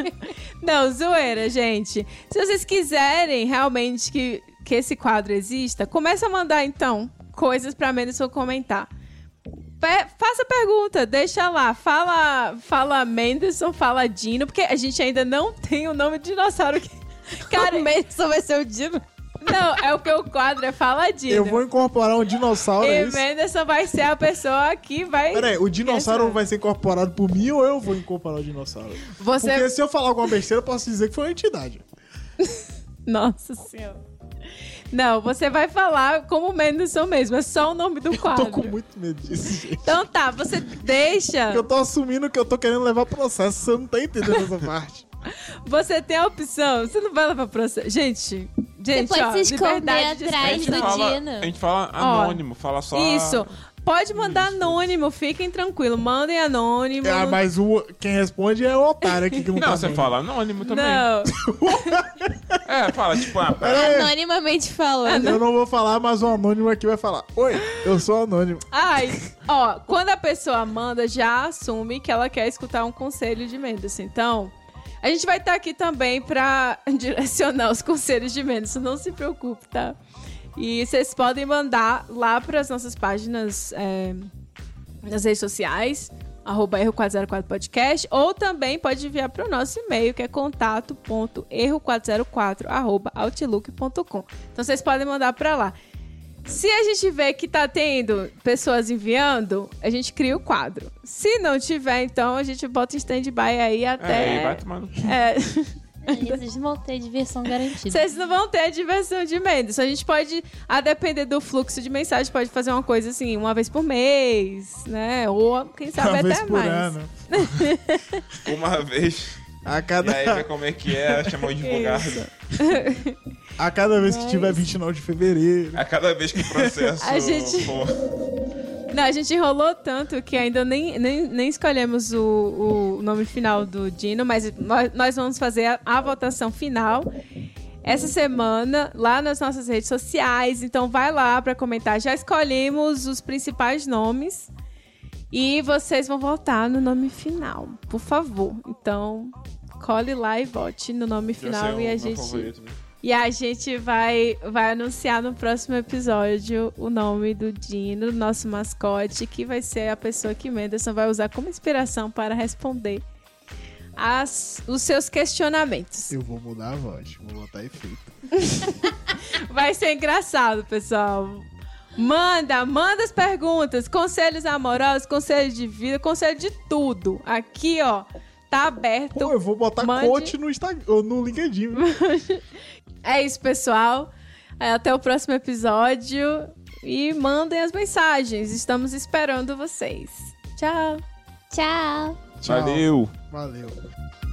(laughs) Não, zoeira, gente. Se vocês quiserem realmente que, que esse quadro exista, começa a mandar, então, coisas pra Menderson comentar. Pe- faça pergunta, deixa lá. Fala, fala Menderson, fala Dino, porque a gente ainda não tem o nome de dinossauro. Que... (laughs) Cara, Menderson vai ser o Dino? Não, é o que o quadro é fala Dino.
Eu vou incorporar um dinossauro, é
E
isso?
Menderson vai ser a pessoa que vai...
Peraí, o dinossauro vai ser incorporado por mim ou eu vou incorporar o dinossauro?
Você... é-
Porque se eu falar alguma besteira, eu posso dizer que foi uma entidade.
Nossa Senhora. Não, você vai falar como Mendelssohn mesmo, é só o nome do quadro.
Tô com muito medo disso, gente.
Então tá, você deixa.
Eu tô assumindo que eu tô querendo levar processo, você não tá entendendo essa
(laughs)
parte.
Você tem a opção. Você não vai levar processo. Gente, gente,
pode
ó,
se esconder
liberdade de
A
atrás
gente,
do
expressão.
fala,
Dino.
a gente fala anônimo, fala só.
Isso. Pode mandar anônimo, fiquem tranquilo. Mandem anônimo.
Ah, mas o, quem responde é o otário aqui que não,
Não,
tá
você
vendo.
fala anônimo também.
Não.
É, fala tipo,
(laughs)
ah, pera-
Pera aí,
Anonimamente falando.
Eu não vou falar, mas o anônimo aqui vai falar. Oi, eu sou anônimo.
Ai, ó, quando a pessoa manda, já assume que ela quer escutar um conselho de Mendes. Então, a gente vai estar aqui também pra (laughs) direcionar os conselhos de Mendes, não se preocupe, tá? E vocês podem mandar lá para as nossas páginas é, nas redes sociais, arroba erro404podcast, ou também pode enviar para o nosso e-mail, que é contato.erro404 arroba outlook.com. Então vocês podem mandar para lá. Se a gente vê que tá tendo pessoas enviando, a gente cria o quadro. Se não tiver, então a gente bota em stand-by aí
É, e vai
até.
tomar no...
É.
Eles vão ter diversão garantida.
Vocês não vão ter a diversão de e-mails. A gente pode, a depender do fluxo de mensagem, pode fazer uma coisa assim, uma vez por mês, né? Ou quem sabe
Uma vez
até
por
mais.
ano.
Uma vez.
A
E aí
cada,
vê como é que é, chamou o advogado.
(laughs) a cada vez que tiver 29 de fevereiro.
A cada vez que o processo
A gente-
for...
Não, a gente enrolou tanto que ainda nem, nem, nem escolhemos o, o nome final do Dino, mas nós, nós vamos fazer a, a votação final essa semana lá nas nossas redes sociais. Então vai lá para comentar. Já escolhemos os principais nomes e vocês vão votar no nome final, por favor. Então cole lá e vote no nome
Já sei
final
o
e a
meu
gente
favorito.
e a gente vai, vai anunciar no próximo episódio o nome do Dino, nosso mascote, que vai ser a pessoa que Menderson vai usar como inspiração para responder as- os seus questionamentos.
Eu vou mudar a voz, vou botar efeito.
Vai ser engraçado, pessoal. Manda, manda as perguntas, conselhos amorosos, conselhos de vida, conselho de tudo. Aqui, ó, tá aberto.
Pô, eu vou botar
mande-
coach no, Instagram, ou no LinkedIn.
É isso, pessoal. É, Até o próximo episódio. E mandem as mensagens. Estamos esperando vocês. Tchau.
Tchau!
Tchau.
Valeu!
Valeu.